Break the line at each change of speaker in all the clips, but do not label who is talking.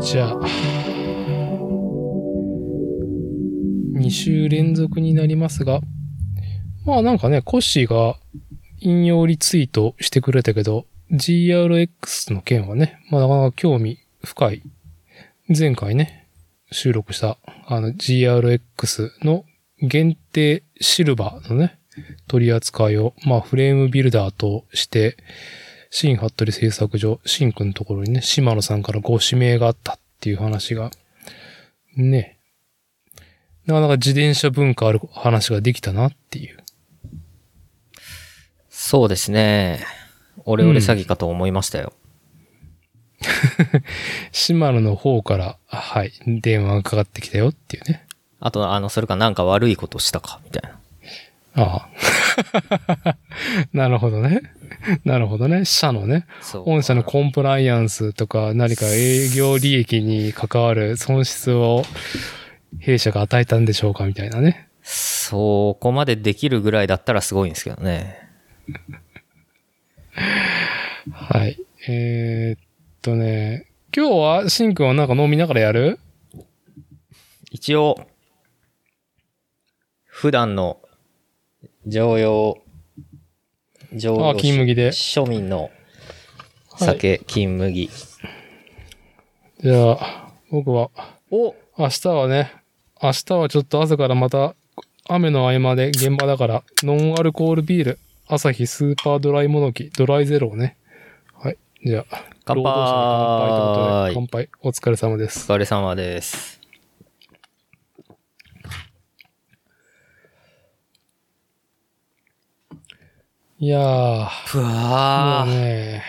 じゃあ、2週連続になりますが、まあなんかね、コッシーが引用リツイートしてくれたけど、GRX の件はね、まあなかなか興味深い。前回ね、収録した、あの GRX の限定シルバーのね、取り扱いを、まあフレームビルダーとして、新服部製作所、新君のところにね、島野さんからご指名があったっていう話が、ね。なかなか自転車文化ある話ができたなっていう。
そうですね。オレオレ詐欺かと思いましたよ。
島野の方から、あはい、電話がかかってきたよっていうね。
あと、あの、それかなんか悪いことしたか、みたいな。
ああ。 なるほどね。なるほどね。社のね。
そう。
御社のコンプライアンスとか何か営業利益に関わる損失を弊社が与えたんでしょうかみたいなね。
そこまでできるぐらいだったらすごいんですけどね。
はい。えーっとね、今日はシンくんはなんか飲みながらやる
一応、普段の常用、常
あ、金麦で。
庶民の
はい
酒、金麦。
じゃあ、僕は、
お
明日はね、明日はちょっと朝からまた、雨の合間で現場だから、ノンアルコールビール、朝日スーパードライモノキ、ドライゼロをね。はい。じゃあ、
乾
労
杯
働者の乾杯ということで、乾杯、お疲れ様で
お
す。
疲れ様です。
いやー、
ふ
も
わ
う
ー。
ね、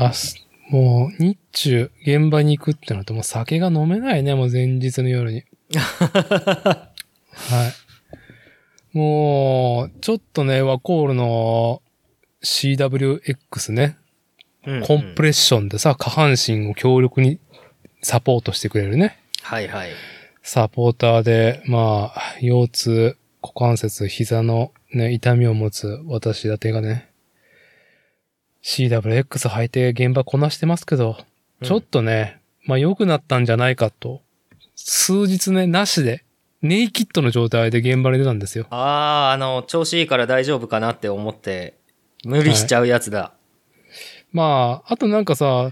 あすもう日中現場に行くってなるともう酒が飲めないね、もう前日の 夜に。はい。もう、ちょっとね、ワコールの CWX ね、
うん
コンプレッションでさ、下半身を強力にサポートしてくれるね。
はいはい。
サポーターで、まあ、腰痛、股関節、膝のね、痛みを持つ私だてがね、CWX 履いて現場こなしてますけど、ちょっとね、まあ良くなったんじゃないかと、数日ね、なしで、ネイキッドの状態で現場に出たんですよ。
ああ、あの、調子いいから大丈夫かなって思って、無理しちゃうやつだ。
まあ、あとなんかさ、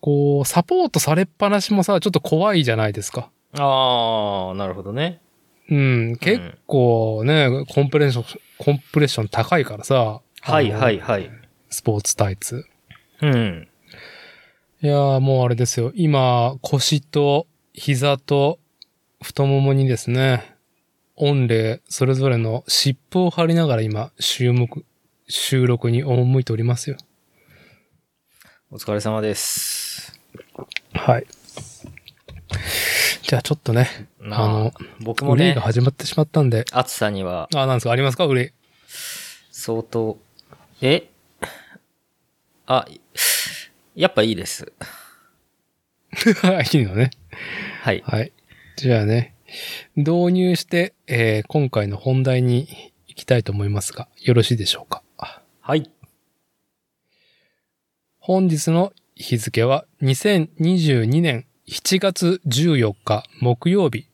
こう、サポートされっぱなしもさ、ちょっと怖いじゃないですか。
ああ、なるほどね。
うん、結構ね、コンプレッション、コンプレッション高いからさ。
はい
あの
はいはい。
スポーツタイツ。
うん。
いやーもうあれですよ。今、腰と膝と太ももにですね、御礼それぞれの湿布を貼りながら今、収録、収録に赴いておりますよ。
お疲れ様です。
はい。じゃあちょっとね、
まあ
あの、
僕も
憂い
ね
が、始まってしまったんで、
暑さには
あ、なんですかありますか憂い。
相当、えあ、やっぱいいです。
いいのね。
はい。
はい。じゃあね、導入して、えー今回の本題に行きたいと思いますが、よろしいでしょうか。
はい。
本日の日付は2022年7月14日木曜日。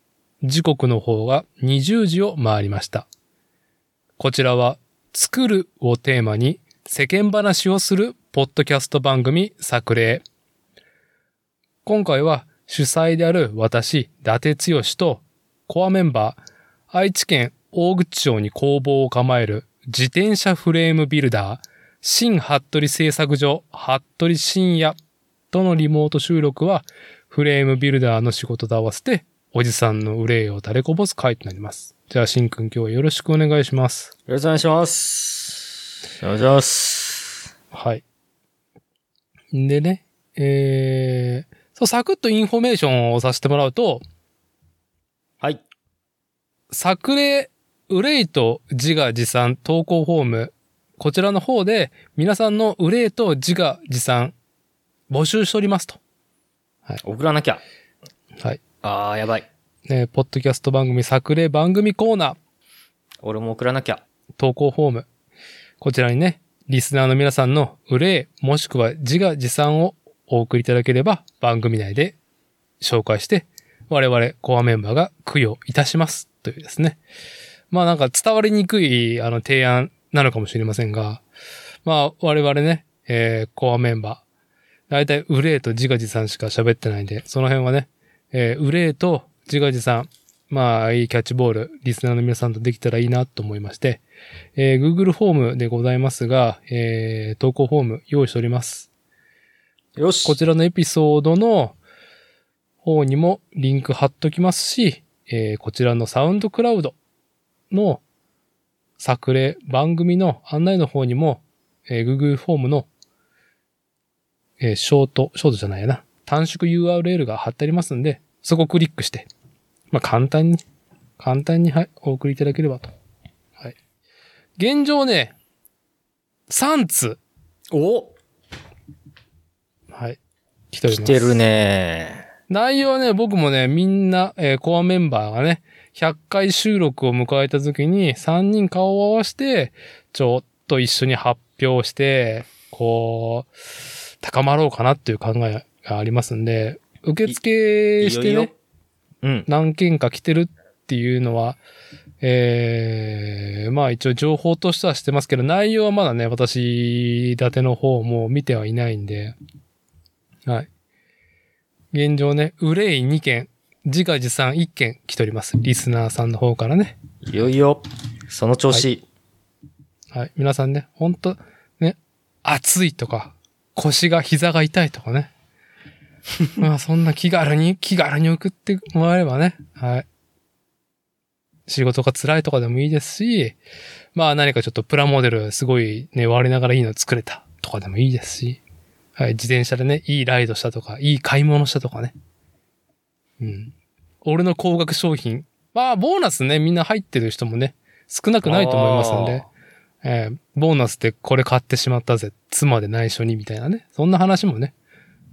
時刻の方が20時を回りました。こちらは、作るをテーマに世間話をするポッドキャスト番組作例。今回は主催である私、伊達剛とコアメンバー、愛知県大口町に工房を構える自転車フレームビルダー、新服部製作所、服部深夜とのリモート収録は、フレームビルダーの仕事と合わせて、おじさんの憂いを垂れこぼす回となります。じゃあ、しんくん今日はよろしくお願いし ます。
よろしくお願いします。お願いします。
はい。でね、えー、そう、サクッとインフォメーションをさせてもらうと、
はい。
作例、憂いと自画自賛投稿フォーム、こちらの方で皆さんの憂いと自画自賛募集しておりますと。
送らなきゃ。
はい。
ああ、やばい。
ね、ポッドキャスト番組作例番組コーナー
俺も送らなきゃ。
投稿フォーム。こちらにね、リスナーの皆さんの憂い、もしくは自画自賛をお送りいただければ番組内で紹介して、我々コアメンバーが供養いたしますというですね。まあなんか伝わりにくいあの提案なのかもしれませんが、まあ我々ね、えーコアメンバー、だいたいウレイとジガジさんしか喋ってないんで、その辺はね、えーウレイとジガジさん、まあいいキャッチボール、リスナーの皆さんとできたらいいなと思いまして、えー Google フォームでございますが、えー投稿フォーム用意しております。
よし。
こちらのエピソードの方にもリンク貼っときますし、えーこちらのサウンドクラウドの作例、番組の案内の方にも、えー Google フォームの、えーショート、ショートじゃないやな、短縮 URL が貼ってありますんで、そこをクリックして、まあ、簡単に、簡単に、はい、お送りいただければと。はい。現状ね、3通、
お
はい、来ており
来
ます。
てるね
内容はね、僕もね、みんな、えーコアメンバーがね、100回収録を迎えた時に、3人顔を合わせて、ちょっと一緒に発表して、こう、高まろうかなっていう考えがありますんで、受付してね、
いいよいいようん。
何件か来てるっていうのは、えーまあ一応情報としてはしてますけど、内容はまだね、私立ての方も見てはいないんで、はい。現状ね、憂い2件、自画自賛1件来ております。リスナーさんの方からね。
いよいよ。その調子。
はい。皆さんね、ほんと、ね、暑いとか、腰が、膝が痛いとかね。 まあ、そんな気軽に、気軽に送ってもらえればね。はい。仕事が辛いとかでもいいですし、まあ何かちょっとプラモデルすごいね、割りながらいいの作れたとかでもいいですし、はい、自転車でね、いいライドしたとか、いい買い物したとかね。うん。俺の高額商品。まあ、ボーナスね、みんな入ってる人もね、少なくないと思いますんで。えーボーナスでこれ買ってしまったぜ、妻で内緒にみたいなね、そんな話もね、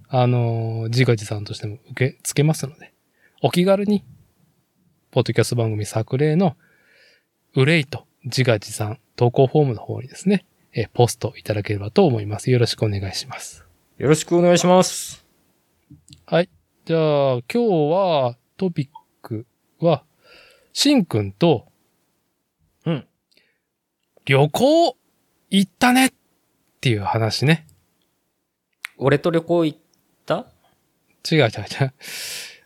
あのー、自画自賛としても受け付けますので、お気軽に、ポッドキャスト番組作例の、憂いと自画自賛投稿フォームの方にですね、えーポストいただければと思います。よろしくお願いします。
よろしくお願いします。
じゃあ、今日は、トピックは、しんくんと、
うん。
旅行行ったねっていう話ね。
俺と旅行行った
違う違う違う。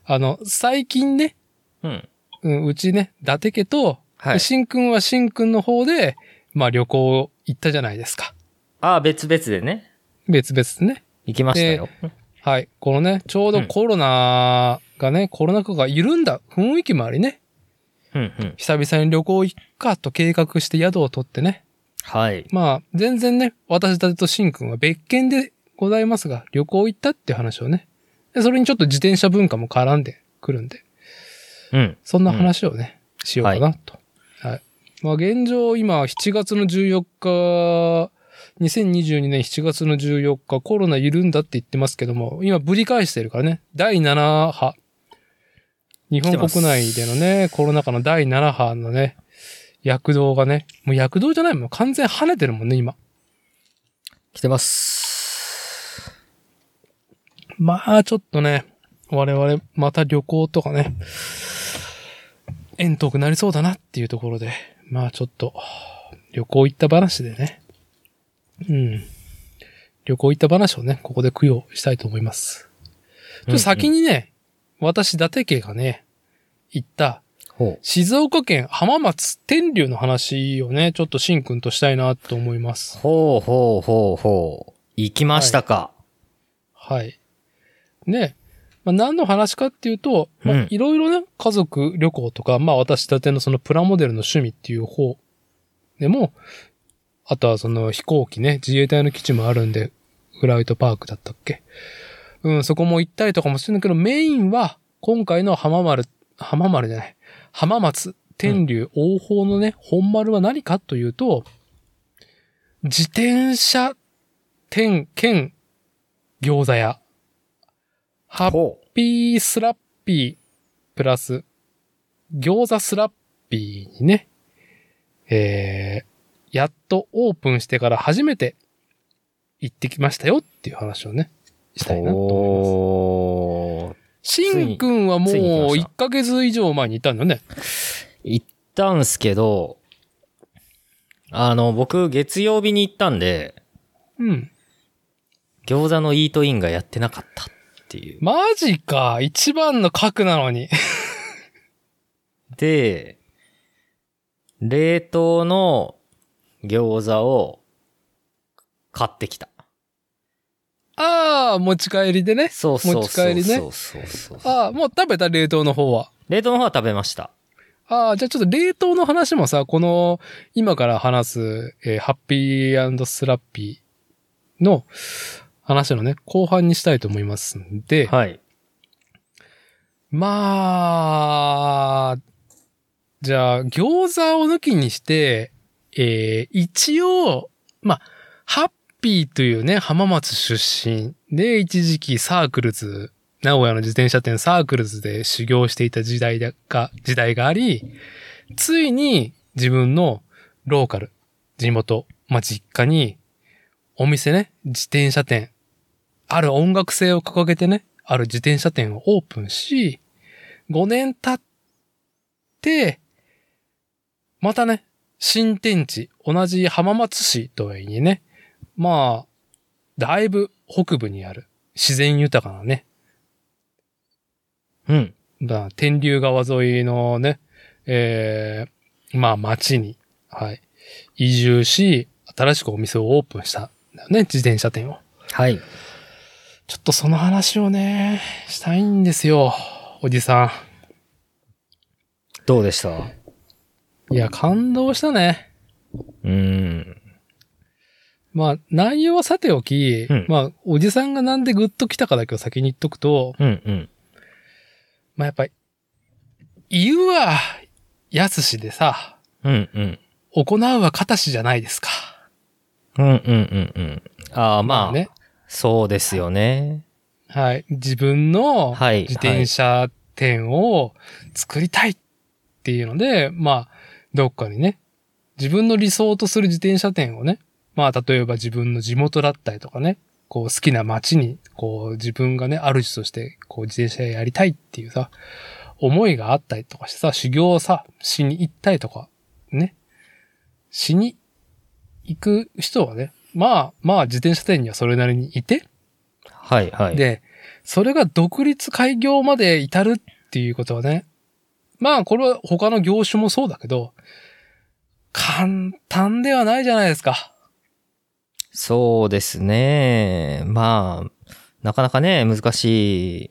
あの、最近ね、
うん。
うんうちね、伊達家と、
はい。
しんくんはしんくんの方で、まあ旅行行ったじゃないですか。
ああ、別々でね。
別々でね。
行きましたよ。
はい。このね、ちょうどコロナがね、コロナ禍が緩んだ雰囲気もありね、
うんうん。
久々に旅行行くかと計画して宿を取ってね。
はい。
まあ、全然ね、私たちとしんくんは別件でございますが、旅行行ったって話をね。でそれにちょっと自転車文化も絡んでくるんで。
うん。
そんな話をね、しようかなと。はい。まあ現状、今、7月の14日、2022年7月の14日、コロナ緩んだって言ってますけども、今、ぶり返してるからね、第7波。日本国内でのね、コロナ禍の第7波のね、躍動がね、もう躍動じゃないもん、完全に跳ねてるもんね、今。
来てます。
まあ、ちょっとね、我々、また旅行とかね、遠遠くなりそうだなっていうところで、まあちょっと、旅行行った話でね、うん。旅行行った話をね、ここで供養したいと思います。ちょっと先にね、私、伊達家がね、行った、
ほう。
静岡県浜松天竜の話をね、ちょっとしんくんとしたいなと思います。
ほうほうほうほう。行きましたか。
はい。ね。まあ、何の話かっていうと、ま
う
あ
ん、
いろいろね、家族旅行とか、まあ、私立てのそのプラモデルの趣味っていう方でも、あとはその飛行機ね、自衛隊の基地もあるんで、フライトパークだったっけ。うん、そこも行ったりとかもしてるんだけど、メインは、今回の浜丸、浜丸じゃない、浜松、天竜、王鵬のね、本丸は何かというと、自転車、天、兼、餃子屋。ハッ
ほ
ピースラッピープラス、餃子スラッピーにね、えー、やっとオープンしてから初めて行ってきましたよっていう話をね、し
う。
たいなと思います。
ほう。
しんくんはもう
ついに来ました
1ヶ月以上前に行ったんだよね。
行ったんすけど、あの、僕、月曜日に行ったんで、
うん。
餃子のイートインがやってなかったっていう。
マジか。一番の核なのに。
で、冷凍の餃子を買ってきた。
ああ、持ち帰りでね。
そうそうそうそう。
持ち帰りね
そうそうそう
ああ、もう食べた冷凍の方は。
冷凍の方は食べました。
ああ、じゃあちょっと冷凍の話もさ、この、今から話す、えーハッピースラッピーの話のね、後半にしたいと思いますんで、
はい。
まあ、じゃあ、餃子を抜きにして、えー一応、まあ、ハッピーというね、浜松出身で、一時期サークルズ、名古屋の自転車店サークルズで修行していた時代だが、時代があり、ついに自分のローカル、地元、まあ、実家に、お店ね、自転車店、ある音楽性を掲げてね、ある自転車店をオープンし、5年経って、またね、新天地、同じ浜松市とはいえね、まあ、だいぶ北部にある自然豊かなね、
うん。
まあ、天竜川沿いのね、えーまあ町に、はい、移住し、新しくお店をオープンしたんだよね、自転車店を。
はい。
ちょっとその話をね、したいんですよ、おじさん。
どうでした
いや、感動したね。
うん。
まあ、内容はさておき、
うん
まあ、おじさんがなんでグッと来たかだけを先に言っとくと、
うんうん。
まあやっぱり、言うは、やすしでさ、
うんうん。
行うはかたしじゃないですか。
うんうんうんうん。ああ、まあ、
ね。
そうですよね。
はい。自分の
はい
自転車店を作りたいっていうので、まあ、どっかにね、自分の理想とする自転車店をね、まあ、例えば自分の地元だったりとかね、こう好きな街に、こう自分がね、主として、こう自転車やりたいっていうさ、思いがあったりとかしてさ、修行をさ、しに行ったりとか、ね、しに行く人はね、まあ、まあ自転車店にはそれなりにいて、
はいはい。、
で、それが独立開業まで至るっていうことはね、まあこれは他の業種もそうだけど、簡単ではないじゃないですか。
そうですね。まあ、なかなかね、難しい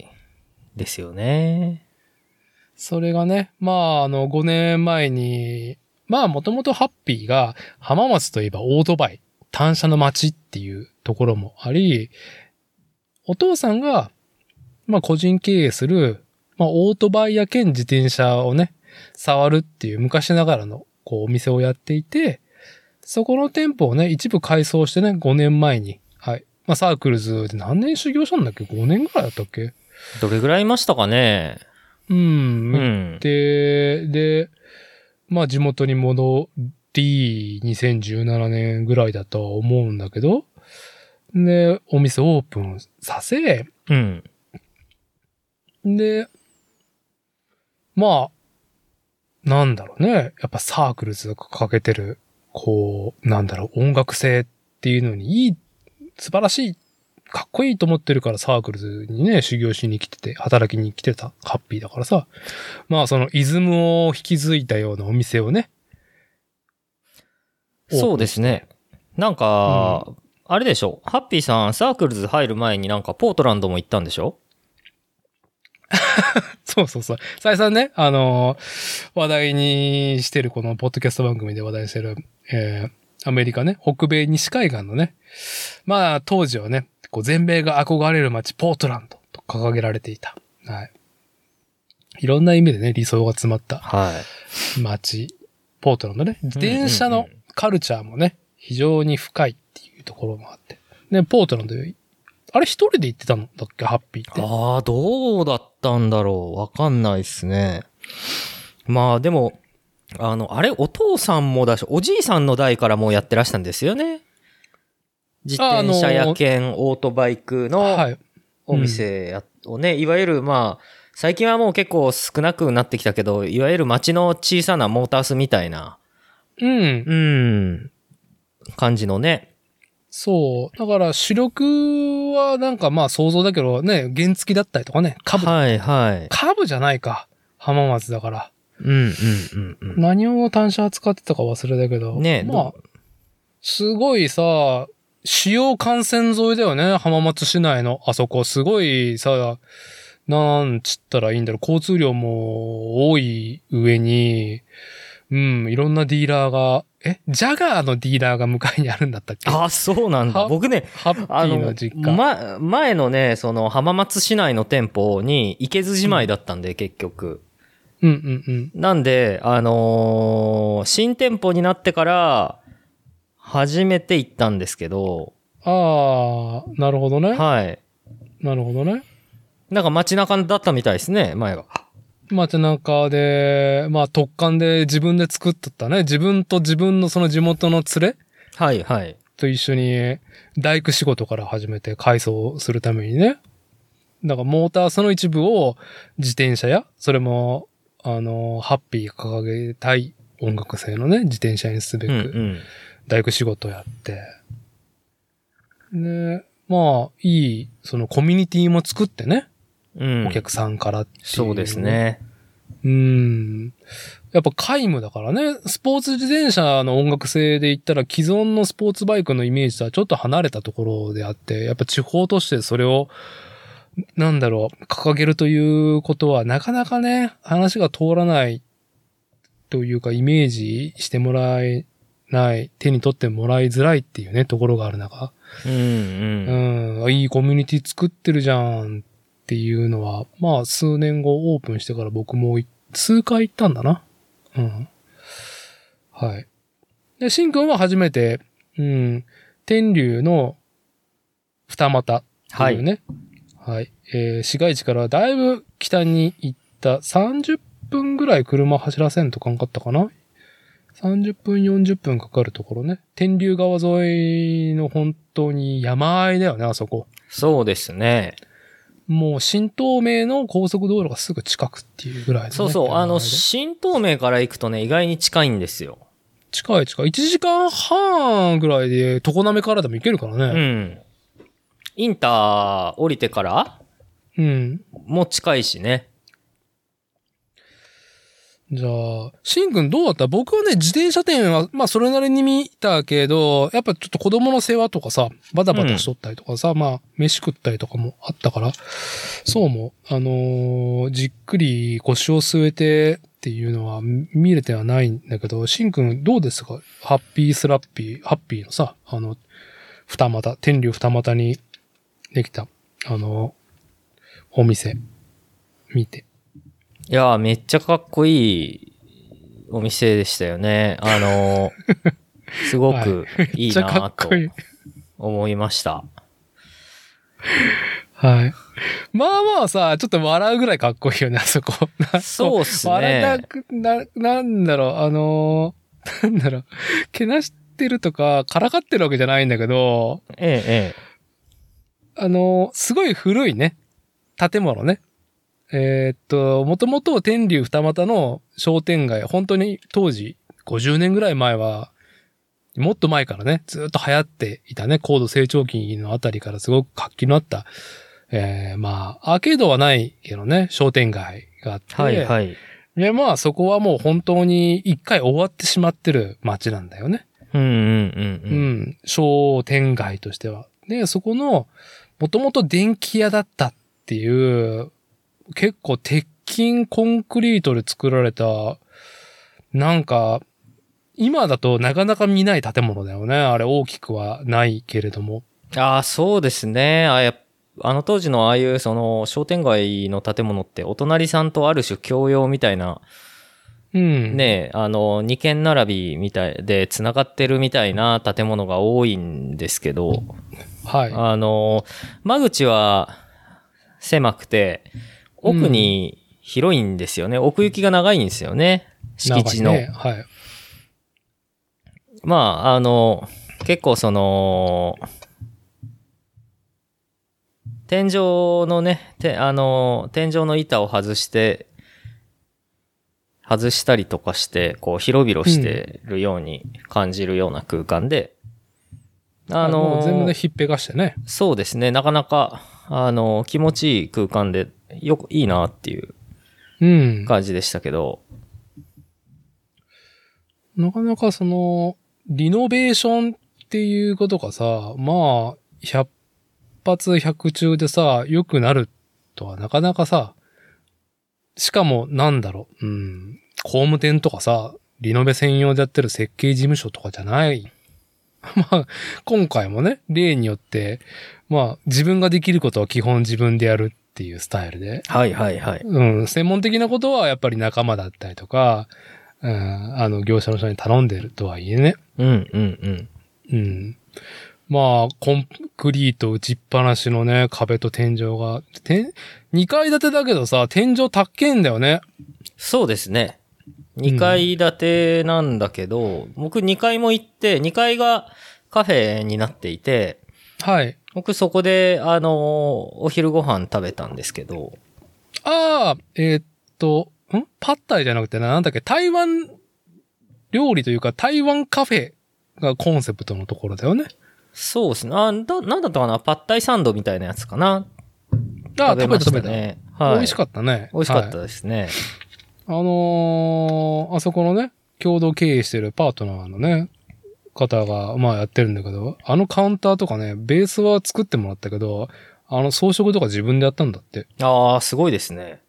ですよね。
それがね、まああの5年前に、まあもともとハッピーが浜松といえばオートバイ、単車の街っていうところもあり、お父さんが、まあ個人経営する、まあオートバイや兼自転車をね、触るっていう昔ながらのこうお店をやっていて、そこの店舗をね、一部改装してね、5年前に、はい。まあサークルズで何年修行したんだっけ ?5 年ぐらいだったっけ
どれぐらいいましたかね
うん
う、ん。
で、で、まあ地元に戻り、2017年ぐらいだとは思うんだけど、で、お店オープンさせ、
うん。
で、まあ、なんだろうね。やっぱサークルズが掲げてる、こう、なんだろう、音楽性っていうのにいい、素晴らしい、かっこいいと思ってるからサークルズにね、修行しに来てて、働きに来てたハッピーだからさ。まあそのイズムを引き継いだようなお店をね。
そうですね。なんか、あれでしょハッピーさん、サークルズ入る前になんかポートランドも行ったんでしょ
そうそうそう。再三ね、あのー話題にしてる、このポッドキャスト番組で話題にしてる、えーアメリカね、北米西海岸のね、まあ当時はね、こう全米が憧れる街、ポートランドと掲げられていた。はい。いろんな意味でね、理想が詰まった
はい。
街、ポートランドね、電車
うんう
の
んうん
カルチャーもね、非常に深いっていうところもあって。ね、ポートランド、あれ一人で行ってたんだっけ、ハッピーって。
ああ、どうだったんだろう。わかんないっすね。まあでも、あの、あれ、お父さんもだし、おじいさんの代からもうやってらしたんですよね。自
ああ
転
の
車や兼オートバイクの
はい。
お店やをね、いわゆるまあ、最近はもう結構少なくなってきたけど、いわゆる街の小さなモータースみたいな、
うん。
うん、感じのね。
そう。だから主力はなんかまあ想像だけどね、原付だったりとかね、株。
はいはい。
株じゃないか。浜松だから。
うんうんうんうん。
何を単車扱ってたか忘れたけど。
ねえ
まあ、すごいさ、主要幹線沿いだよね。浜松市内のあそこ。すごいさ、なんちったらいいんだろう。交通量も多い上に、うん、いろんなディーラーが、え、ジャガーのディーラーが向かいにあるんだったっけ
あ、そうなんだ。
は
僕ね、
ハッピ
あ
ー
の
の実、家。
ま、前のね、その浜松市内の店舗に行けずじまいだったんで、結局。
うんうんうん。
なんで、あのー新店舗になってから、初めて行ったんですけど、
ああ、なるほどね。
はい。
なるほどね。
なんか街中だったみたいですね、前が。
街中で、まあ特艦で自分で作っとったね。自分と自分のその地元の連れ
はいはい。
と一緒に大工仕事から始めて改装するためにね。だからモーターその一部を自転車や、それも、あの、ハッピーが掲げたい音楽性のね、自転車にすべ
うんう
く
ん。
大工仕事をやって。で、まあ、いい、そのコミュニティも作ってね、
うん。
お客さんからっていう。
そうです。ね。
うん。やっぱ皆無だからね、スポーツ自転車の音楽性で言ったら既存のスポーツバイクのイメージとはちょっと離れたところであって、やっぱ地方としてそれを、なんだろう、掲げるということはなかなかね、話が通らないというかイメージしてもらえない、手に取ってもらいづらいっていうね、ところがある中。
うんうん。
うん、いいコミュニティ作ってるじゃんっていうのは、まあ数年後オープンしてから僕もい数回行ったんだな。うん。はい。で、しんくんは初めて、うん、天竜の二股って
はい
いう
い。
ね。はい。えー市街地からだいぶ北に行った30分ぐらい車走らせんとかんかったかな ?30 分、40分かかるところね。天竜川沿いの本当に山あいだよね、あそこ。
そうですね。
もう新東名の高速道路がすぐ近くっていうぐらいのね、
そうそう。
山
あ
いで
の、新東名から行くとね、意外に近いんですよ。
近い近い。1時間半ぐらいで、常滑からでも行けるから
う
ね。
ん。インター降りてから
うん。
も近いしね。
じゃあ、しんくんどうだった僕はね、自転車店は、まあそれなりに見たけど、やっぱちょっと子供の世話とかさ、バタバタしとったりとかさ、まあ飯食ったりとかもあったから、そうも、あのーじっくり腰を据えてっていうのはみ見れてはないんだけど、しんくんどうですかハッピースラッピー、ハッピーのさ、あの、二股、天竜二股にできた、あのお店、見て。
いやー、めっちゃかっこいいお店でしたよね。あのーすごくいい
めっちゃか
な
っこいい
と。思いま した。
はい。まあまあさ、ちょっと笑うぐらいかっこいいよね、あそこ。
そうっすね
笑えなく、な、なんだろう、あのー なんだろう、けなしてるとか、からかってるわけじゃないんだけど、
ええ、
あのーすごい古いね、建物ね。えーっと、もともと天竜二股の商店街、本当に当時、50年ぐらい前は、もっと前からね、ずっと流行っていたね、高度成長期のあたりからすごく活気のあった、えー、まあ、アーケードはないけどね、商店街があって、
はいはい。
で、まあそこはもう本当に一回終わってしまってる街なんだよね。
うんうん
う、
うんん
商店街としては。で、そこの、もともと電気屋だったっていう、結構鉄筋コンクリートで作られた、なんか、今だとなかなか見ない建物だよね。あれ大きくはないけれども。
うん。ああ、そうですね。あやっあの当時のああいうその商店街の建物ってお隣さんとある種共用みたいな、
うん。。
ねえ、あの、二軒並びみたいで繋がってるみたいな建物が多いんですけど、
はい。
あの、間口は狭くて、奥に広いんですよね。奥行きが長いんですよね。敷地の。
長いね、はい。
まあ、あの、結構その、天井のね、てあの、天井の板を外して、外したりとかして、こう、広々してるように感じるような空間で、あ
も
の
う、全部でひっぺがしてね。
そうですね、なかなか、あの、気持ちいい空間で、よく、いいなっていう
うん。
感じでしたけど、
なかなかその、リノベーションっていうことがさ、まあ、100発100中でさ、良くなるとはなかなかさ、しかもなんだろう、うん、工務店とかさ、リノベ専用でやってる設計事務所とかじゃない。 まあ、今回もね、例によって、まあ、自分ができることは基本自分でやるっていうスタイルで、
はいはいはい。
うん、専門的なことはやっぱり仲間だったりとか、うん、あの、業者の人に頼んでるとはいえね。
うんうん
う
うん。
ん。まあ、コンクリート打ちっぱなしのね、壁と天井が、て2階建てだけどさ、天井高けんだよね。
そうですね。2階建てなんだけど、僕2階も行って、2階がカフェになっていて、
はい。
僕そこで、あのーお昼ご飯食べたんですけど、
ああ、えーっと、んパッタイじゃなくてな、なんだっけ、台湾料理というか、台湾カフェがコンセプトのところだよね。
そうですね。あ、だ、なんだったかなパッタイサンドみたいなやつかな
ああ、
食
食
べ
べ
ま
た
した
食べた。
ね。はい。
美味しかったね。
美味しか
はい
ったですね。
あのーあそこのね、共同経営してるパートナーのね、方が、まあやってるんだけど、あのカウンターとかね、ベースは作ってもらったけど、あの装飾とか自分でやったんだって。
ああ、すごいですね。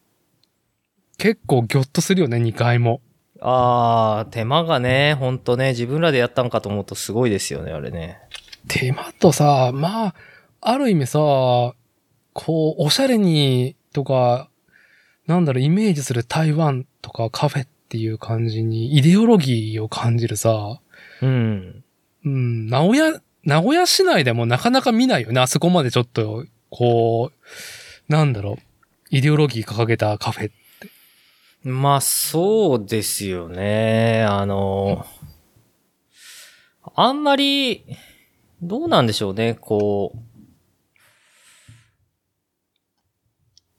結構ギョッとするよね、2階も。
ああ、手間がね、ほんとね、自分らでやったんかと思うとすごいですよね、あれね。
手間とさ、まあ、ある意味さ、こう、おしゃれにとか、なんだろう、イメージする台湾とかカフェっていう感じに、イデオロギーを感じるさ、
うん。
うん、名古屋、名古屋市内でもなかなか見ないよね。あそこまでちょっと、こう、なんだろう、イデオロギー掲げたカフェ。
まあ、そうですよね。あの、あんまり、どうなんでしょうね、こ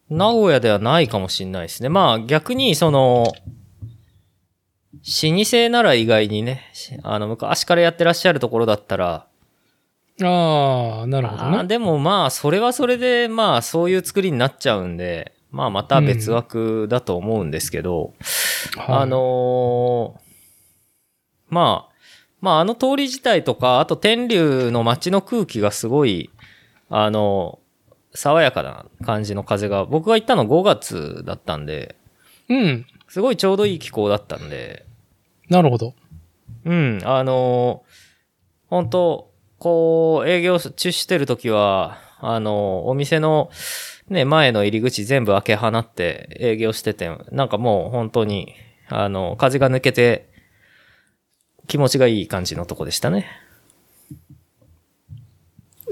う。名古屋ではないかもしれないですね。まあ、逆に、その、老舗なら意外にね、しあの、昔からやってらっしゃるところだったら、
ああ、なるほど
あー
ね。
でもまあ、それはそれで、まあ、そういう作りになっちゃうんで、まあ、また別枠だと思うんですけど、
はい
あ、のーまあ、まああの通り自体とか、あと天竜の街の空気がすごい、あのー爽やかな感じの風が、僕が行ったの5月だったんで、
うん、
すごいちょうどいい気候だったんで、
なるほど。
うん、あのー本当こう、営業中してる時は、あのーお店の、ね、前の入り口全部開け放って営業してて、なんかもう本当に、あの風が抜けて、気持ちがいい感じのとこでしたね。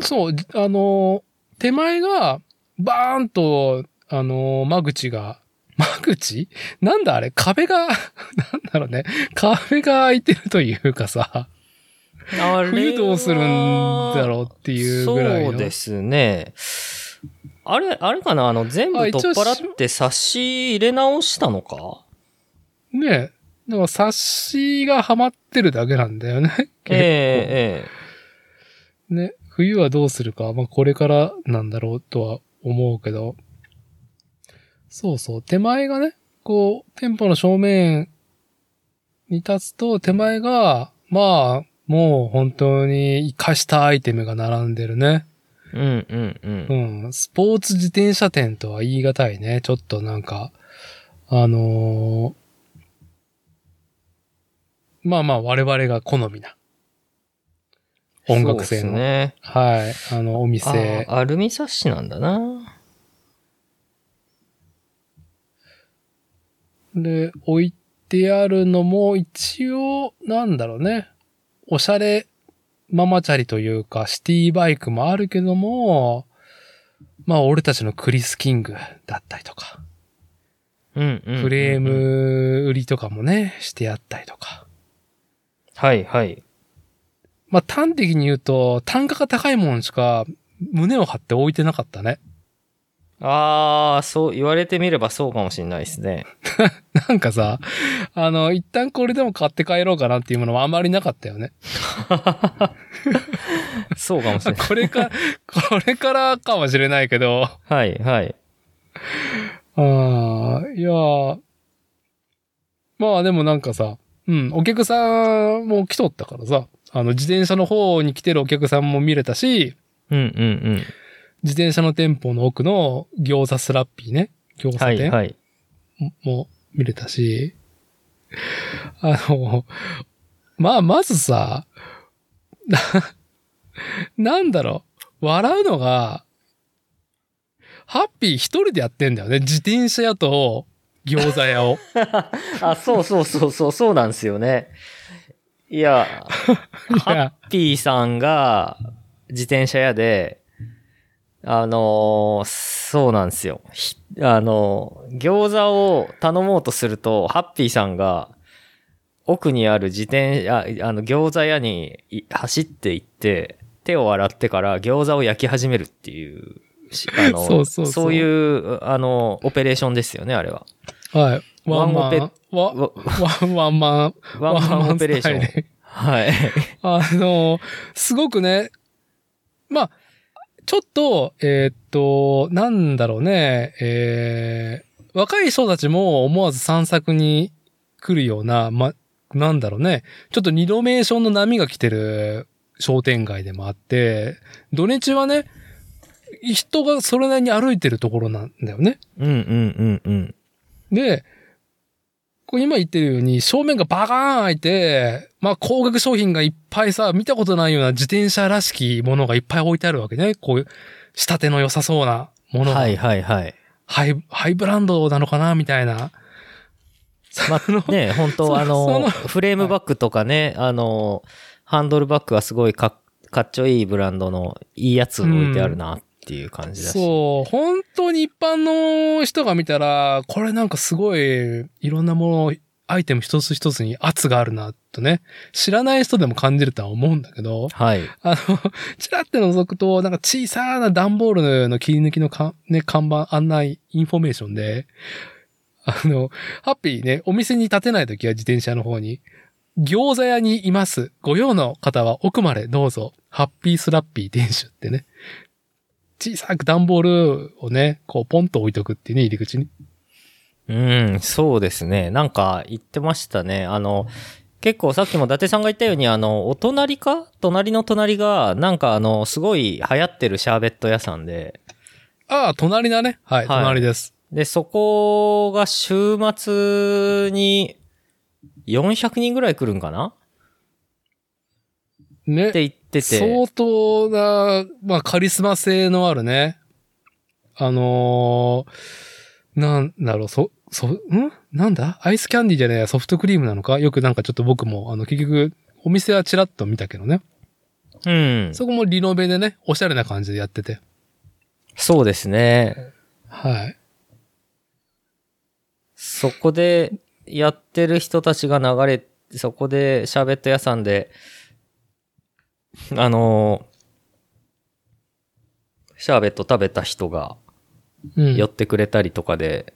そう、じあのー、手前が、バーンと、あのー、間口が、 間口なんだあれ壁が、 なんだろうね。壁が開いてるというかさ、
あれは
冬どうするんだろうっていうぐらいの。
そうですね。あれ、あれかなあの、全部
あ
取っ
一応
払って差し入れ直したのか
ねえ。だから、冊子がハマってるだけなんだよね。
ええええ
ね。冬はどうするか、まあ、これからなんだろうとは思うけど。そうそう。手前がね、こう、店舗の正面に立つと、手前が、まあ、もう本当に活かしたアイテムが並んでるね。
うんうんうん
う。ん。スポーツ自転車店とは言い難いね。ちょっとなんか、あのーまあまあ我々が好みな。音楽性
そ
の。
うですね。
はい。あの、お店。
あアルミサッシなんだな。
で、置いてあるのも一応、なんだろうね。おしゃれママチャリというか、シティバイクもあるけども、まあ俺たちのクリス・キングだったりとか。
うん、うん。
フレー
うん。
ム売りとかもね、してやったりとか。
はいはい。
まあ、端的に言うと、単価が高いもんしか胸を張って置いてなかったね。
ああ、そう、言われてみればそうかもしんないですね。
なんかさ、あの、一旦これでも買って帰ろうかなっていうものはあまりなかったよね。
そうかもし んない。
これか、これからかもしれないけど、
はい、はい。
ああ、いやーまあでもなんかさ、うん、お客さんも来とったからさ、あの、自転車の方に来てるお客さんも見れたし、
うんうん
自転車の店舗の奥の餃子スラッピーね、餃
うん。
子
は
店
い、はい。
も見れたし、あの、まあ、まずさ、な、なんだろう、笑うのが、ハッピー一人でやってんだよね。自転車屋と餃子 屋を。
あ、そうそうそうそう、そうなんですよね。いや、
いや、
P さんが自転車屋で、あのーそうなんですよ。ひあのー餃子を頼もうとすると、ハッピーさんが、奥にある自転ああの、餃子屋にい走って行って、手を洗ってから餃子を焼き始めるっていう、しあの
そうそうそう
そういう、あの、オペレーションですよね、あれは。
はい。ワンマ
ワンオ
ン。わ
わ
ワンワンマン。
ワンマンオペレーション
スタ。イル
はい。
あの、すごくね、まあ、ちょっと、えーっと、なんだろうね、えー若い人たちも思わず散策に来るような、ま、なんだろうね、ちょっとリノベーションの波が来てる商店街でもあって、土日はね、人がそれなりに歩いてるところなんだよね。
うんうんうんうん。
で、こう今言ってるように、正面がバカーン開いて、まあ高額商品がいっぱいさ、見たことないような自転車らしきものがいっぱい置いてあるわけね。こういう、仕立ての良さそうなものが、
はいはいはい。
ハイ、ハイブランドなのかな、みたいな。
ま あ、ね、本
そ
当あ
その
の、フレームバッグとかね、あの、ハンドルバッグはすごいかっかっちょいいブランドのいいやつ置いてあるなっていう感じだし。
そう、本当に一般の人が見たら、これなんかすごい、いろんなもの、アイテム一つ一つに圧があるな、とね。知らない人でも感じるとは思うんだけど。
はい。
あの、ちらって覗くと、なんか小さな段ボールの切り抜きのか、ね、看板案内インフォメーションで、あの、ハッピーね、お店に立てないときは自転車の方に、餃子屋にいます。ご用の方は奥までどうぞ。ハッピースラッピー店主ってね。小さく段ボールをね、こうポンと置いとくっていうね、入り口に。
うん、そうですね。なんか言ってましたね。あの、結構さっきも伊達さんが言ったように、あの、お隣か隣の隣が、なんかあの、すごい流行ってるシャーベット屋さんで、
ああ、隣だね。はい、
はい
隣です。
で、そこが週末に400人ぐらい来るんかな
ね
っ。て言ってて。
相当な、まあ、カリスマ性のあるね。あのーなんだろう、そ、そ、んなんだアイスキャンディーじゃないやソフトクリームなのかよくなんかちょっと僕も、あの、結局、お店はチラッと見たけどね。
うん。
そこもリノベでね、おしゃれな感じでやってて。
そうですね。
はい。
そこでやってる人たちが流れ、そこでシャーベット屋さんで、あのーシャーベット食べた人が
うん。
寄ってくれたりとかで、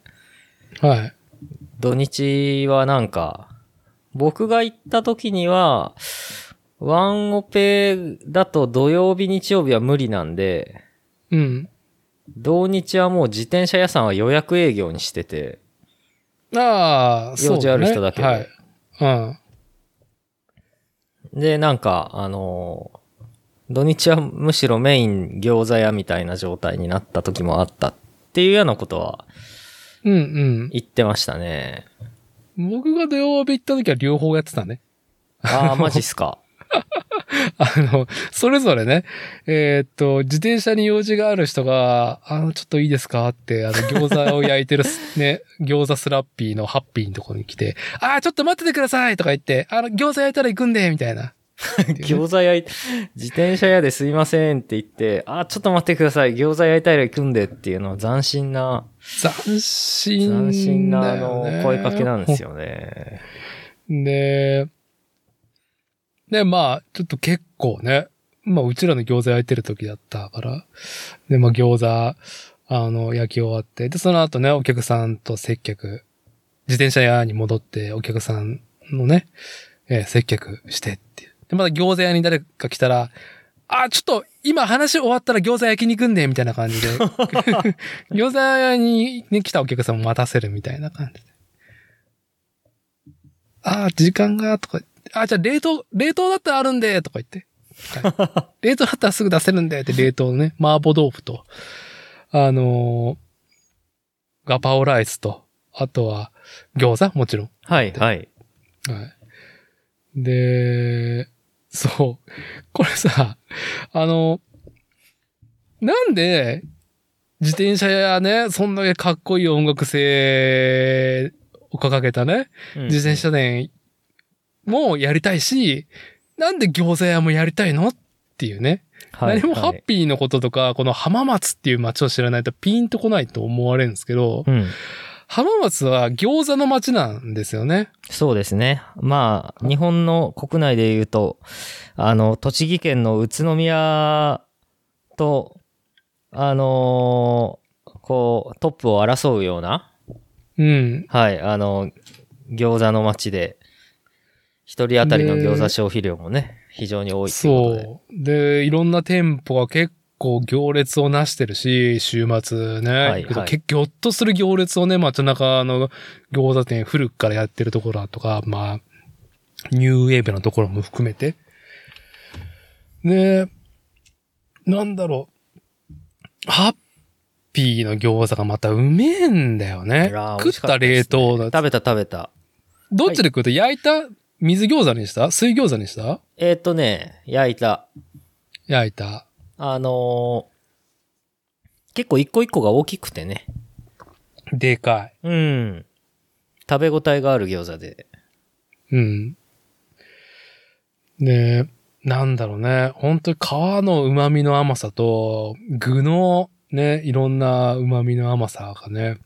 はい。
土日はなんか、僕が行った時には、ワンオペだと土曜日日曜日は無理なんで、
うん。
土日はもう自転車屋さんは予約営業にしてて、
ああ、そう、ね。
用事ある人だけで
はい。うん。
で、なんか、あのー土日はむしろメイン餃子屋みたいな状態になった時もあったっていうようなことは
うん
言ってました ね。
うん。僕が土曜日行った時は両方やってたね。
ああ、マジっ すか。
あの、それぞれね、えーっと、自転車に用事がある人が、あの、ちょっといいですかって、あの、餃子を焼いてるす、 ね、餃子スラッピーのハッピーのところに来て、あー、ちょっと待っててくださいとか言って、あの、餃子焼いたら行くんで、みたい な。
餃子屋い、自転車屋ですいませんって言って、ああ、ちょっと待ってください。餃子屋いたいら行くんでっていうのは斬新な、
斬新だよ、ね。
斬新なあの、声かけなんですよね。
で、で、まあ、ちょっと結構ね、まあ、うちらの餃子焼いてる時だったから、で、まあ、餃子、あの、焼き終わって、で、その後ね、お客さんと接客、自転車屋に戻って、お客さんのね、えー接客してっていう。で、また餃子屋に誰か来たら、あ、ちょっと、今話終わったら餃子焼きに行くんで、みたいな感じで。餃子屋に、ね、来たお客さんを待たせるみたいな感じで。あー、時間が、とか、あ、じゃあ冷凍、冷凍だったらあるんで、とか言って。はい冷凍だったらすぐ出せるんで、って冷凍のね、麻婆豆腐と、あのーガパオライスと、あとは餃子もちろん。
はい、はい。
はい。で、そう。これさ、あの、なんで、自転車やね、そんだけかっこいい音楽性を掲げたね、
うん
自転車店もやりたいし、なんで餃子屋もやりたいのっていうね。
はい
何もハ
は
ッ
い
ピーのこととか、この浜松っていう街を知らないとピンとこないと思われるんですけど、
うん。
浜松は餃子の街なんですよね。
そうですね。まあ、日本の国内で言うと、あの、栃木県の宇都宮と、あのーこう、トップを争うような、
うん。
はい、あの、餃子の街で、一人当たりの餃子消費量もね、非常に多いっていうことで。
そう。で、いろんな店舗が結構行列をなしてるし、週末ね。
はい
けど
はい
けぎょっとする行列をね、街中の餃子店古くからやってるところだとか、まあ、ニューウェーブのところも含めて。ねなんだろう。ハッピーの餃子がまたうめえんだよね
い。やー美
食っ
味しか
た
で
冷
すね
凍だ。
食べた食べた。
どっちで食うと焼いた水餃子にした水餃子にした
えっ、とね、焼いた。
焼いた。
あのー結構一個一個が大きくてね。
でかい。
うん。食べ応えがある餃子で。
うん。で、なんだろうね。本当に皮の旨味の甘さと、具のね、いろんな旨味の甘さがね。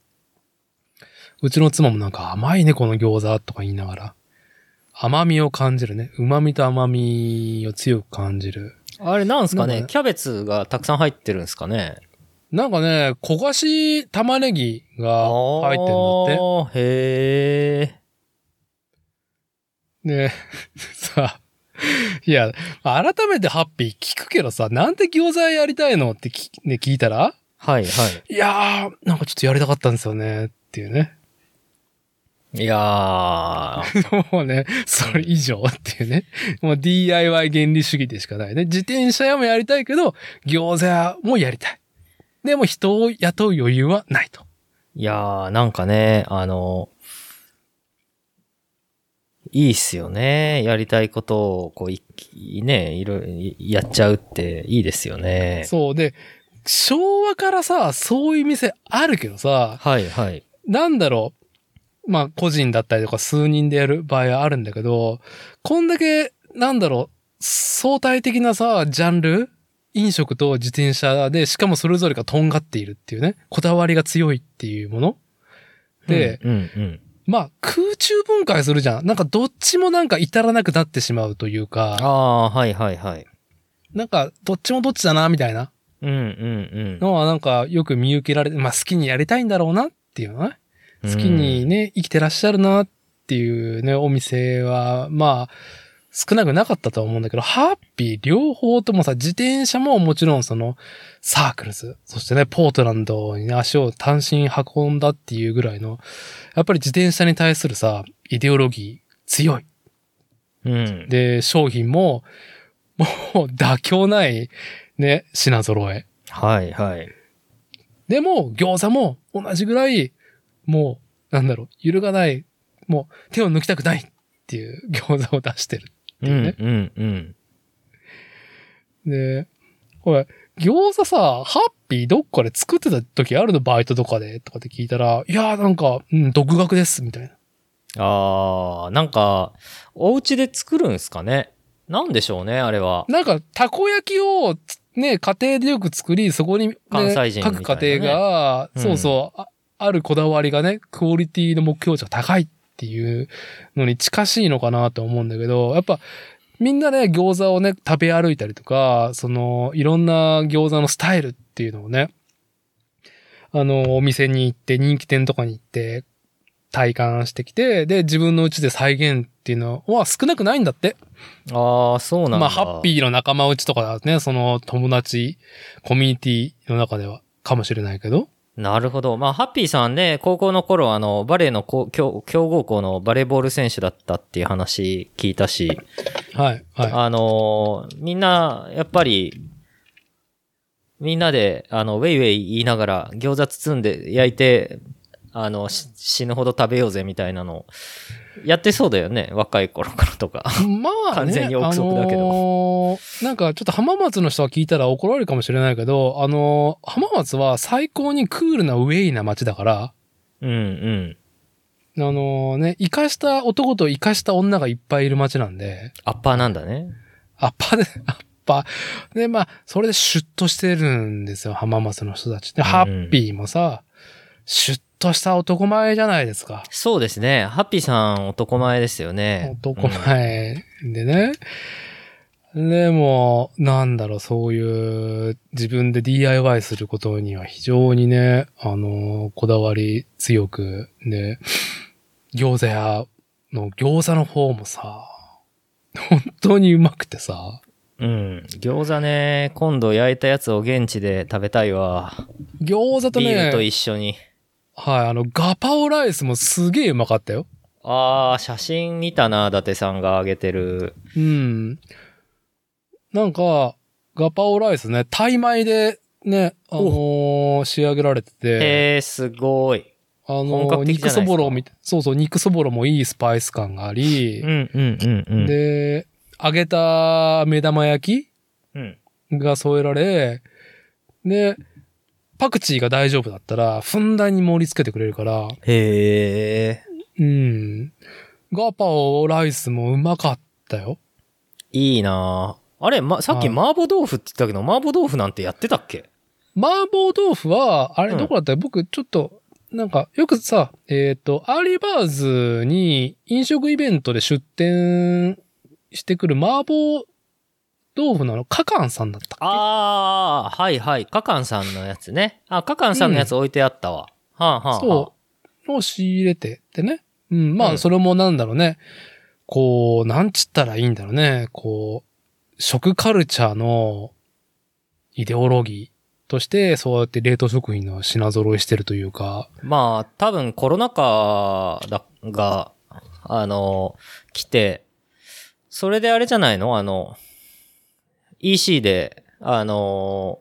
うちの妻もなんか甘いね、この餃子とか言いながら。甘みを感じるね。旨味と甘みを強く感じる。
あれなんす
な
か
ん
ね
かね
キャベツがたくさん入ってるんすかね
なんかね、焦がし玉ねぎが入ってるんだって。
だって。へえ。
ね さあ、いや、改めてハッピー聞くけどさ、なんで餃子屋やりたいのってき、ね、聞いたら、
はいはい
やー、なんかちょっとやりたかったんですよね、っていうね。
い。いやー。
もうね、それ以上っていうね。もう DIY 原理主義でしかないね。自転車屋もやりたいけど、餃子屋もやりたい。でも人を雇う余裕はないと。
いやー、なんかね、あの、いいっすよね。やりたいことを、こう、いいね、いろいろ、やっちゃうっていいですよね。
そうで、昭和からさ、そういう店あるけどさ、
はいはい。
なんだろう。まあ、個人だったりとか数人でやる場合はあるんだけど、こんだけ、なんだろう、相対的なさ、ジャンル飲食と自転車で、しかもそれぞれがとんがっているっていうね、こだわりが強いっていうもので、
うんうん。
まあ、空中分解するじゃん。なんかどっちもなんか至らなくなってしまうというか、
ああー、はいはいはい。
なんかどっちもどっちだな、みたいな
うんうん
のはなんかよく見受けられて、まあ好きにやりたいんだろうなっていうのはね。
うん。
好きにね、生きてらっしゃるなっていうね、お店は、まあ、少なくなかったとは思うんだけど、ハッピー両方ともさ、自転車ももちろんその、サークルズ、そしてね、ポートランドにね、足を単身運んだっていうぐらいの、やっぱり自転車に対するさ、イデオロギー強い。
うん。うん。
で、商品も、もう妥協ない、ね、品揃え。
はいはい。
でも、餃子も同じぐらい、もう、なんだろう、揺るがない、もう手を抜きたくないっていう餃子を出してる。
うん
ね
うんうん。
で、これ、餃子さ、ハッピーどっかで作ってた時あるのバイトとかでとかって聞いたら、いやーなんか、うん、独学です、みたいな。
あー、なんか、お家で作るんすかねなんでしょうね、あれは。
なんか、たこ焼きをつ、ね、家庭でよく作り、そこに、ね、
関西人みたいな
各
ね
家庭が、
うん
そうそう、ああるこだわりがね、クオリティの目標値が高いっていうのに近しいのかなと思うんだけど、やっぱ、みんなね、餃子をね、食べ歩いたりとか、その、いろんな餃子のスタイルっていうのをね、あの、お店に行って、人気店とかに行って、体感してきて、で、自分のうちで再現っていうのは少なくないんだって。
ああ、そうなんだ。
まあ、ハッピーの仲間内とかだね、その友達、コミュニティの中では、かもしれないけど。
なるほど。まあ、ハッピーさんね、高校の頃、あの、バレーのこう強強豪校のバレーボール選手だったっていう話聞いたし、
はい、はい。
あのー、みんな、やっぱり、みんなで、あの、ウェイウェイ言いながら、餃子包んで焼いて、あの、し死ぬほど食べようぜみたいなのを、やってそうだよね、若い頃からとか。
まあ、ね、
完全に憶測だけど
あのーなんかちょっと浜松の人は聞いたら怒られるかもしれないけど、あのー浜松は最高にクールなウェイな街だから、
うんうん。
あのーね、生かした男と生かした女がいっぱいいる街なんで、
アッパーなんだね。
アッパで、アッパで、まあ、それでシュッとしてるんですよ、浜松の人たち。で、
うん
ハッピーもさ、シュッとした男前じゃないですか。
そうですね。ハッピーさん男前ですよね。
男前でね。でも、なんだろう、そういう、自分で DIY することには非常にね、あの、こだわり強く、で、餃子屋の餃子の方もさ、本当にうまくてさ、
うん。餃子ね、今度焼いたやつを現地で食べたいわ。
餃子と
ビー
ね
ル、と一緒に。
はい、あの、ガパオライスもすげえうまかったよ。
ああ、写真見たな、伊達さんが上げてる。
うん。なんか、ガパオライスね、タイ米でね、あのー仕上げられてて、
へえ、すごい。
あの
本
ー
格的じゃ
肉
ないです
そ
か
ぼろみたい、そうそう、肉そぼろもいいスパイス感があり
う、んうんうんうん。
で、揚げた目玉焼
うん。
きが添えられ、で、パクチーが大丈夫だったら、ふんだんに盛り付けてくれるから、
へえ。
うん。ガパオライスもうまかったよ。
いいなああれ、ま、さっき
はい
麻婆豆腐って言ったけど、麻婆豆腐なんてやってたっけ
麻婆豆腐は、あれ
うん
どこだったっけ、僕ちょっと、なんか、よくさ、えっ、と、アーリーバーズに飲食イベントで出店してくる麻婆豆腐なの、カカンさんだったっけ
ああ、はいはい。カカンさんのやつね。あ、カカンさんのやつ置いてあったわ。はあはあはあ。
そう。を仕入れてってね。うん、ま
う
あ、
ん
それもなんだろうね。こう、なんつったらいいんだろうね。こう、食カルチャーのイデオロギーとして、そうやって冷凍食品の品揃えしてるというか、
まあ、多分コロナ禍だが、あの、来て、それであれじゃないのあの、EC で、あの、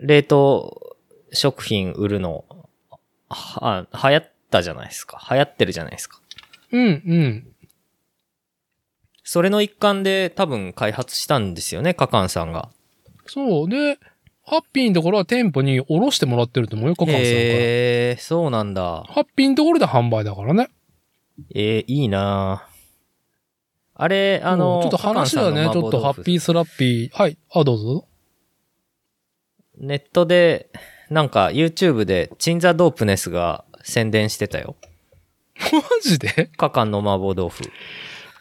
冷凍食品売るの、は、流行ったじゃないですか。流行ってるじゃないですか。
うん、うん。
それの一環で多分開発したんですよね、カカンさんが。
そう。で、ハッピーのところは店舗におろしてもらってると思うよ、カカンさんから。
へえ、そうなんだ。
ハッピーのところで販売だからね。
えー、いいなぁあれ、あ
う
の、
んちょっと話はね、ち
カカンさんの
ょっとハ
麻婆豆
ッ
腐
ピースラッピー。はい。あ、どうぞ どうぞ。
ネットで、なんか YouTube で、チンザドープネスが宣伝してたよ。
マジで
カカンの麻婆豆腐。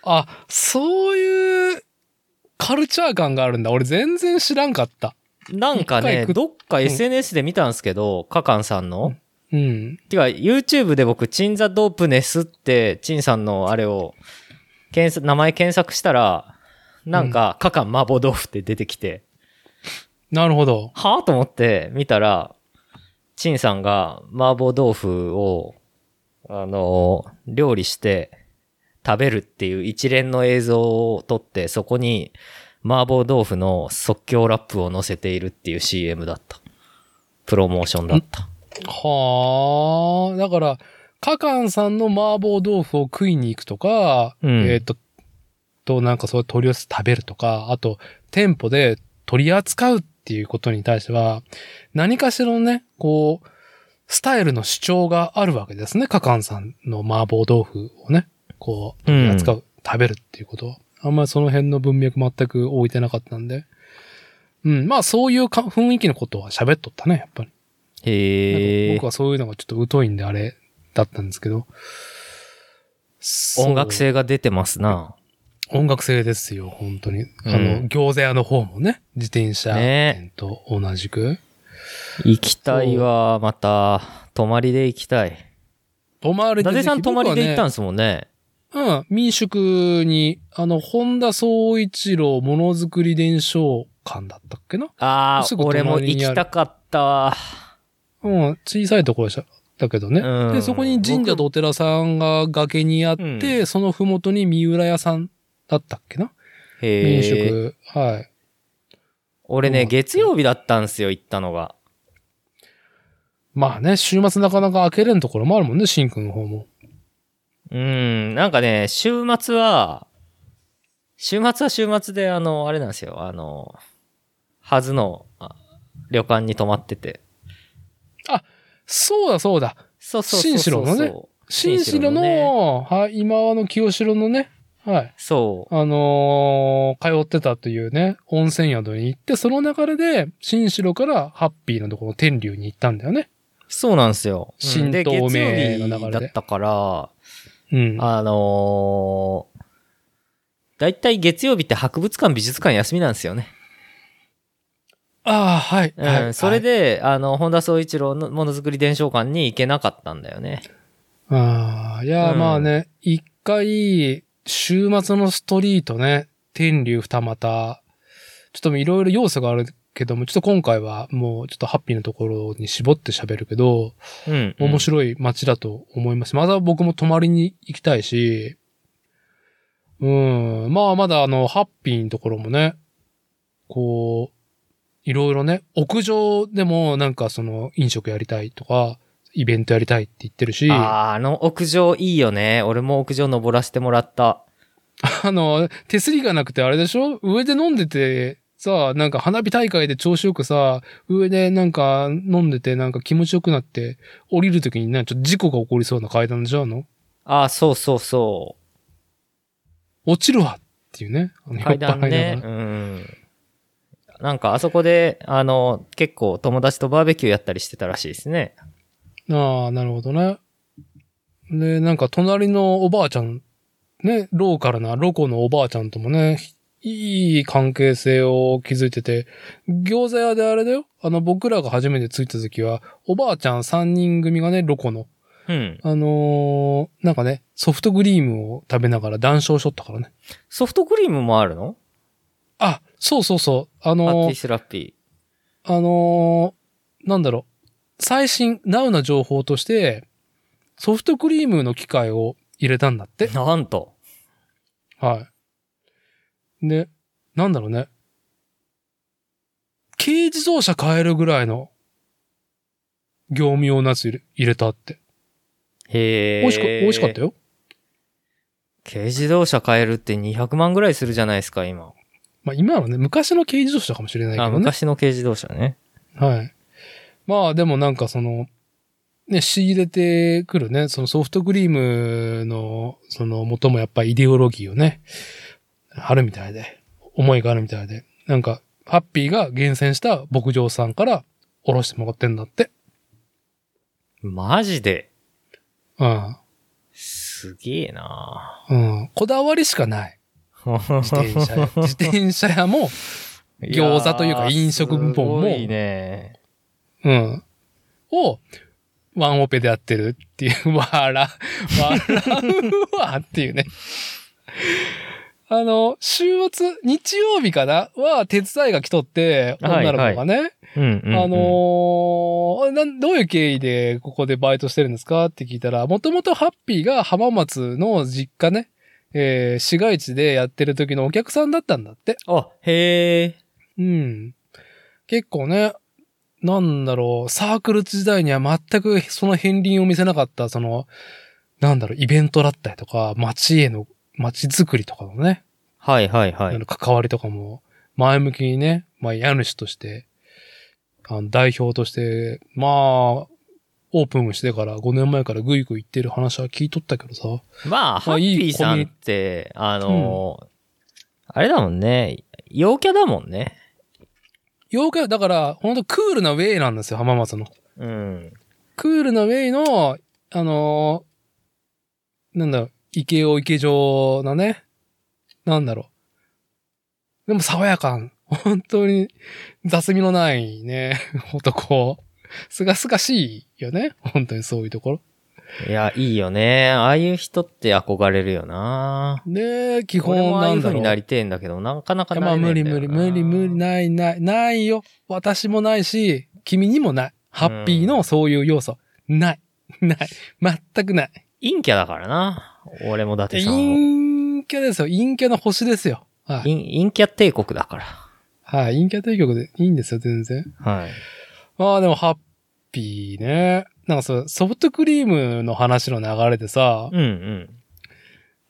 あ、そういうカルチャー感があるんだ。俺全然知らんかった。
なんか
一回
ね、
食っ
どっか
ん
SNS で見たんですけど、カカンさんの。
うん。
てか、YouTube で僕、チンザドープネスって、チンさんのあれを、検索、名前検索したら、なんか、カカン麻婆豆腐って出てきて、
なるほど。
はぁと思って見たら、チンさんが麻婆豆腐を、あの、料理して食べるっていう一連の映像を撮って、そこに麻婆豆腐の即興ラップを載せているっていう CM だった。プロモーションだった。
はあ。だから、カカンさんの麻婆豆腐を食いに行くとか、
うん
えっ、と、と、なんかそういう取り寄せ食べるとか、あと、店舗で取り扱うっていうことに対しては、何かしらのね、こう、スタイルの主張があるわけですね。カカンさんの麻婆豆腐をね、こう、取り扱う、食べるっていうことは。あんまりその辺の文脈全く置いてなかったんで。うん、まあそういうか雰囲気のことは喋っとったね、やっぱり。
へ
なんか
え
僕。はそういうのがちょっと疎いんであれだったんですけど。そう
音楽性が出てますな。
音楽性ですよ、本当に。あ
う
の、
ん
餃子屋の方もね、自転車店
ね
と同じく。
行きたいわ、また。泊まりで行きたい。
泊まりで
なぜさん泊まりで行ったん
ん
ですもんね。
うん。民宿に、あの、本田宗一郎ものづくり伝承館だったっけな
あ
す
あ、
ぐ
俺
隣にある
も行きたかったわ。
うん。小さいところでした。だけどね。
うん
で、そこに神社とお寺さんが崖にあって、
う
そのふもとに三浦屋さんだったっけな
へ
民
え。
宿。はい。
俺ね、
うん
月曜日だったんですよ、行ったのが。
まあね、週末なかなか開けれんところもあるもんね、シンくんの方も。
うん、なんかね、週末は、週末は週末で、あの、あれなんですよ、あの、はずのあ旅館に泊まってて。
そうだそうだ。
そうそうそうそ
新
う。
城のね。新城の、
新
はい、今はの清城のね、はい。
そう。
あのー通ってたというね、温泉宿に行って、その流れで、新城からハッピーのところ、天竜に行ったんだよね。
そうなんですよ。
新
うんで
東名の流れ
月
で
曜日だったから、
うん。
あのー、だいたい月曜日って博物館、美術館休みなんですよね。
あー、はい。
うん、
はい
それ、で、あの、本田宗一郎のものづくり伝承館に行けなかったんだよね。
はいああ、いやー、
うん
まあね、一回、週末のストリートね、天竜二股、ちょっといろいろ要素があるけども、ちょっと今回はもうちょっとハッピーのところに絞って喋るけど、
うん。
面白い街だと思います。まだ僕も泊まりに行きたいし、うん、まあまだあの、ハッピーのところもね、こう、いろいろね、屋上でもなんかその飲食やりたいとか、イベントやりたいって言ってるし、あ
あーあの屋上いいよね。俺も屋上登らせてもらった。
の、手すりがなくてあれでしょ上で飲んでて、さなんか花火大会で調子よくさ、上でなんか飲んでてなんか気持ちよくなって、降りるときにね、ちょっと事故が起こりそうな階段じゃあの
ああ、そうそうそ
落ちるわっていうね。あの
う。階段
酔っ払い
ね。
ながら
うん。なんかあそこで、あの、結構友達とバーベキューやったりしてたらしいですね。
ああ、なるほどね。で、なんか隣のおばあちゃん、ね、ローカルなロコのおばあちゃんともね、いい関係性を築いてて、餃子屋であれだよ。あの、僕らが初めて着いた時は、おばあちゃん3人組がね、ロコの、
うん。
あのーなんかね、ソフトクリームを食べながら談笑しとったからね。
ソフトクリームもあるの
あ、そうそうそう。あ
ハッ
の
ピ
ー
ースラッピ
あのーなんだろう、最新、ナウな情報として、ソフトクリームの機械を入れたんだって
ー。。なんと。
はい。で、なんだろうね。軽自動車買えるぐらいの業務用のやつ入れ入れたって。
へえ。
美味しか美味しかった
よ。
よ。
軽自動車買えるって200万ぐらいするじゃないですか、今。
まあ今のね、昔の軽自動車かもしれないけ
あ
どね。
昔の軽自動車ね。
はい。まあでもなんかその、ね、仕入れてくるね、そのソフトクリームの、その元もやっぱりイデオロギーをね、あるみたいで、思いがあるみたいで、なんか、ハッピーが厳選した牧場さんからおろしてもらってんだって。
マジで。
うん。
すげえな
うん。こだわりしかない。自転車屋。自転車屋も、餃子というか
やー
飲食部門も
すごいね。
うん。を、ワンオペでやってるっていう、笑、笑うわっていうね。あの、週末、日曜日かなは、手伝いが来とって、
はい
女の子がね、
うんうんうん
あのーなんどういう経緯でここでバイトしてるんですかって聞いたら、もともとハッピーが浜松の実家ね、えー市街地でやってる時のお客さんだったんだって。
あ、へえ。
うん。結構ね、なんだろう、サークル時代には全くその片鱗を見せなかった、その、なんだろう、イベントだったりとか、街への、街づくりとかのね、
はいはいは
あ
い
の。関わりとかも、前向きにね、まあ、家主として、あの代表として、まあ、オープンしてから5年前からぐいぐい行ってる話は聞いとったけどさ。
まあ、ハ
あ
ッ
いい
ピーさんって、あのーあれだもんね。陽キャだもんね。
ようやくだから、ほんとクールなウェイなんですよ、浜松の。
うん。
クールなウェイの、あのーなんだろう、池尾池上のね、なんだろう。でも爽やかん、 本当に雑味のないね、 男。すがすがしいよね。本当にそういうところ。
いや、いいよね。ああいう人って憧れるよな。
で、基
基
本
ああ
ない
うん
だ
風
ろ
に
う。
なりてえんだけど、なかなか
いや
な
まあ
れねえ
無
んだ
理
よな
無理無理無理ないないないよ。私もないし、君にもない。ハッピーのそういう要素。ない。ない。全くない。
陰キャだからな。俺も伊達
陰
さんも。
キャですよ。陰キャの星ですよ。はい。
陰陰キャ帝国だから。
はい。陰キャ提供でいいんですよ、全然。
はい。
まあでも、ハッピーね。なんかそう、ソフトクリームの話の流れでさ、
うんうん。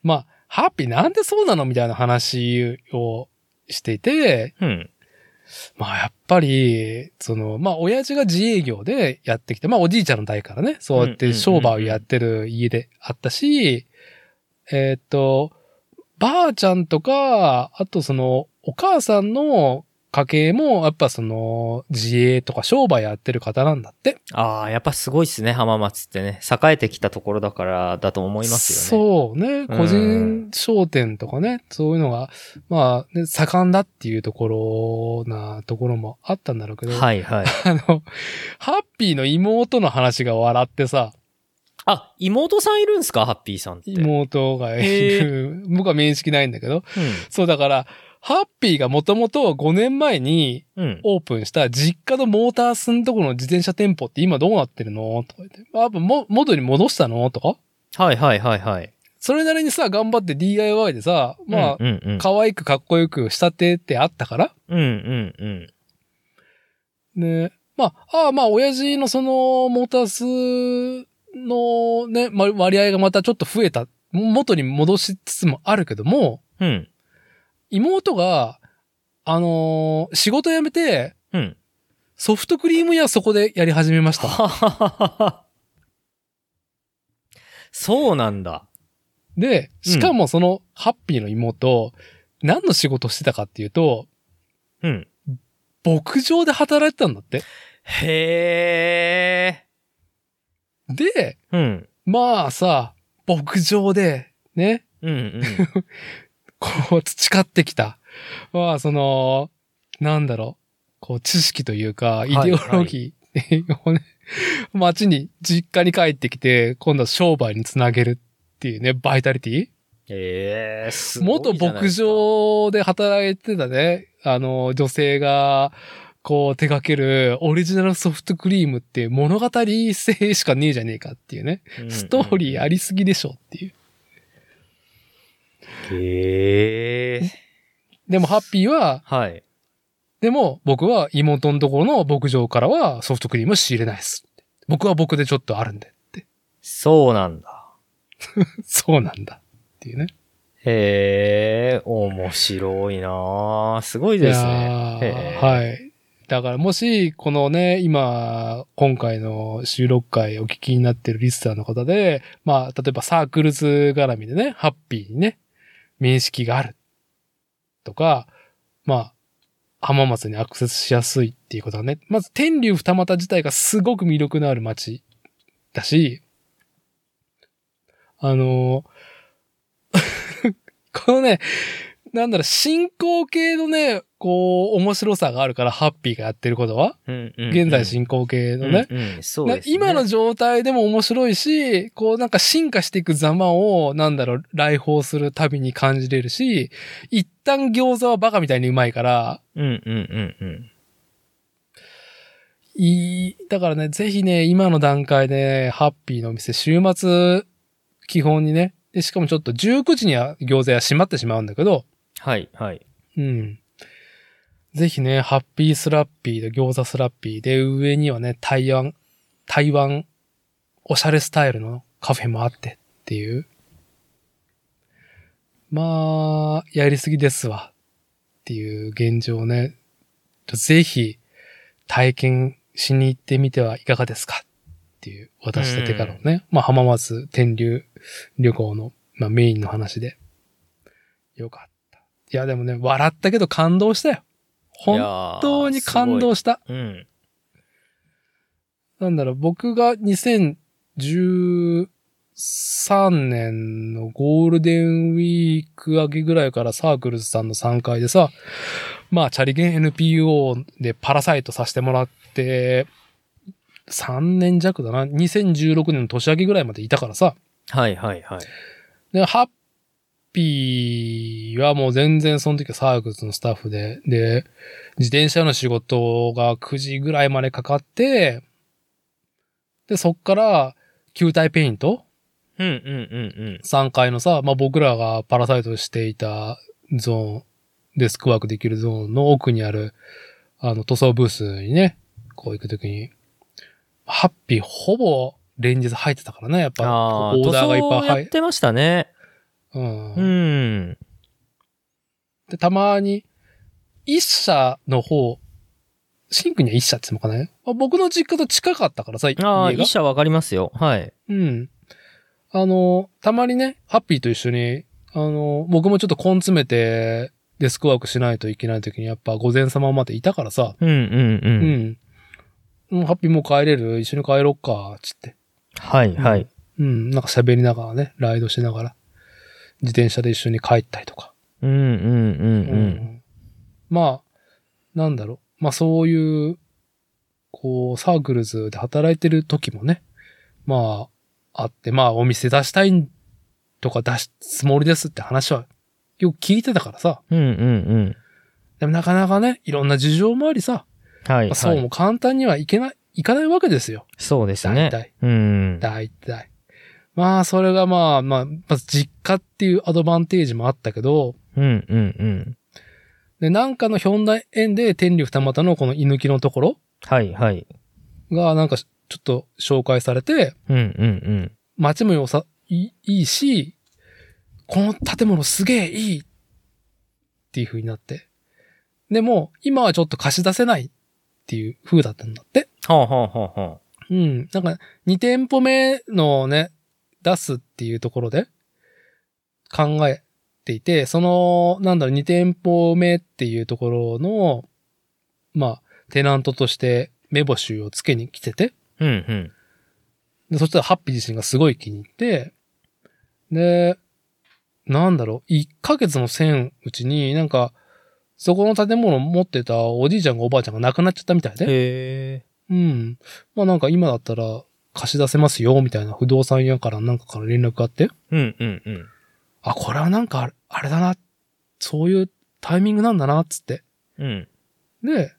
まあ、ハッピーなんでそうなのみたいな話をしていて、
うん。
まあやっぱり、その、まあ親父が自営業でやってきて、まあおじいちゃんの代からね、そうやっ
うん
て
うんうんうん
商売をやってる家であったし、えーっと、ばあちゃんとか、あとその、お母さんの家系も、やっぱその、自営とか商売やってる方なんだって。
ああ、やっぱすごいっすね、浜松ってね。栄えてきたところだからだと思いますよ
そ
ね。
うね。個人商店とかね、そういうのが、まあ、ね、盛んだっていうところなところもあったんだろうけど、
はいはい。
あの、ハッピーの妹の話が笑ってさ、
あ、妹さんいるんすかハッピーさんって。
妹がいる、僕は面識ないんだけど、そうだから、ハッピーがもともと5年前に
うん。うん。
オープンした実家のモータースのところの自転車店舗って今どうなってるのとか言って、あやっぱも元に戻したのとか
はいはいはいはい。
それなりにさ、頑張って DIY でさ、まあ、
うんうんうん。
可愛くかっこよく仕立てってあったから。
うんうんうん。
ね。まあ、ああまあ、親父のその、モータースのね、ま割合がまたちょっと増えた。元に戻しつつもあるけども、
うん。
妹が、あのー仕事辞めて、
うん。
ソフトクリーム屋そこでやり始めました。
はははは。そうなんだ。
で、しかもその、ハッピーの妹、何の仕事してたかっていうと、
うん。
牧場で働いてたんだって。
へえ。
で、
うん。
まあさ、牧場で、ね、
うんうん。
こう培ってきた。まあ、その、なんだろう。こう、知識というか、イ
い
デオロギーって いうのをね、街に、実家に帰ってきて、今度は商売につなげるっていうね、バイタリティ
ええすごい
元
じゃない
牧場で働いてたね、あの、女性が、こう手掛けるオリジナルソフトクリームって物語性しかねえじゃねえかっていうね。ストーリーあ
り。
りすぎでしょっていう。
へえ。
でもハッピーは
はい。
でも、僕は妹のところの牧場からはソフトクリームを仕入れないです。僕は僕でちょっとあるんで。
そうなんだ。
そうなんだ。っていうね。
へえ、面白いなあすごい
い
です
や
ね。
ー
へー
はい。だからもし、このね、今、今回の収録回お聞きになってるリスナーの方で、まあ、例えばサークルズ絡みでね、ハッピーにね、面識がある。とか、まあ、浜松にアクセスしやすいっていうことはね、まず天竜二股自体がすごく魅力のある街だし、あのー このね、なんだろう、進行形のね、こう、面白さがあるから、ハッピーがやってることは、
うんうんうん
現在進行形のね、
うんうんそうですね。
今の状態でも面白いし、こうなんか進化していく様を、なんだろう、来訪するたびに感じれるし、一旦餃子はバカみたいにうまいから、
うんうんうんうん。
いい、だからね、ぜひね、今の段階で、ハッピーのお店、週末、基本にね、で、しかもちょっと19時には餃子屋閉まってしまうんだけど、
はいはい。
うん。ぜひね、ハッピースラッピーで、餃子スラッピーで、上にはね、台湾、台湾、おしゃれスタイルのカフェもあってっていう。まあ、やりすぎですわ。っていう現状をね、ぜひ体験しに行ってみてはいかがですかっていう、私だけからのね、まあ浜松天竜旅行の、まあ、メインの話で。よかった。いやでもね、笑ったけど感動したよ。本
本
当に感動した。
うん。
なんだろう、僕が2013年のゴールデンウィーク明けぐらいからサークルズさんの3回でさ、まあ、チャリゲン NPO でパラサイトさせてもらって、3年弱だな。2016年の年明けぐらいまでいたからさ。
はいはいはい。
で、ハッピーはもう全然その時はサークスのスタッフで、で、自転車の仕事が9時ぐらいまでかかって、で、そっから、球体ペイント
うんうんうんうん。
3階のさ、まあ、僕らがパラサイトしていたゾーン、デスクワークできるゾーンの奥にある、あの、塗装ブースにね、こう行くときに、ハッピーほぼ連日入ってたからね、やっぱ、
ああ、
オー
塗
ダーがいっぱい
装や
入
ってましたね。
うん
うん。
で、たまに、一社の方、シンクには一社って言うのかな、まあ僕の実家と近かったからさ、家
ああ、
が
医。者わかりますよ。はい。
うん。あの、たまにね、ハッピーと一緒に、あの、僕もちょっと根詰めて、デスクワークしないといけない時にやっぱ午前様までいたからさ、
うんうんう。
うんん。もうハッピーもう帰れる一緒に帰ろっか、つって。
はいはい。
うん、なんか喋りながらね、ライドしながら、自転車で一緒に帰ったりとか。
うんうんうんうん。
まあ、なんだろう。まあそういう、こう、サークルズで働いてる時もね、まあ、あって、まあお店出したいとか出すつもりですって話はよく聞いてたからさ。
うんうんうん。
でもなかなかね、いろんな事情もありさ、
はい、
ま
は
あ
い。
そうも簡単にはいけない、いかないわけですよ。
そうです
大
ね。
体。
うん。
大体。まあそれがまあ、まあ、まず実家っていうアドバンテージもあったけど、
うんうんうん。
で、なんかのヒョンダ園で天竜二股のこの居抜きのところ、
はいはい。
が、なんか、ちょっと紹介されて、
うんうん
街も良さ、いいいいし、この建物すげえいいっていう風になって。でも、今はちょっと貸し出せないっていう風だったんだって。
うん。はあはあはあは
うん。なんか、2店舗目のね、出すっていうところで考えていて、その、なんだろう、2店舗目っていうところの、まあ、テナントとして目星をつけに来てて、
あ。うんうん。
で、そしたらハッピー自身がすごい気に入って、で、なんだろう、1ヶ月もせんうちに、なんか、そこの建物を持ってたおじいちゃんがおばあちゃんが亡くなっちゃったみたいで、
へえ。
うん。まあなんか今だったら貸し出せますよ、みたいな不動産屋からなんかから連絡があって、
うんうんうん。
あ、これはなんかあれあれだな、そういうタイミングなんだな、つって。
うん。
で、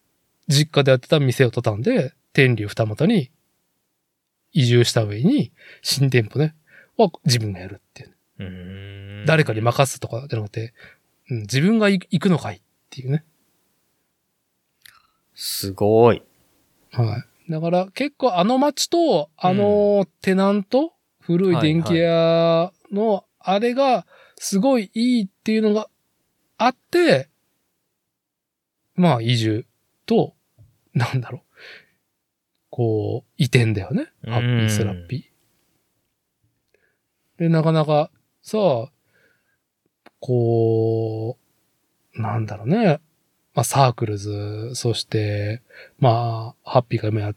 実家でやってた店を畳んで、天竜二股に移住した上に、新店舗ね、は自分がやるっていう。
うーん
誰かに任すとかじゃなくて、うん、自分が行くのかいっていうね。
すごい。
はい。だから結構あの街と、あのテナント、古い電気屋のあれがすごいいいっていうのがあって、まあ移住と、なんだろう。こう、移転だよね。ハッピースラッピー。で、なかなかさ、こう、なんだろうね。まあサークルズ、そして、まあ、ハッピーが今やっ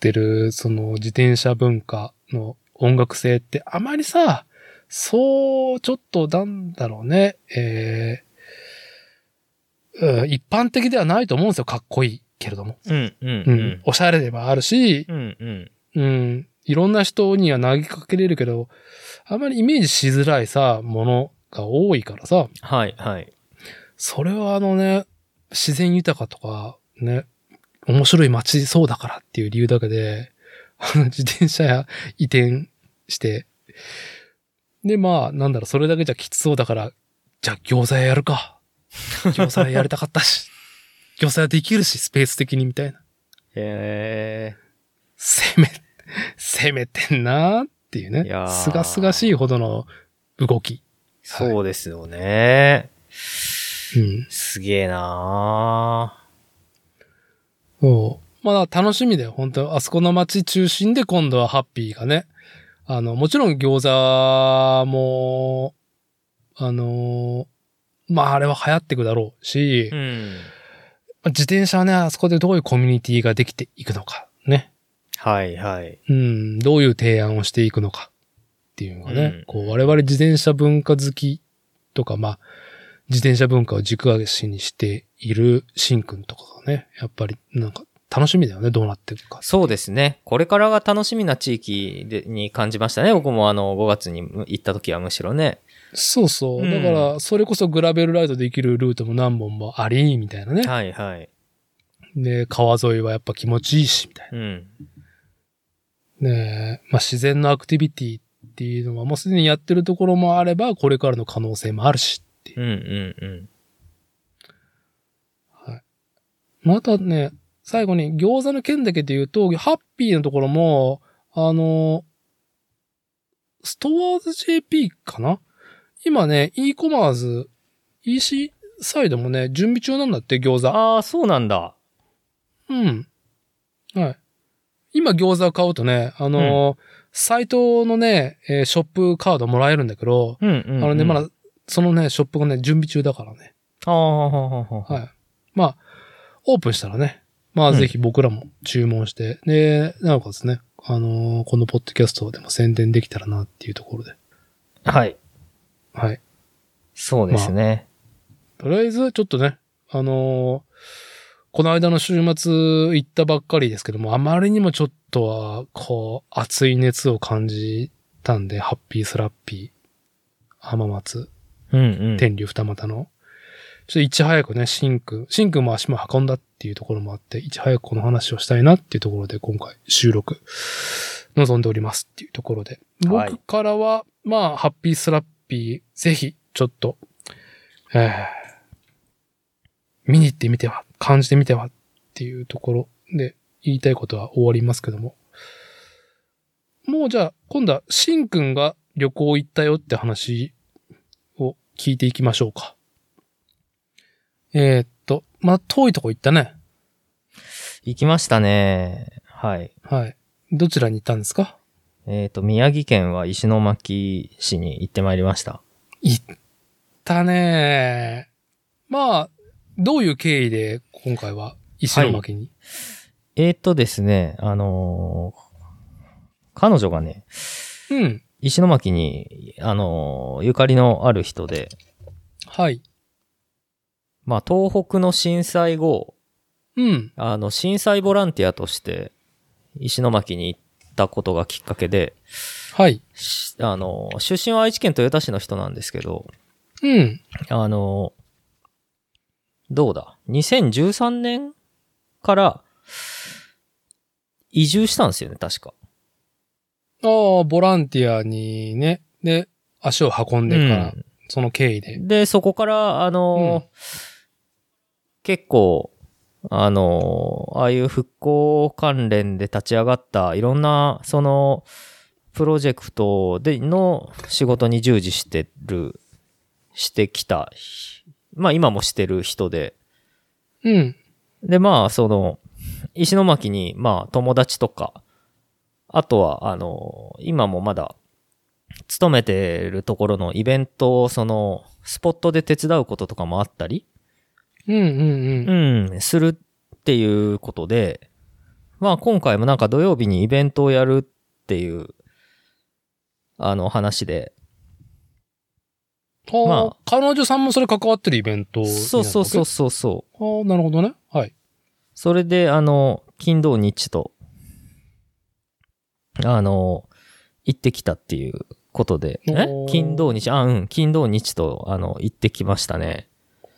てる、その自転車文化の音楽性ってあまりさ、そう、ちょっとなんだろうね、えーうん一般的ではないと思うんですよ。かっこいいけれども。
うんうん
う。
うんん。
おしゃれでもあるし、
うんうん。
うん。いろんな人には投げかけれるけど、あまりイメージしづらいさ、ものが多いからさ、
はいはい。
それはあのね、自然豊かとか、ね、面白い街そうだからっていう理由だけで、あの自転車や移転して、で、まあ、なんだろう、それだけじゃきつそうだから、じゃあ餃子屋やるか。餃子屋やりたかったし、 餃子屋できるし、スペース的にみたいな。
へえ。
攻め、攻めてんなーっていう
い
ね
や。ー
すがすがしいほどの動き。
そうですよね。
うん。
すげえな
そう。まあ楽しみだよ、本当あそこの街中心で今度はハッピーがね。あの、もちろん餃子も、あのーまああれは流行ってくだろうし、
ーうん。
まあ自転車はね、あそこでどういうコミュニティができていくのか、ね。
はいはい。
うん、どういう提案をしていくのかっていうのがね、
うん
こう我々自転車文化好きとか、まあ、自転車文化を軸足にしているシンくんとかがね、やっぱりなんか楽しみだよね、どうなっていくか。
そうですね。これからが楽しみな地域でに感じましたね。僕もあの、5月に行った時はむしろね。
そうそうう。
ん
だから、それこそグラベルライドできるルートも何本もあり、みたいなね。
はいはい。
で、川沿いはやっぱ気持ちいいし、みたい
うん。
な。ねえまあ自然のアクティビティっていうのはもうすでにやってるところもあれば、これからの可能性もあるしっていう。
うんうんうん。
またね、最後に餃子の件だけで言うと、ハッピーのところも、あの、ストアーズ JP かな今ね、e コマーズ、EC サイドもね、準備中なんだって、餃子。
ああ、そうなんだ。
うん。はい。今餃子を買うとね、あのーサイトのね、えーショップカードもらえるんだけど、
うんうん、うん。
あのね、ま
あ
だ、そのね、ショップがね、準備中だからね。
あ、はははは
はい。まあ、オープンしたらね、まあ、
うん
ぜひ僕らも注文して、で、なおかつね、あのーこのポッドキャストでも宣伝できたらなっていうところで。
はい。
はい。
そうですね。
とりあえず、ちょっとね、あのーこの間の週末行ったばっかりですけども、あまりにもちょっとは、こう、熱い熱を感じたんで、ハッピースラッピー、浜松、
うんうん。
天竜二股の、ちょっといち早くね、シンくん、シンくんも足も運んだっていうところもあって、いち早くこの話をしたいなっていうところで、今回収録、望んでおりますっていうところで。
はい
僕からは、まあ、ハッピースラッピー、ぜひ、ちょっと、えー見に行ってみては、感じてみてはっていうところで、言いたいことは終わりますけども。もうじゃあ、今度は、シンくんが旅行行ったよって話を聞いていきましょうか。えーっと、まあ、遠いとこ行ったね。
行きましたね。はい。
はい。どちらに行ったんですか
えっ、と、宮城県は石巻市に行ってまいりました。
行ったねーまあ、どういう経緯で今回は石巻に、
えっ、とですね、あのー彼女がね、
うん。
石巻に、あのーゆかりのある人で、
はい。
まあ、東北の震災後、
うん。
あの、震災ボランティアとして、石巻に行ったことがきっかけで、
はい。
しあのー出身は愛知県豊田市の人なんですけど、
うん。
あのーどうだ ?2013 年から、移住したんですよね、確か。
ああ、ボランティアにね、で、足を運んでから、
うん
その経緯で。
で、そこから、あのー結構、あのーああいう復興関連で立ち上がった、いろんな、その、プロジェクトでの仕事に従事してる、してきた、まあ今もしてる人で、
うん。
で、まあ、その、石巻に、まあ、友達とか、あとは、あの、今もまだ、勤めてるところのイベントを、その、スポットで手伝うこととかもあったり、
うんうん
う
うん。
ん、するっていうことで、まあ、今回もなんか土曜日にイベントをやるっていう、あの、話で、
ああ
まあ
彼女さんもそれ関わってるイベントになるわけ
そうそうそうそうそう。
ああ、なるほどね。はい。
それで、あの、金土日と、あの、行ってきたっていうことで、え
おー
金土日、あ、うん、金土日と、あの、行ってきましたね。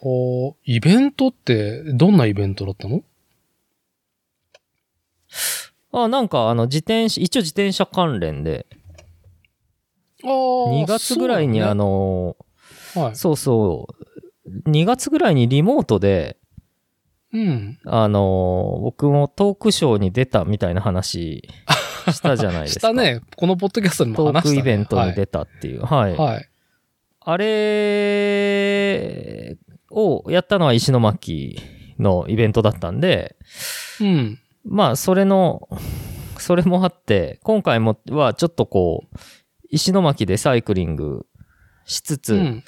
おイベントって、どんなイベントだったの
あ、なんか、あの、自転車、一応自転車関連で、
ああ
2月ぐらいに、あ、の、
そうなんだね
そうそう、2月ぐらいにリモートで、
はい。うん。
あの、僕もトークショーに出たみたいな話したじゃないです
し
か。
た。ね、このポッドキャストでも
トー
話した、ね。
クイベントに出たっていう。はい。
はい。はい。
あれをやったのは石巻のイベントだったんで、
うん。
まあ、それの、 それもあって、今回もはちょっとこう、石巻でサイクリングしつつ、
うん。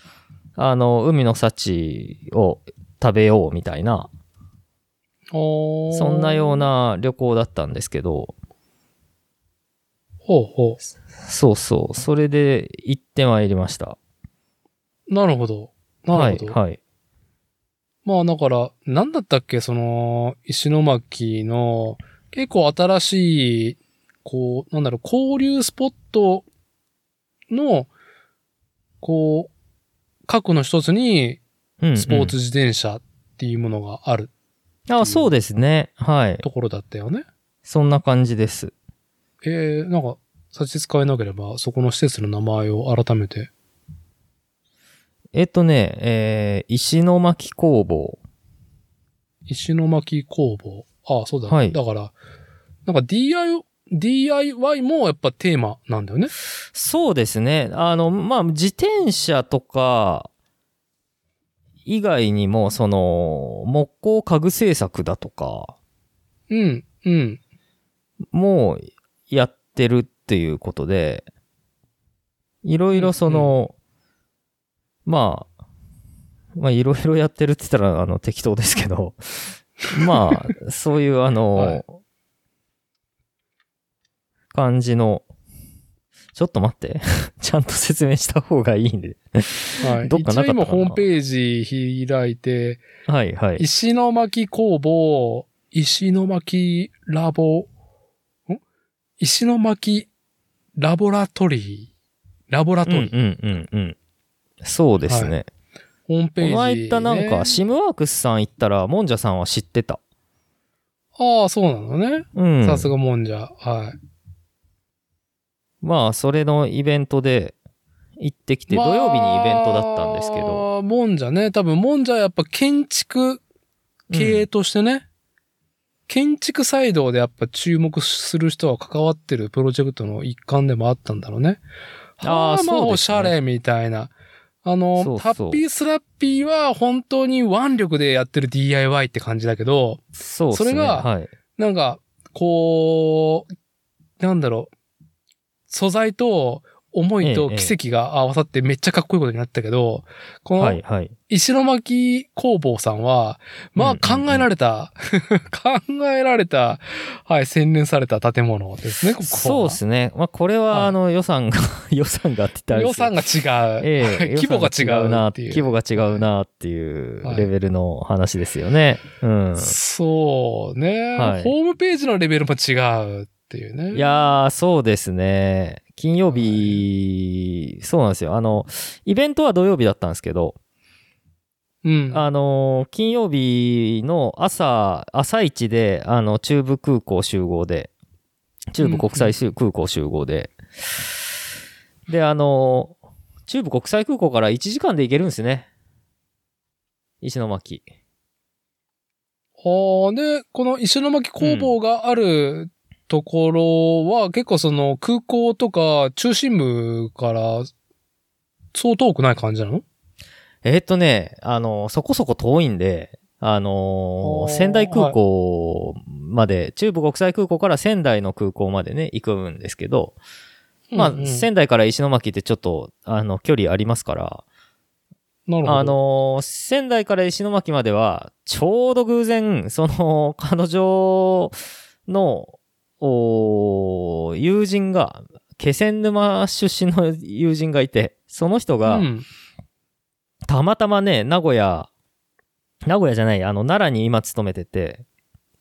あの、海の幸を食べようみたいな、
おー
そんなよう。な旅行だったんですけど、
ほうほ
そうそう、それで行ってまいりました。
う。なるほど。なるほど。
はい、はい。
まあだから、なんだったっけ、その、石巻の、結構新しい、こう、なんだろう、交流スポットの、こう、核の一つに、
うんうん
スポーツ。自転車っていうものがある
あ、そうですね。はい。
ところだったよね。
そんな感じです。
えー、なんか、差し支えなければ、そこの施設の名前を改めて。
えっとね、えー、石巻工房。
石巻工房。ああ、そうだ、ね
はい
だから、なんか DIY、DIY もやっぱテーマなんだよね。
そうですね。あの、まあ、自転車とか、以外にも、その、木工家具製作だとか、
うん、うん。
もうやってるっていうことで、いろいろその、まあ、まあいろいろやってるって言ったらあの適当ですけど、 まあ、そういうあの、
はい
感じの、ちょっと待って。 ちゃんと説明した方がいいんで。
はい。
どっかなかったかな
一応今ホームページ開いて、
はいはい。
石巻工房、石巻ラボ、ん石巻ラボラトリー、ラボラト
うん
リ
う
ー、
んうんうん。そうですね。
ホームページ、
こ
ね。
の間なんか、シムワークスさん行ったら、もんじゃさんは知ってた。
ああ、そうなのね。
うん。
さすがもんじゃ。はい。
まあ、それのイベントで行ってきて、土曜日にイベントだったんですけど。
まあ。もんじゃね。多分もんじゃはやっぱ建築系としてね、建築サイドでやっぱ注目する人は関わってるプロジェクトの一環でもあったんだろうね。
あー
は
そうですね
まあおしゃれみたいな。あの、
そうそう
ハッピースラッピーは本当に腕力でやってる DIY って感じだけど、
そうです
そ
ね。
れが
はい。
なんか、こう、なんだろう、素材と思いと
ええ
奇跡が合わさってめっちゃかっこいいことになったけど、こ
は
の
い、はい。
石巻工房さんは、ま
う
あ
んうんうん
考えられた、 考えられた、はい、洗練された建物ですね、ここは。
そうですね。まあ、これ
はい
は、あの、予算が、 予算がって言ったらあれ
予
ですけど。
算が違う。
え え
規模が違う
な
な
っ
って
て
い。
いうう。規模が違うなっていう
はい
レベルの話ですよね。うん。
そうね、
はい
ホームページのレベルも違うっていうね。
いやー、そうですね。金曜日、そうなんですよ。あの、イベントは土曜日だったんですけど、
うん。
あのー金曜日の朝、朝一で、あの、中部空港集合で、中部国際集空港集合で、で、あのー中部国際空港から1時間で行けるんですね。石巻。
ああ、で、この石巻工房があるところは、結構その空港とか中心部から、そう遠くない感じなの
えーっとね、あのーそこそこ遠いんで、あの
お
ー
ー
仙台空港まで、中部国際空港から仙台の空港までね、行くんですけど、まあ、
うんうん
仙台から石巻ってちょっと、あの、距離ありますから、
なるほど。
あのー仙台から石巻までは、ちょうど偶然、その、彼女の、おー友人が、気仙沼出身の友人がいて、その人が、
うん、
たまたまね、名古屋、名古屋じゃない、あの、奈良に今勤めてて、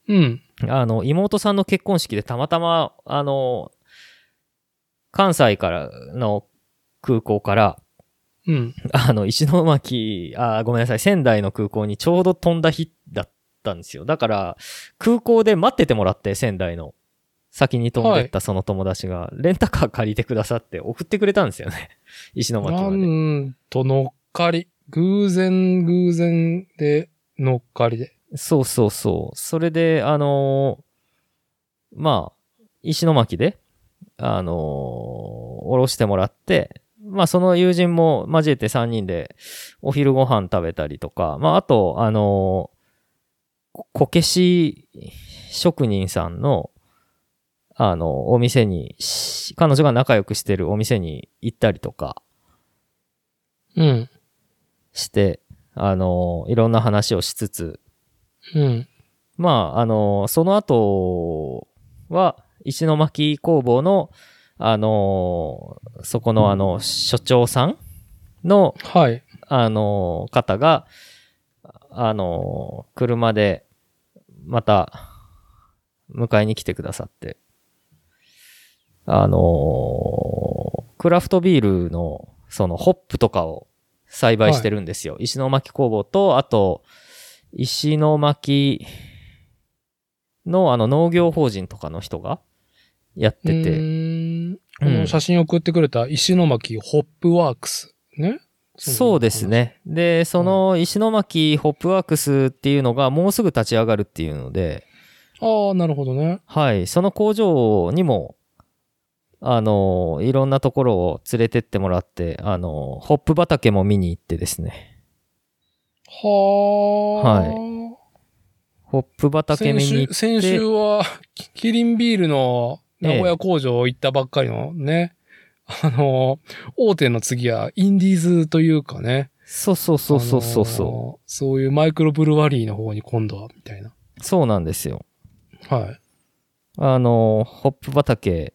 うん。
あの、妹さんの結婚式でたまたま、あの、関西からの空港から、
うん。
あの、石巻、あー、ごめんなさい、仙台の空港にちょうど飛んだ日だったんですよ。だから、空港で待っててもらって、仙台の。先に飛んでったその友達が、レンタカー借りてくださって送ってくれたんですよね。石巻
な
まで。
んと乗っかり。偶然、偶然で、乗っかりで。
そうそうそう。それで、あのーまあ、石巻で、あのー降ろしてもらって、まあ、その友人も交えて3人で、お昼ご飯食べたりとか、まあ、あと、あのーここけし職人さんの、あの、お店に、し彼女が仲良くしてるお店に行ったりとか
うん。
して、あのーいろんな話をしつつ、
うん。
まあ、あの、その後は、石巻工房の、あの、そこの、あの、所長さんの、
はい。
あの、方が、あの、車で、また、迎えに来てくださって、あの、クラフトビールの、その、ホップとかを栽培してるんですよ。石巻工房と、あと、石巻の、あの、農業法人とかの人が、やって
う
て、
ーんこ
うん
の写真送ってくれた石巻ホップワークス。ね。
そうです。ね。で、その石巻ホップワークスっていうのがもうすぐ立ち上がるっていうので、
ああ、なるほどね。
はい、その工場にも、あの、いろんなところを連れてってもらって、あの、ホップ畑も見に行ってですね、
はあ。はい。
ホップ畑
先
見に行
週、
って、
先週は、キキリンビールの名古屋工場行ったばっかりのね、あの、大手の次はインディーズというかね。
そうそうそうそうそうそう、
あのそういうマイクロブルワリーの方に今度は、みたいな。
そうなんですよ。
はい。
あの、ホップ畑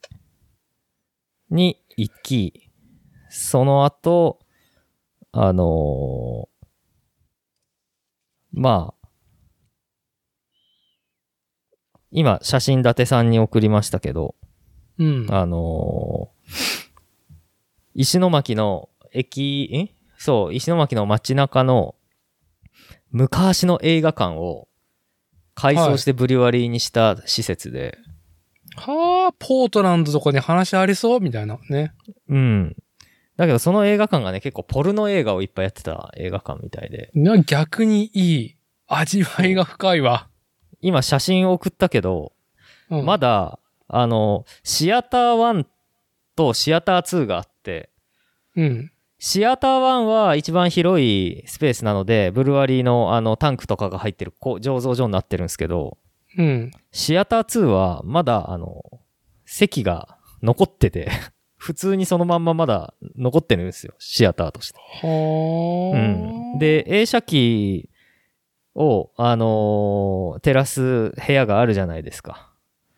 に行き、その後、あのまあ、今、写真伊達さんに送りましたけど、
うん。
あの石巻の駅、んそう、石巻の街中の昔の映画館を改装してブリュワリーにした施設で、
はあ、ポートランドとかに話ありそうみたいなね。
うん。だけどその映画館がね、結構ポルノ映画をいっぱいやってた映画館みたいで、
な逆にいい。味わいが深いわ。
今写真を送ったけど、
うん
まだ、あの、シアター1とシアター2があって、
うん。
シアター1は一番広いスペースなので、ブルワリーのあのタンクとかが入ってるこう醸造所になってるんですけど、
うん。
シアター2はまだあの、席が残ってて、 普通にそのまんままだ残ってるんですよ、シアターとして。
は
う
あ、
ん、、で映写機を、あのー照らす部屋があるじゃないですか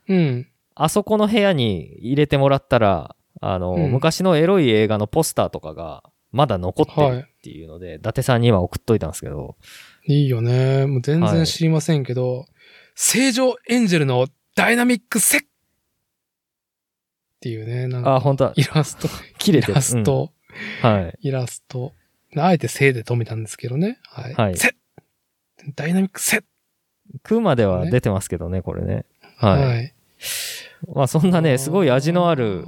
うん。
あそこの部屋に入れてもらったら、あのー
うん
昔のエロい映画のポスターとかがまだ残って
は
るっていうので、伊達さんに今送っといたんですけど
いいよね。もう全然知りませんけど、正常エンジェルのダイナミックセッっていうね、なんか
あ本当は
イラスト、
切
イ
れてる
ラスト、
うんはい
イラスト。あえてせいで止めたんですけどね。はい。
はい
セッダイナミックセッ
食うまでは出てますけどねこれねはい、
い。
まあそんなねすごい味のある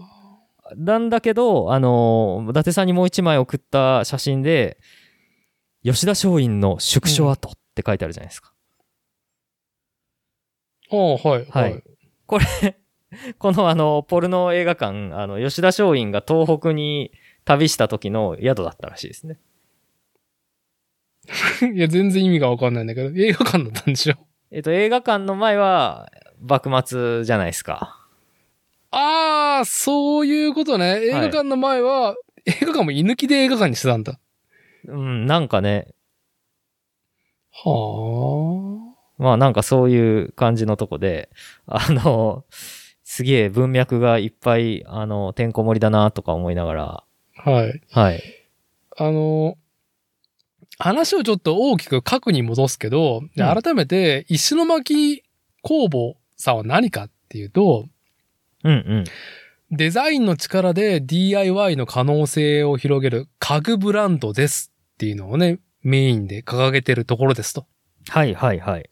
なんだけど、あのー伊達さんにもう一枚送った写真で、吉田松陰の縮小跡って書いてあるじゃないですか。
ああ、はい。
はい。これ、このあの、ポルノ映画館、あの、吉田松陰が東北に旅した時の宿だったらしいですね。
い。いや、全然意味がわかんないんだけど、映画館だったんでしょ。
えっと、映画館の前は、幕末じゃないですか。
ああ、そういうことね。映画館の前は、映画館も居抜きで映画館にしてたんだ。
うん、なんかね、
は
まあなんかそういう感じのとこで、あの、すげえ文脈がいっぱい、あの、てんこ盛りだなとか思いながら、
あ。はい。
はい。
あの、話をちょっと大きく核に戻すけど、で
うん
改めて、石巻工房さんは何かっていうと、
うんうん。
デザインの力で DIY の可能性を広げる家具ブランドですっていうのをね、メインで掲げてるところですと。
はいはいはい。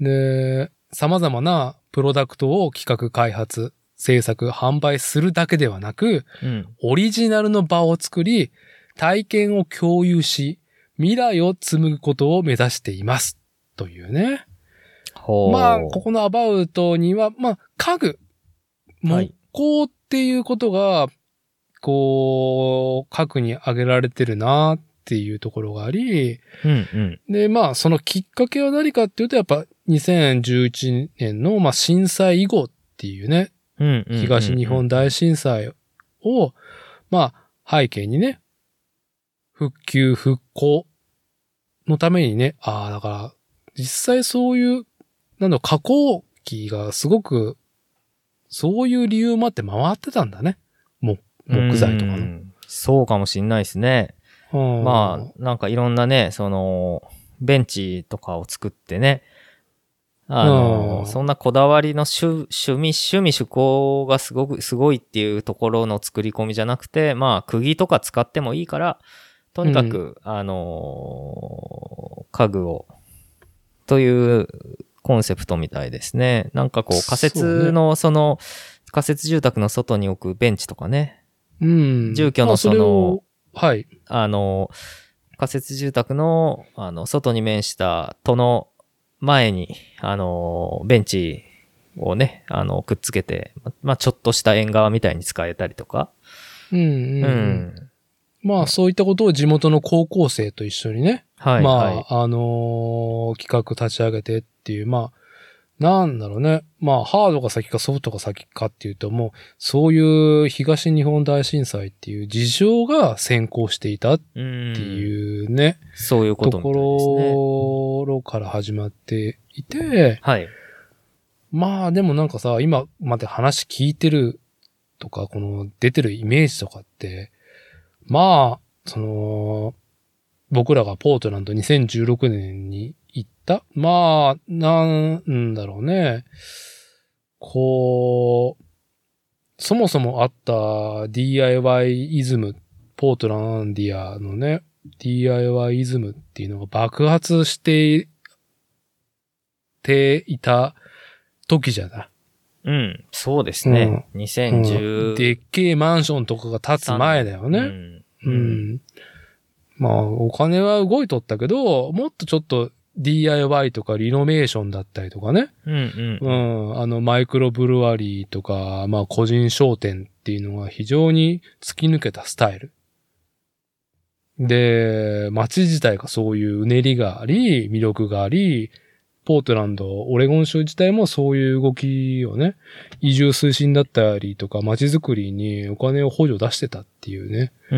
で、様々なプロダクトを企画開発、制作、販売するだけではなく、
うん。
オリジナルの場を作り、体験を共有し、未来を紡ぐことを目指しています。というね。
ほう。
まあ、ここのアバウトには、まあ、家具、
は
木
い
工っていうことが、こう、核に挙げられてるなっていうところがあり、
うんうん。
で、まあ、そのきっかけは何かっていうと、やっぱ2011年の、まあ、震災以後っていうね、
うんうんうんうん
東日本大震災を、まあ、背景にね、復旧、復興のためにね、ああ、だから、実際そういう、なんだろう、加工機がすごく、そういう理由もあって回ってたんだね。木木材とかの。
うんそうかもしんないですね。ま
ま
あ、なんかいろんなね、その、ベンチとかを作ってね、あの、
うん
そんなこだわりの趣趣味、趣味趣向がすごく、すごいっていうところの作り込みじゃなくて、まあ、釘とか使ってもいいから、とにかく、あの、家具を、というコンセプトみたいですね。なんかこう、仮
そう
設
ね
の、その、仮設住宅の外に置くベンチとかね、
うん。
住居の
まあれをはい。
あの、仮設住宅の、あの、外に面した戸の前に、あの、ベンチをね、あの、くっつけて、ままあ、ちょっとした縁側みたいに使えたりとか。
うん
う
うん
ん。
うん。まあそういったことを地元の高校生と一緒にね、
はい、
まあ、
はい。
あのー企画立ち上げてっていう、まあ、なんだろうね。まあ、ハードが先かソフトが先かっていうと、もう、そういう東日本大震災っていう事情が先行していたっ
う
て
ん。
いうね、
そういうこ
と
とみたいですね。
ころから始まっていて、
はい。
まあでもなんかさ、今まで話聞いてるとか、この出てるイメージとかって、まあ、その、僕らがポートランド2016年に行った、まあ、なんだろうね。こう、そもそもあった DIY イズム、ポートランディアのね、DIY イズムっていうのが爆発して、ていた時じゃない。
うん。そうですね。2010、
でっけえマンションとかが建つ前だよ
う
ね。
ん。
うん。まあ、お金は動いとったけど、もっとちょっと DIY とかリノベーションだったりとかね。
うん。うん。
う
うん。
ん。あの、マイクロブルワリーとか、まあ、個人商店っていうのが非常に突き抜けたスタイル。で、街自体がそういううねりがあり、魅力があり、ポートランド、オレゴン州自体もそういう動きをね、移住推進だったりとか、街づくりにお金を補助出してたっていうね。
う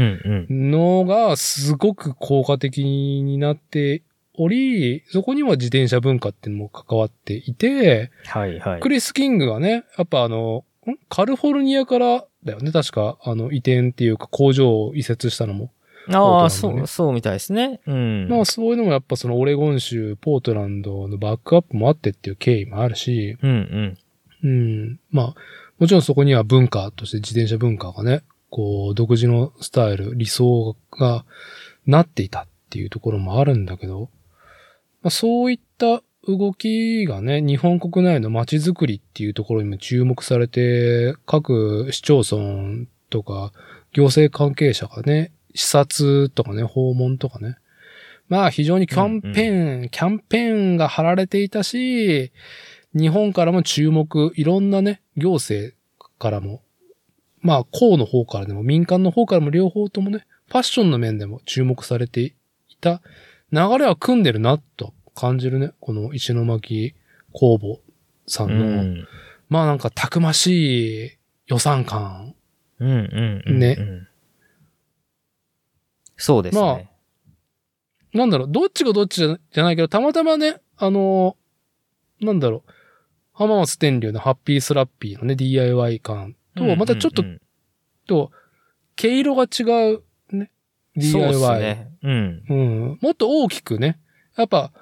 ん。
のがすごく効果的になっており、そこには自転車文化っていうのも関わっていて、
はい。はい
ク。リス・キングがね、やっぱあの、んカリフォルニアからだよね、確か、あの、移転っていうか工場を移設したのも。
ああ、
ポートランド
そ
ね
う、そうみたいですね。うん。
まあそういうのもやっぱそのオレゴン州、ポートランドのバックアップもあってっていう経緯もあるし、
うんう
う
ん。
ん。まあ、もちろんそこには文化として自転車文化がね、こう、独自のスタイル、理想がなっていたっていうところもあるんだけど、まあ、そういった動きがね、日本国内の街づくりっていうところにも注目されて、各市町村とか行政関係者がね、視察とかね、訪問とかね、まあ非常にキャンペーン、キャンペーンが張られていたし、日本からも注目、いろんなね、行政からも、まあ、公の方からでも、民間の方からも両方ともね、ファッションの面でも注目されていた流れは組んでるな、と感じるね。この石巻工房さん
う
の、
ん。
まあなんかたくましい予算感。
うんうんうんうん。
ね。
そうですね。
まあなんだろう、どっちがどっちじゃじゃないけど、たまたまね、あのーなんだろう、浜松天竜のハッピースラッピーのね、DIY 感と、またちょっと
うんうん
と、毛色が違うね、
うんそう
DIY。
ですね。うん。
うん。もっと大きくね、やっぱ、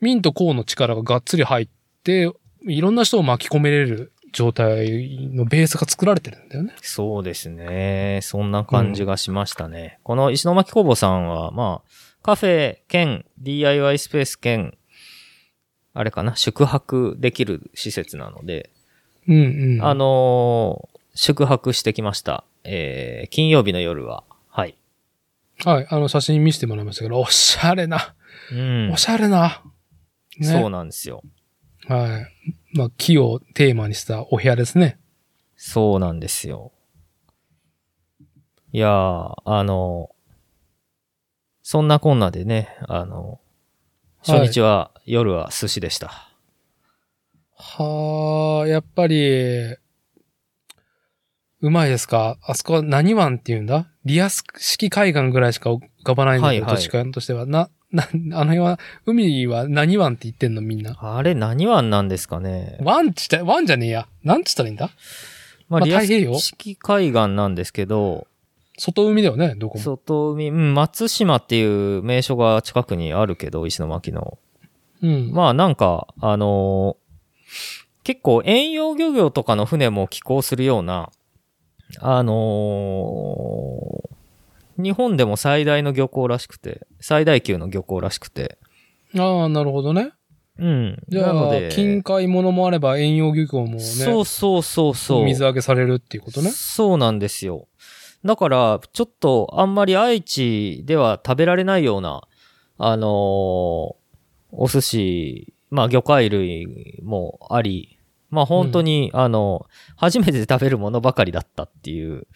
民と公の力ががっつり入って、いろんな人を巻き込めれる状態のベースが作られてるんだよね。
そうですね。そんな感じがしましたね。この石巻工房さんは、まあ、カフェ兼 DIY スペース兼、あれかな、宿泊できる施設なので、
うんうん。
あ、のー宿泊してきました。えー、金曜日の夜は。はい。
はい、あの写真見せてもらいましたけど、おしゃれな、
うん。
おしゃれな。ね。
そうなんですよ。
はい。まあ、木をテーマにしたお部屋ですね。
そうなんですよ。いやー、あの、そんなこんなでね、あの、初日は、夜は寿司でした。
はあ、やっぱり、うまいですかあそこは何湾っていうんだリアス式海岸ぐらいしか浮かばないんだけど、
はいはい
土地勘としては。な、な、あの辺は、海は何湾って言ってんのみんな。
あれ、何湾なんですかね。
湾ちた、湾じゃねえや。なんつったらいいんだ
まあ、
まあ
リア
太平洋
ス式海岸なんですけど、
外海だよね、どこも。
外海、うん、松島っていう名所が近くにあるけど、石巻の。
うん。
まあなんか、あのー結構遠洋漁業とかの船も寄港するような、あのー日本でも最大の漁港らしくて、最大級の漁港らしくて。
ああ、なるほどね。
うん。
じゃ
な
あ
ので、
近海ものもあれば、遠洋漁業もね、
そうそうそうそう。
水揚げされるっていうことね。
そうなんですよ。だから、ちょっとあんまり愛知では食べられないような、あのーお寿司、まあ魚介類もあり、まあ本当に、あの、初めて食べるものばかりだったっていう。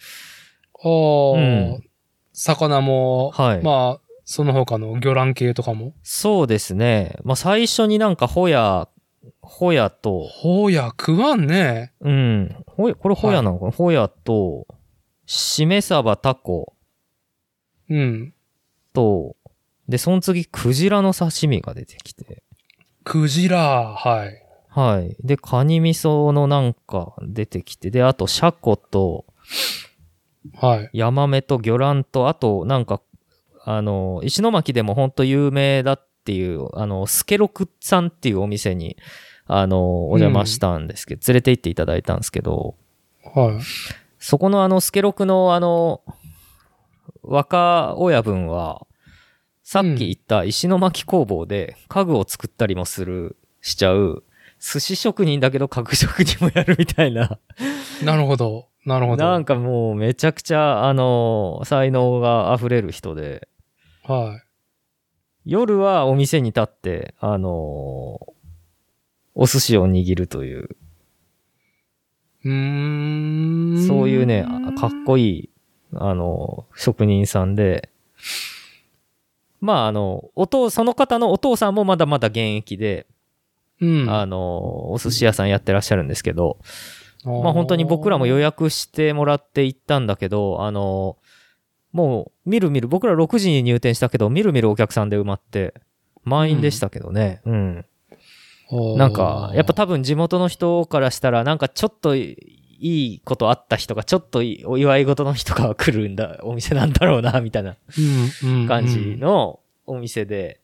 ああ、
うん
魚も、
はい
まあ、その他の魚卵系とかも。
そうですね。まあ最初になんかホヤ、ホヤと、
ほうや、食わんね。
うん、ホヤ、これホヤなのかな、ホヤと、しめサバタコ
うん。
と、で、その次、クジラの刺身が出てきて。
クジラ、はい。
はい。で、カニ味噌のなんか出てきて、で、あと、シャコと、
はい。
ヤマメと魚卵と、あと、なんか、あの、石巻でも本当有名だっていう、あの、スケロクさんっていうお店に、あの、お邪魔したんですけど、連れて行っていただいたんですけど、
はい。
そこのあの、スケロクのあの、若親分は、さっき言った石巻工房で家具を作ったりもする、しちゃう、寿司職人だけど家具職人もやるみたいな。
なるほど。なるほど。
なんかもうめちゃくちゃ、あの、才能が溢れる人で、
はい。
夜はお店に立って、あの、お寿司を握るという、
うーん。
そういうね、あかっこいい、あの、職人さんで、まあ、あの、お父、その方のお父さんもまだまだ現役で、
うん。
あの、お寿司屋さんやってらっしゃるんですけど、まあ本当に僕らも予
約。
約してもらって行ったんだけど、あの、もう、みるみる、僕ら6時に入店したけど、みるみるお客さんで埋まって、満員でしたけどね、うん。なんか、やっぱ多分地元の人からしたら、なんかちょっといいことあった人が、ちょっといいお祝い事の人が来るんだ、お店なんだろうな、みたいな
分
感じのお店で。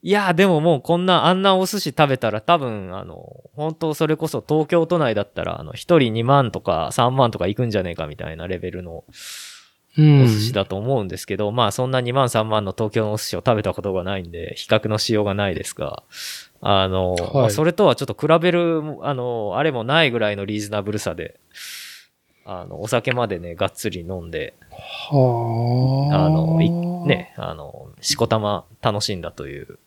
いや、でももうこんな、あんなお寿司食べたら多分、あの、本当それこそ東京都内だったら、あの、一人2万とか3万とか行くんじゃねえかみたいなレベルのお寿司だと思うんですけど、まあそんな2万3万の東京のお寿司を食べたことがないんで、比較のしようがないですが、あの、
はい
まあそれとはちょっと比べる、あの、あれもないぐらいのリーズナブルさで、あの、お酒までね、がっつり飲んで、
は
あの、いね、あの、しこたま楽しんだという、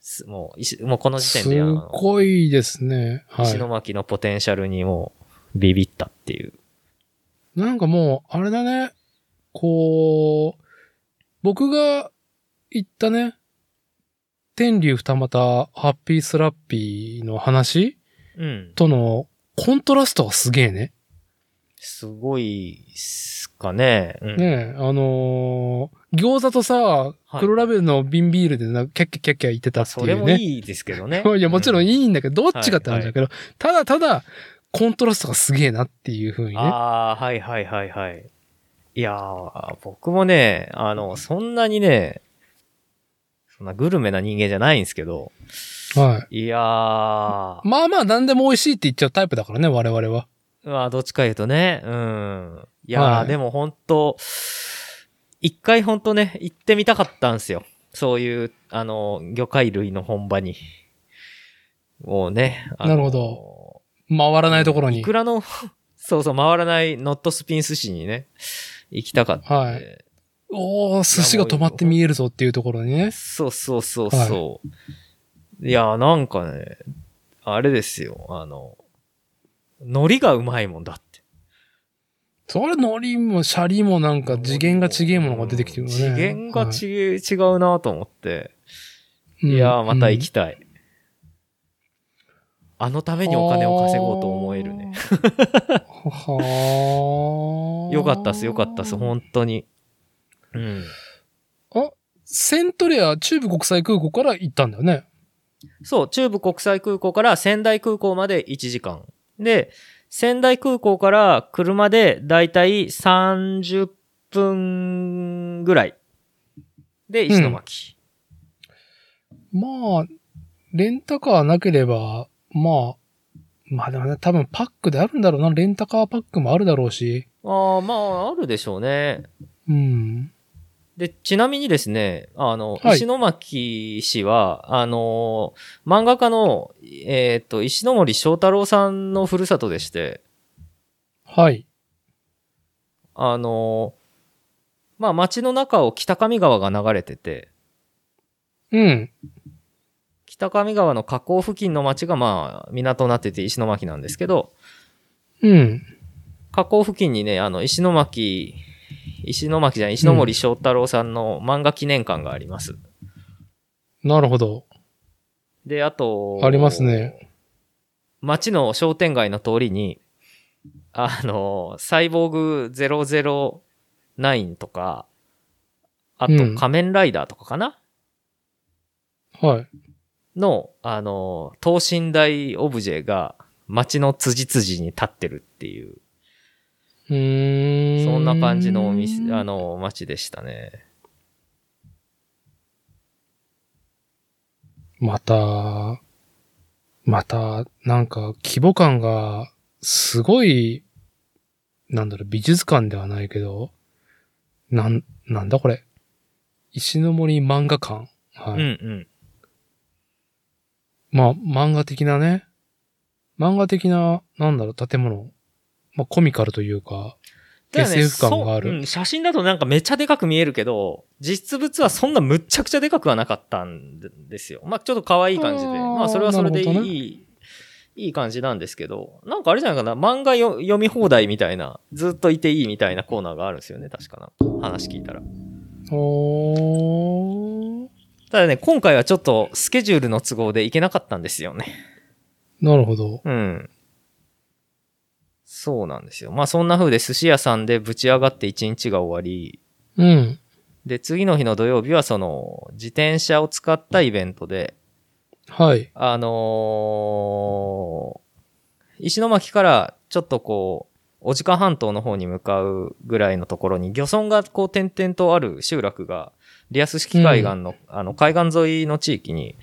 すもう、石もうこの時点で、
す
あの
ごいですね。は
石
い。
巻のポテンシャルにもうビビったっていう。
なんかもう、あれだね。こう、僕が行ったね、天竜二股ハッピースラッピーの話
うん。
とのコントラストがすげえね。
すごいっすかね。うん、
ねえ、あのー餃子とさ、
はい
黒ラベルの瓶ビールでな、キャッキャッキャッキャ言ってたってい
そうれ
ね。
もいいですけどね
。いや、もちろんい
い、
いんだけど、どっちかって話だけど、ただただ、コントラストがすげえなっていう風にね。
ああ、はいはいはいはい。いやー、僕もね、あの、そんなにね、そんなグルメな人間じゃないんですけど、
はい
やー、
い。まあまあ、何でも美味しいって言っちゃうタイプだからね、我々は。
まあ、どっちか言うとね。うん。いやー、
はい
でも本当一回本当ね、行ってみたかったんですよ。そういう、あの、魚介類の本場に。もうね。あ
な
の
るほど。回らないところ
い
に
く。らの、 そうそう、回らないノットスピン寿司にね、行きたかった。
はい。おー、寿司が止まって見えるぞっていうところにね。
そうそうそうそう。い、やー、なんかね、あれですよ。あの、海苔がうまいもんだって。
それ、海苔もシャリもなんか次元が違えものが出てきてるのね。
次元が
違
ち、違うなと思って。
い
いやー、また行き
た
たい。あのためにお金を稼ごうと思えるね。。
ははー
よかったっす、よかったっす、本当に。うん。
セントレア中部国際空港から行ったんだよね。
そう、中部国際空港から仙台空港まで1時間。で、仙台空港から車でだいたい30分ぐらいで石巻。
まあ、レンタカーなければ、まあ、まあでもね、多分パックであるんだろうな。レンタカーパックもあるだろうし。
ああ、まあ、あるでしょうね。
うん。
で、ちなみにですね、あの、
はい
石巻氏は、あの、漫画家の、えっ、と、石ノ森章太郎さんのふるさとでして、
はい。
あの、まあ、町の中を北上川が流れてて、
うん。
北上川の河口付近の町が、まあ、港になってて石巻なんですけど、
うん。
河口付近にね、あの、石巻、石巻じゃない、石ノ森章太郎さんの漫画記念館があります。
なるほど。
で、あと、
ありますね。
街の商店街の通りに、あの、サイボーグ009とか、あと
うん
仮面ライダーとかかな、
はい。
の、あの、等身大オブジェが街の辻々に立ってるっていう、
うーん。
そんな感じのお店、あ。の、街でしたね。
また、また、なんか、規模感が、すごい、なんだろう、美術館ではないけど、なん、なんだこれ。石の森漫画館。はい。
うんうん。
まあ、漫画的なね、漫画的な、なんだろう、建物。まあ、コミカルというか、
だよね
SF 感がある
そううん写真だとなんかめちゃでかく見えるけど、実物はそんなむっちゃくちゃでかくはなかったんですよ。まあちょっと可愛い感じで。
あー
まあそれはそれでい
なるほどね
い、いい感じなんですけど、なんかあれじゃないかな、漫画よ読み放題みたいな、ずっといていいみたいなコーナーがあるんですよね、確かなんか話聞いたら。
おー、
ただね、今回はちょっとスケジュールの都合で行けなかったんですよね。
なるほど。
うん。そうなんですよ。まあそんな風で寿司屋さんでぶち上がって一日が終わり、
うん。
で、次の日の土曜日は、その、自転車を使ったイベントで、
はい。
あのー石巻からちょっとこう、小鹿半島の方に向かうぐらいのところに、漁村がこう点々とある集落が、リアス式海岸の、あの、海岸沿いの地域に、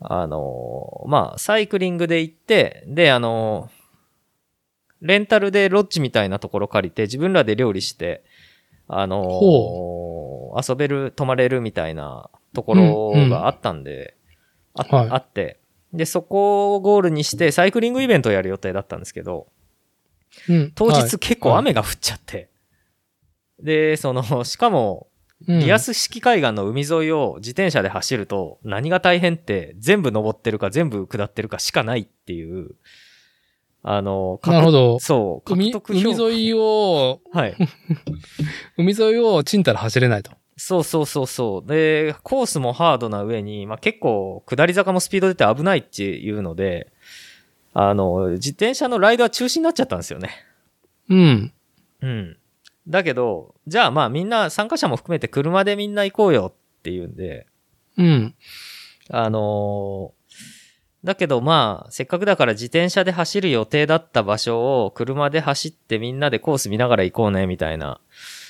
あのーまあ、サイクリングで行って、で、あのーレンタルでロッジみたいなところ借りて、自分らで料理して、あのー遊べる、泊まれるみたいなところがあったんで、あ
はい
あって、で、そこをゴールにして、サイクリングイベントをやる予定だったんですけど、
うん。
当
はい
日結構雨が降っちゃって、で、その、しかも、
うん
リアス式海岸の海沿いを自転車で走ると、何が大変って、全部登ってるか全部下ってるかしかないっていう、あの、
なるほど。
そう、
海海沿い
を。
を、
はい。
海沿いをちんたら走れないと。
そうそうそうそう。で、コースもハードな上に、まあ、結構、下り坂もスピード出て危ないっていうので、あの、自転車のライドは中止になっちゃったんですよね。
うん。
うん。だけど、じゃあまあみんな、参加者も含めて車でみんな行こうよっていうんで、
うん。
あのーだけどまあ、せっかくだから自転車で走る予定だった場所を車で走ってみんなでコース見ながら行こうねみたいな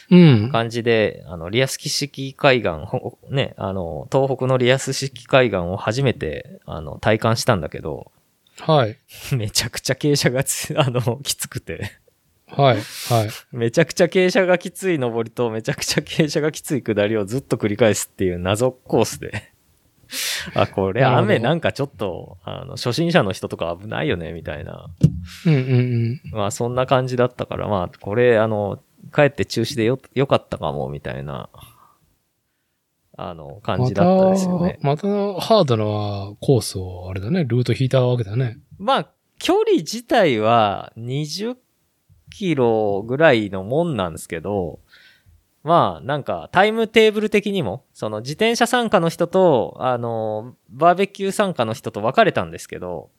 うん。
感じで、あの、リアス式海岸、ほね、あの、東北のリアス式海岸を初めて、あの、体感したんだけど、
はい。
めちゃくちゃ傾斜がつ、 あの、きつくて、
はい。はい。
めちゃくちゃ傾斜がきつい上りと、めちゃくちゃ傾斜がきつい下りをずっと繰り返すっていう謎コースで、あ、これ
なるほど
雨なんかちょっと、あの、初心者の人とか危ないよね、みたいな。
うんうん
まあ、そんな感じだったから、まあ、これ、あの、帰って中止でよ、よかったかも、みたいな、あの、
うん。
感
ま
じ
た
だったですよね。、
またハードなコースを、あれだね、ルート引いたわけだね。
まあ、距離自体は20キロぐらいのもんなんですけど、まあ、なんか、タイムテーブル的にも、その自転車参加の人と、あの、バーベキュー参加の人と分かれたんですけど、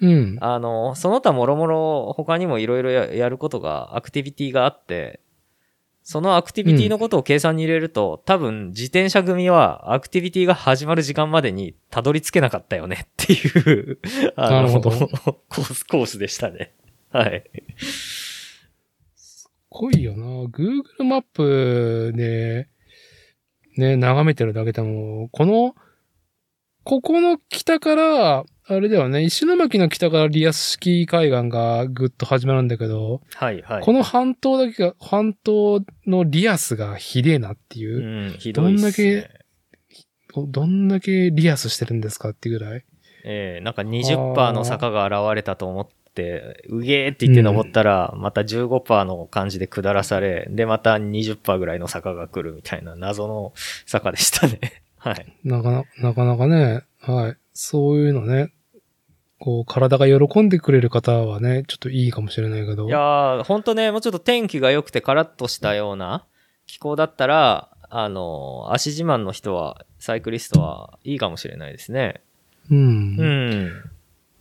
うん。
あの、その他もろもろ他にもいろいろややることが、アクティビティがあって、そのアクティビティのことを計算に入れると、多分自転車組はアクティビティが始まる時間までにたどり着けなかったよねっていう、あの
なるほど
コース、コースでしたね。はい。
ごいよな。Google マップで、ね、眺めてるだけでも、この、ここの北から、あれだよね、石巻の北からリアス式海岸がぐっと始まるんだけど、
はいはい。
この半島だけが、半島のリアスがひでえなっていうう、
ん、ひどいっす、ね。
どんだどどんだけリアスしてるんですかっていうぐらい。
ええなんか20%の坂が現れたと思って、うげーって言って登ったら、また15%の感じで下らされ、で、また20%ぐらいの坂が来るみたいな謎の坂でしたね。 はい。
なかななかなかね、はい。そういうのね、こう、体が喜んでくれる方はね、ちょっといいかもしれないけど。
いやー、ほんとね、もうちょっと天気が良くてカラッとしたような気候だったら、あのー、足自慢の人は、サイクリストはいいかもしれないですね。
うん。
うん。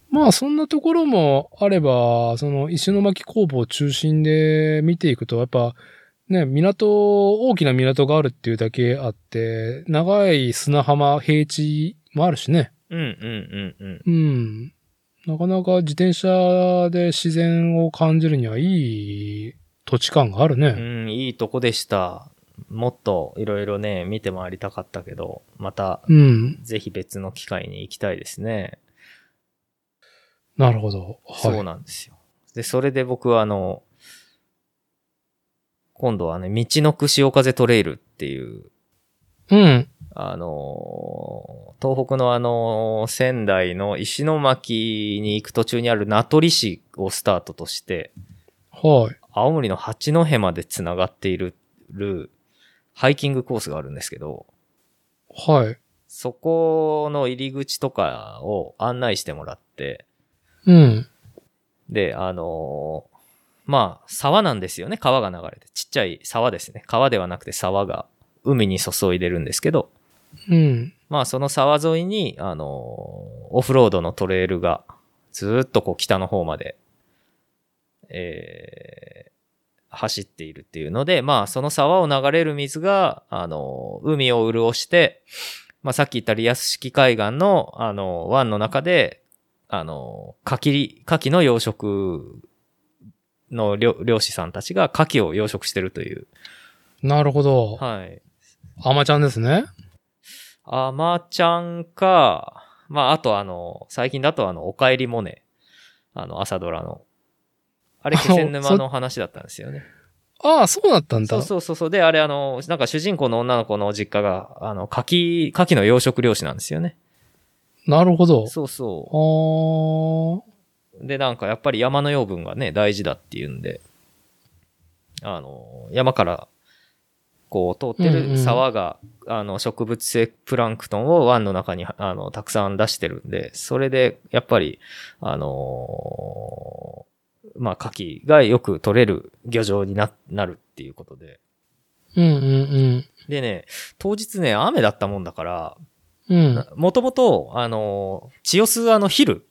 まあ、そんなところもあれば、その、石巻工房を中心で見ていくと、やっぱ、ね、港、大きな港があるっていうだけあって、長い砂浜、平地もあるしね。
うんうんうんうん。
うん。なかなか自転車で自然を感じるにはいい土地感があるね。
うん、いいとこでした。もっといろいろね、見て回りたかったけど、また、
うん。
ぜひ別の機会に行きたいですね。
なるほど。はい。
そうなんですよ。で、それで僕はあの、今度はね、道のく潮風トレイルっていう、
うん。
あのー、東北のあのー、仙台の石巻に行く途中にある名取市をスタートとして、
はい。
青森の八戸まで繋がっているるハイキングコースがあるんですけど、
はい。
そこの入り口とかを案内してもらって、
うん。
で、あのーまあ、沢なんですよね。川が流れて。ちっちゃい沢ですね。川ではなくて沢が海に注いでるんですけど、
うん。
まあ、その沢沿いに、あのーオフロードのトレイルが、ずーっとこう北の方まで、えー走っているっていうので、まあ、その沢を流れる水が、あのー海を潤して、まあ、さっき言ったリアス式海岸の、あのー湾の中で、あのーカキ、カキの養殖の漁漁師さんたちがカキを養殖してるという。
なるほど。
はい。
アマちゃんですね。
アマちゃんか、まあ、あとあの、最近だとあの、おかえりモネ。あの、朝ドラの。あれ、気仙沼の話だったんですよね。
ああ、そうだったんだ。
そうそうそうそう。で、あれあの、なんか主人公の女の子の実家が、あの、柿、柿の養殖漁師なんですよね。
なるほど。
そう
あ
そう。で、なんかやっぱり山の養分がね、大事だっていうんで、あの、山から、こう、通って
うんう
る
ん
沢が、あの、植物性プランクトンを湾の中に、あの、たくさん出してるんで、それで、やっぱり、あのーまあ、牡蠣がよく取れる漁場にな、なるっていうことで。
あ。うんうん
でね、当日ね、雨だったもんだから、
うん。うん。
もともと、あのー、千代洲あの昼、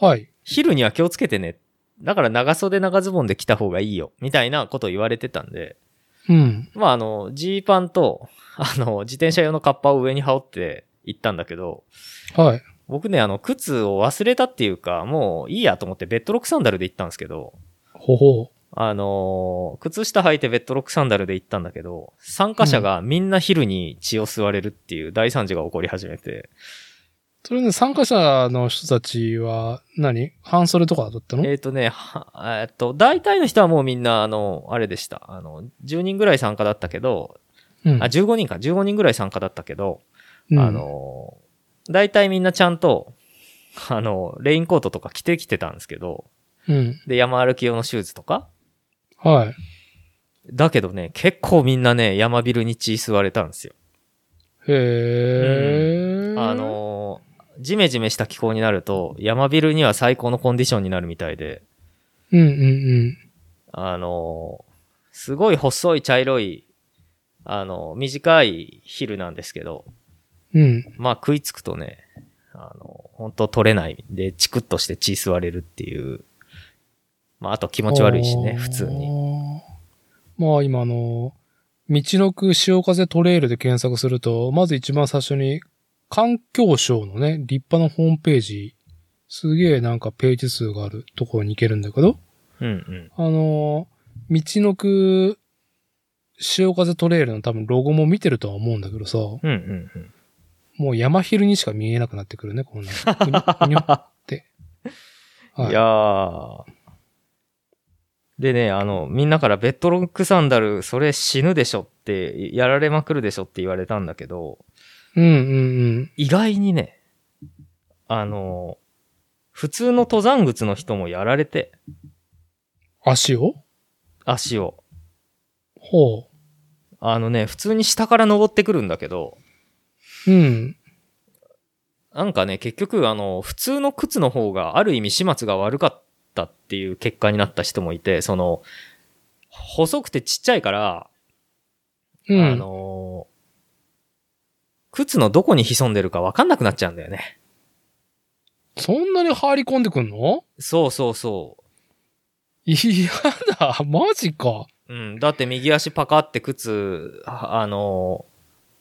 はい。
昼には気をつけてね。だから長袖長ズボンで来た方がいいよ。みたいなことを言われてたんで、
うん。
まあ、あの、ジーパンと、あの、自転車用のカッパを上に羽織って行ったんだけど、
はい。
僕ね、あの、靴を忘れたっていうか、もういいやと思ってベッドロックサンダルで行ったんですけど、
ほほ
あのー靴下履いてベッドロックサンダルで行ったんだけど、参加者がみんな昼に血を吸われるっていう大惨事が起こり始めて、
う。それね、参加者の人たちは何、半袖とかだったの
えっ、とね、はえっと、大体の人はもうみんな、あの、あれでした。あの、10人ぐらい参加だったけど、
うん
あ、15人か、15人ぐらい参加だったけど、
うん
あ、の、大体みんなちゃんと、あの、レインコートとか着てきてたんですけど、
うん。
で、山歩き用のシューズとか。
はい。
だけどね、結構みんなね、山ビルに血吸われたんですよ。
へえ、
あ、の、ジメジメした気候になると、山ビルには最高のコンディションになるみたいで、
うんうんうん。
あの、すごい細い茶色い、あの、短い昼なんですけど、
うん。
まあ食いつくとね、あの、本当取れないで、チクッとして血吸われるっていう。まああと気持ち悪いしね、普通に。
に。まあ今あの、道のく潮風トレイルで検索すると、まず一番最初に環境省のね、立派なホームページ、すげえなんかページ数があるところに行けるんだけど、
うんうん。
あの、道のく潮風トレイルの多分ロゴも見てるとは思うんだけどさ、
うんうんうん。
もう山昼にしか見えなくなってくるね、こんなの。ふにょふにょ って。はい
いやー。でね、あの、みんなからベッドロックサンダル、それ死ぬでしょって、やられまくるでしょって言われたんだけど、
うんうん
意外にね、あの、普通の登山靴の人もやられて、
うん。足を
足を。
ほ
あのね、普通に下から登ってくるんだけど、
う。うん。
なんかね、結局、あの、普通の靴の方がある意味始末が悪かったっていう結果になった人もいて、その、細くてちっちゃいから、
うん。
あのー靴のどこに潜んでるか分かんなくなっちゃうんだよね。
そんなに入り込んでくんの
そうそうそ
いやだ、マジか。
う。うん。だって右足パカって靴、ああの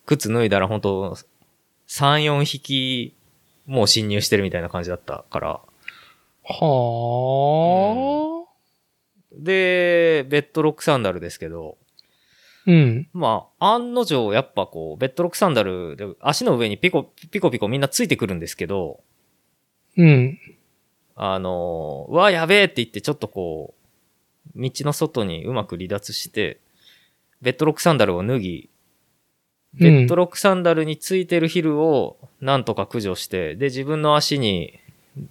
ー靴脱いだら本当3、4匹、もう侵入してるみたいな感じだったから。
はあ。
で、ベッドロックサンダルですけど、
うん。
まあ、案の定、やっぱこう、ベッドロックサンダルで足の上にピコ、ピコピコみんなついてくるんですけど、
うん。
あのー、うわ、やべえって言って、ちょっとこう、道の外にうまく離脱して、ベッドロックサンダルを脱ぎ、ベッドロックサンダルについてるヒルをなんとか駆除して、で、自分の足に、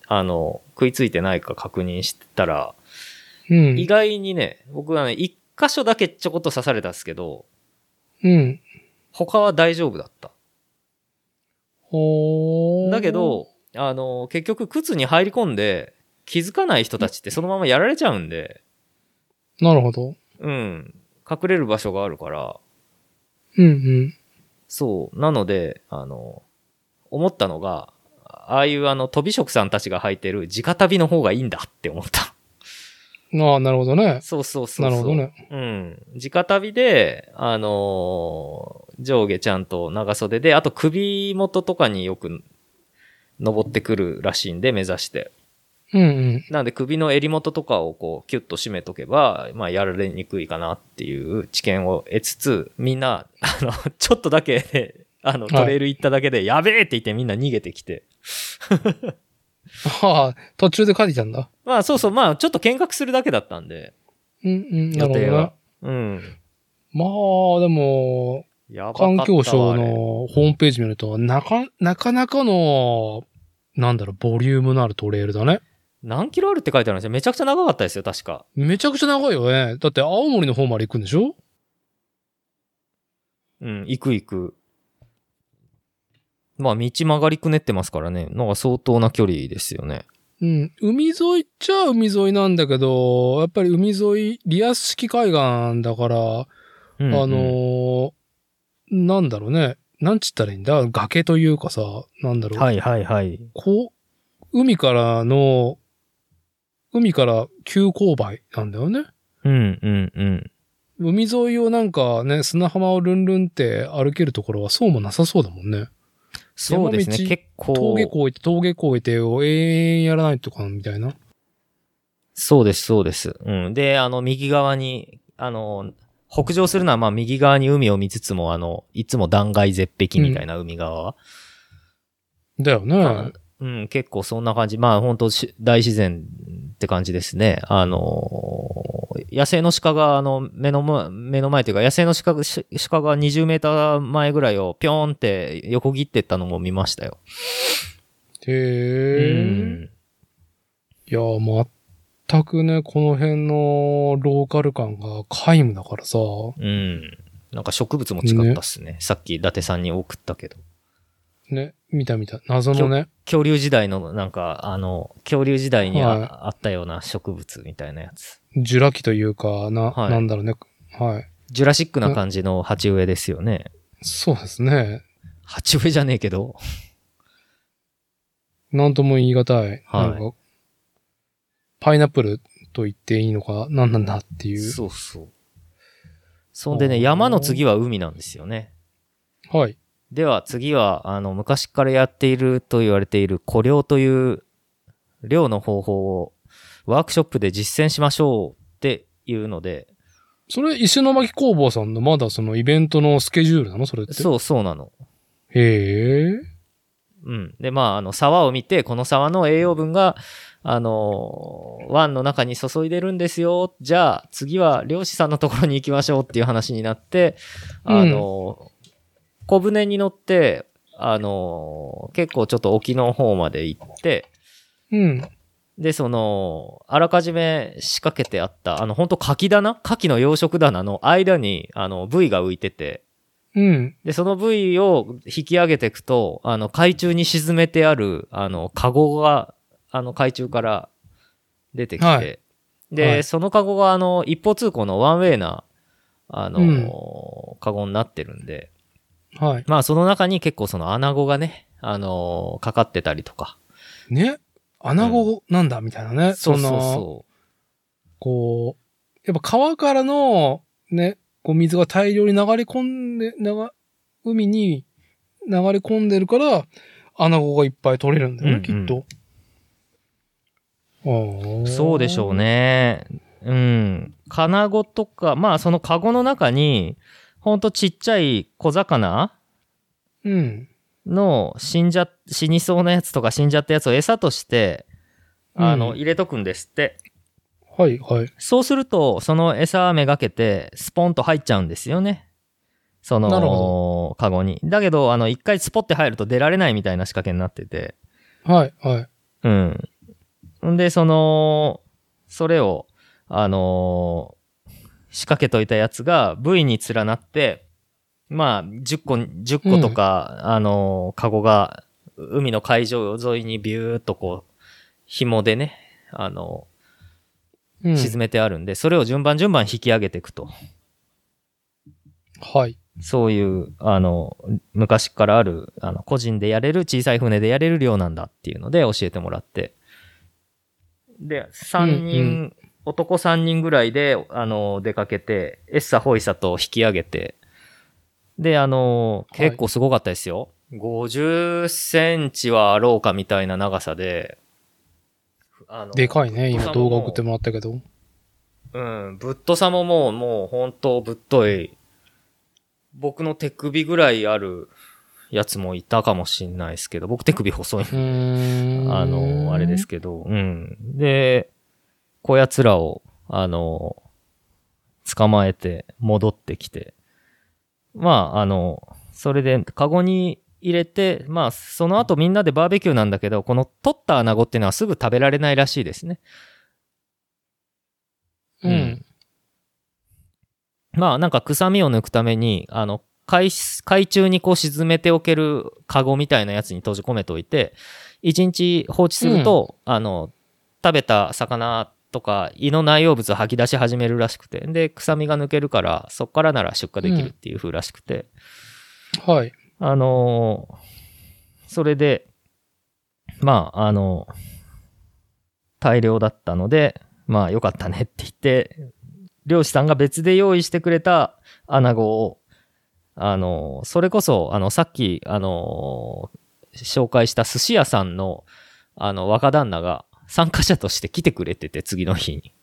あの、食いついてないか確認したら、
うん。
意外にね、僕はね、一箇所だけちょこっと刺されたんですけど、
うん。
他は大丈夫だった。
ほー
だけ、ど、あの、結局靴に入り込んで、気づかない人たちってそのままやられちゃうんで、
なるほど。
うん。隠れる場所があるから、
うんうん。
そう。なので、あの、思ったのが、ああいうあの、飛び職さんたちが履いてる直旅の方がいいんだって思った。
ああ、なるほどね。
そうそうそうそ
な
う。
るほど。ね。
うん。直旅で、あのー上下ちゃんと長袖で、あと首元とかによく登ってくるらしいんで、目指して。
うんうん。
なんで首の襟元とかをこうキュッと締めとけば、まあやられにくいかなっていう知見を得つつ、みんな、あの、 ちょっとだけ、ね、あの、
い
トレイル行っただけで、やべえって言ってみんな逃げてきて。
はあ、途中で書いてたんだ。
まあそうそう、まあちょっと見学するだけだったんで、
うんうん。なるほ
予
ど
定
ね。
は。うん。
まあ、でも、
やばかったわ
環境省
あれ
のホームページ見ると、なか、なかなかの、なんだろう、ボリュームのあるトレイルだね。
何キロあるって書いてあるんですよ。めちゃくちゃ長かったですよ、確か。
めちゃくちゃ長いよね。だって青森の方まで行くんでしょ
うん、行く行く。まあ道曲がりくねってますからね。なんか相当な距離ですよね。
うん。海沿いっちゃ海沿いなんだけど、やっぱり海沿い、リアス式海岸だから、
うんうん
あのーなんだろうね。なんちったらいいんだ崖というかさ、なんだろう。
はいはいはい。
こう、海からの、海から急勾配なんだよね。
うんうんうん。
海沿いをなんかね、砂浜をルンルンって歩けるところはそうもなさそうだもんね。
そうですね、
山道
結構。
峠越えて、峠越えてを永遠やらないとかみたいな。
そうです、そうです。うん。で、あの、右側に、あの、北上するのは、まあ、右側に海を見つつも、あの、いつも断崖絶壁みたいな海側は。
だよね。
うん、結構そんな感じ。まあ、本当し大自然って感じですね。あのー野生の鹿が、あの、目の前、目の前というか、野生の鹿が、し鹿が20メーター前ぐらいをぴょんって横切ってったのも見ましたよ。
へ
う
え。
ん。
いや、全くね、この辺のローカル感が皆無だからさ。
うん。なんか植物も違ったっすね。さっき伊達さんに送ったけど。
ね、見た見た。謎のね。
恐竜時代のなんか、あの、恐竜時代にあ,、
はい
あったような植物みたいなやつ。
ジュラ紀というか、な、
はい
なんだろうね。はい。
ジュラシックな感じの鉢植えですよね。
そうですね。
鉢植えじゃねえけど。
なんとも言い難い。
はい
なんか、パイナップルと言っていいのか、なんなんだっていう。
うそう。そんで
お
ね、
ー
山の次は海なんですよね。
はい。
では次は、あの、昔からやっていると言われている古漁という漁の方法をワークショップで実践しましょうっていうので、
それ、石巻工房さんのまだそのイベントのスケジュールなのそれって。う。
そうそうなの。
へえ。
うん。で、まあ、あの、沢を見て、この沢の栄養分が、あの、湾の中に注いでるんですよ。じゃあ、次は漁師さんのところに行きましょうっていう話になって、あの、小舟に乗って、あの、結構ちょっと沖の方まで行って、
うん。
で、その、あらかじめ仕掛けてあった、あの、本当牡蠣棚牡蠣の養殖棚の間に、あの、部位が浮いてて、
うん。
で、その部位を引き上げていくと、あの、海中に沈めてある、あの、カゴが、あの、海中から出てきて、
はい
で、
はい
そのカゴが、あの、一方通行のワンウェイな、あの、
うん
カゴになってるんで、
はい。
まあ、その中に結構その穴子がね、あの、かかってたりとか。
ね。穴子なんだ、みたいなね。
そうそう
の
そ
こう、やっぱ川からの、ね、こう水が大量に流れ込んで、流、海に流れ込んでるから、穴子がいっぱい取れるんだよね、
うんう
きっ
ん
と。あー
う。そうでしょう。ね。うん。金子とか、まあ、そのカゴの中に、ほんとちっちゃい小魚
うん。
の死んじゃ、死にそうなやつとか死んじゃったやつを餌として、あの、
うん
入れとくんですって。
はい、はい。
そうすると、その餌めがけて、スポンと入っちゃうんですよね。そ
なる
の、カゴに。だけど、あの、一回スポって入ると出られないみたいな仕掛けになってて。
はい、はい。
うん。んで、その、それを、あのー仕掛けといたやつが V に連なって、まあ、10個、10個とか、あのーカゴが、海の海上沿いにビューっとこう、紐でね、あの
う
ー
ん、
沈めてあるんで、それを順番順番引き上げていくと。
はい。
そういう、あの、昔からある、あの、個人でやれる、小さい船でやれる量なんだっていうので教えてもらって。で、3人、
うんう
男3人ぐらいで、あの、出かけて、エッサホイサと引き上げて、で、あの、
はい
結構すごかったですよ。50センチはあろうかみたいな長さで、あの
でかいね、今
お子様も
動画送ってもらったけど。
うん、ぶっとさももう、もう本当ぶっとい、僕の手首ぐらいあるやつもいたかもしんないですけど、僕手首細いんで
うーん。
あの、あれですけど、うん。で、こやつらを、あの、捕まえて戻ってきて、まあ、あの、それで、カゴに入れて、まあ、その後みんなでバーベキューなんだけど、この取った穴子っていうのはすぐ食べられないらしいですね。
う
うん
ん。
まあなんか臭みを抜くために、あの、海し、海中にこう沈めておけるカゴみたいなやつに閉じ込めておいて、一日放置すると、あの、食べた魚とか胃の内容物を吐き出し始めるらしくて、で、臭みが抜けるから、そっからなら出荷できるっていう風らしくて、
はい。
あのーそれで、まあ、あの大量だったので、まあ、よかったねって言って、漁師さんが別で用意してくれた穴子を、あのーそれこそ、あの、さっき、あのー紹介した寿司屋さんの、あの、若旦那が参加者として来てくれてて、次の日に。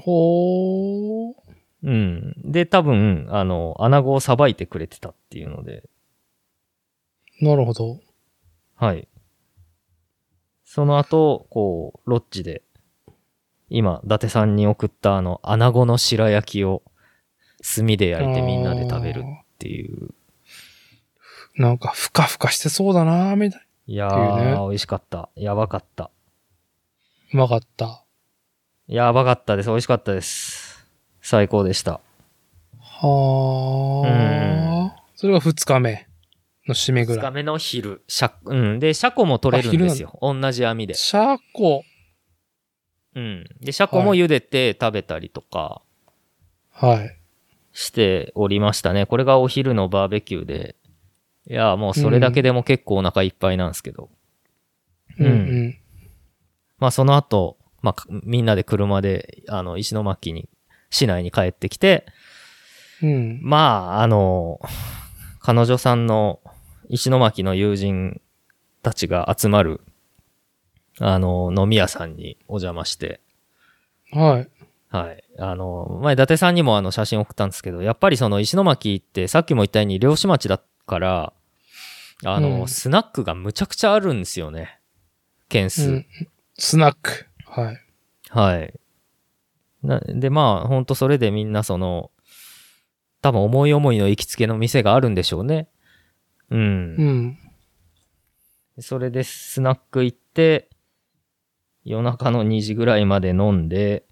ほー。
うん。で、多分、あの、穴子をさばいてくれてたっていうので、
なるほど。
はい。その後、こう、ロッジで、今、伊達さんに送ったあの、穴子の白焼きを炭で焼いてみんなで食べるっていう。
あー。なんか、ふかふかしてそうだなみたいな。
いや
っていう
ー、
ね
美味しかった。やばかった。
うまかった。
やばかったです。美味しかったです。最高でした。う
はあ。それが二日目の締めぐ
2日
らい。
目の昼、シャうん。で、シャコも取れるんですよ。同じ網で。
シャコ。
うん。で、シャコも茹でて食べたりとか
はい。
しておりましたね。これがお昼のバーベキューで。いや、もうそれだけでも結構お腹いっぱいなんですけど。
うん
う
うん。
まあその後、まあかみんなで車で、あの、石巻に、市内に帰ってきて、
うん。
まあ、あの、彼女さんの石巻の友人たちが集まる、あの、飲み屋さんにお邪魔して、
はい。
はい。あの、前、伊達さんにもあの写真送ったんですけど、やっぱりその石巻ってさっきも言ったように漁師町だから、あの、
うん
スナックがむちゃくちゃあるんですよね。件数。
うんスナック。はい。
はい。なで、まあ、ほんとそれでみんなその、多分思い思いの行きつけの店があるんでしょうね。うん
う。ん。
それでスナック行って、夜中の2時ぐらいまで飲んで、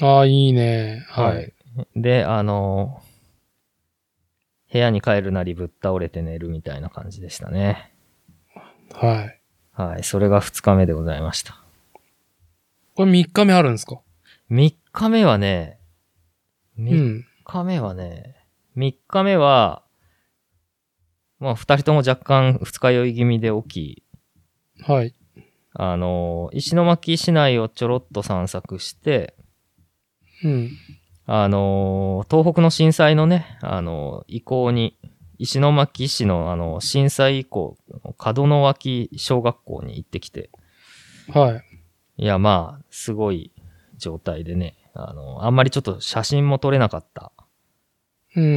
ああ、いいね。はい。。
で、あの部屋に帰るなりぶっ倒れて寝るみたいな感じでしたね。
はい。
はい。それが2日目でございました。
これ3日目あるんですか
3日目はね、
う
3
ん。
日目はね、3日目は、まあ2人とも若干二日酔い気味で起き、
はい。
あの石巻市内をちょろっと散策して、
うん。
あのー東北の震災のね、あのー移行に、石巻市の、あのー震災以降、門の脇小学校に行ってきて、
はい。
いや、まあ、すごい状態でね、あのーあんまりちょっと写真も撮れなかった
うんう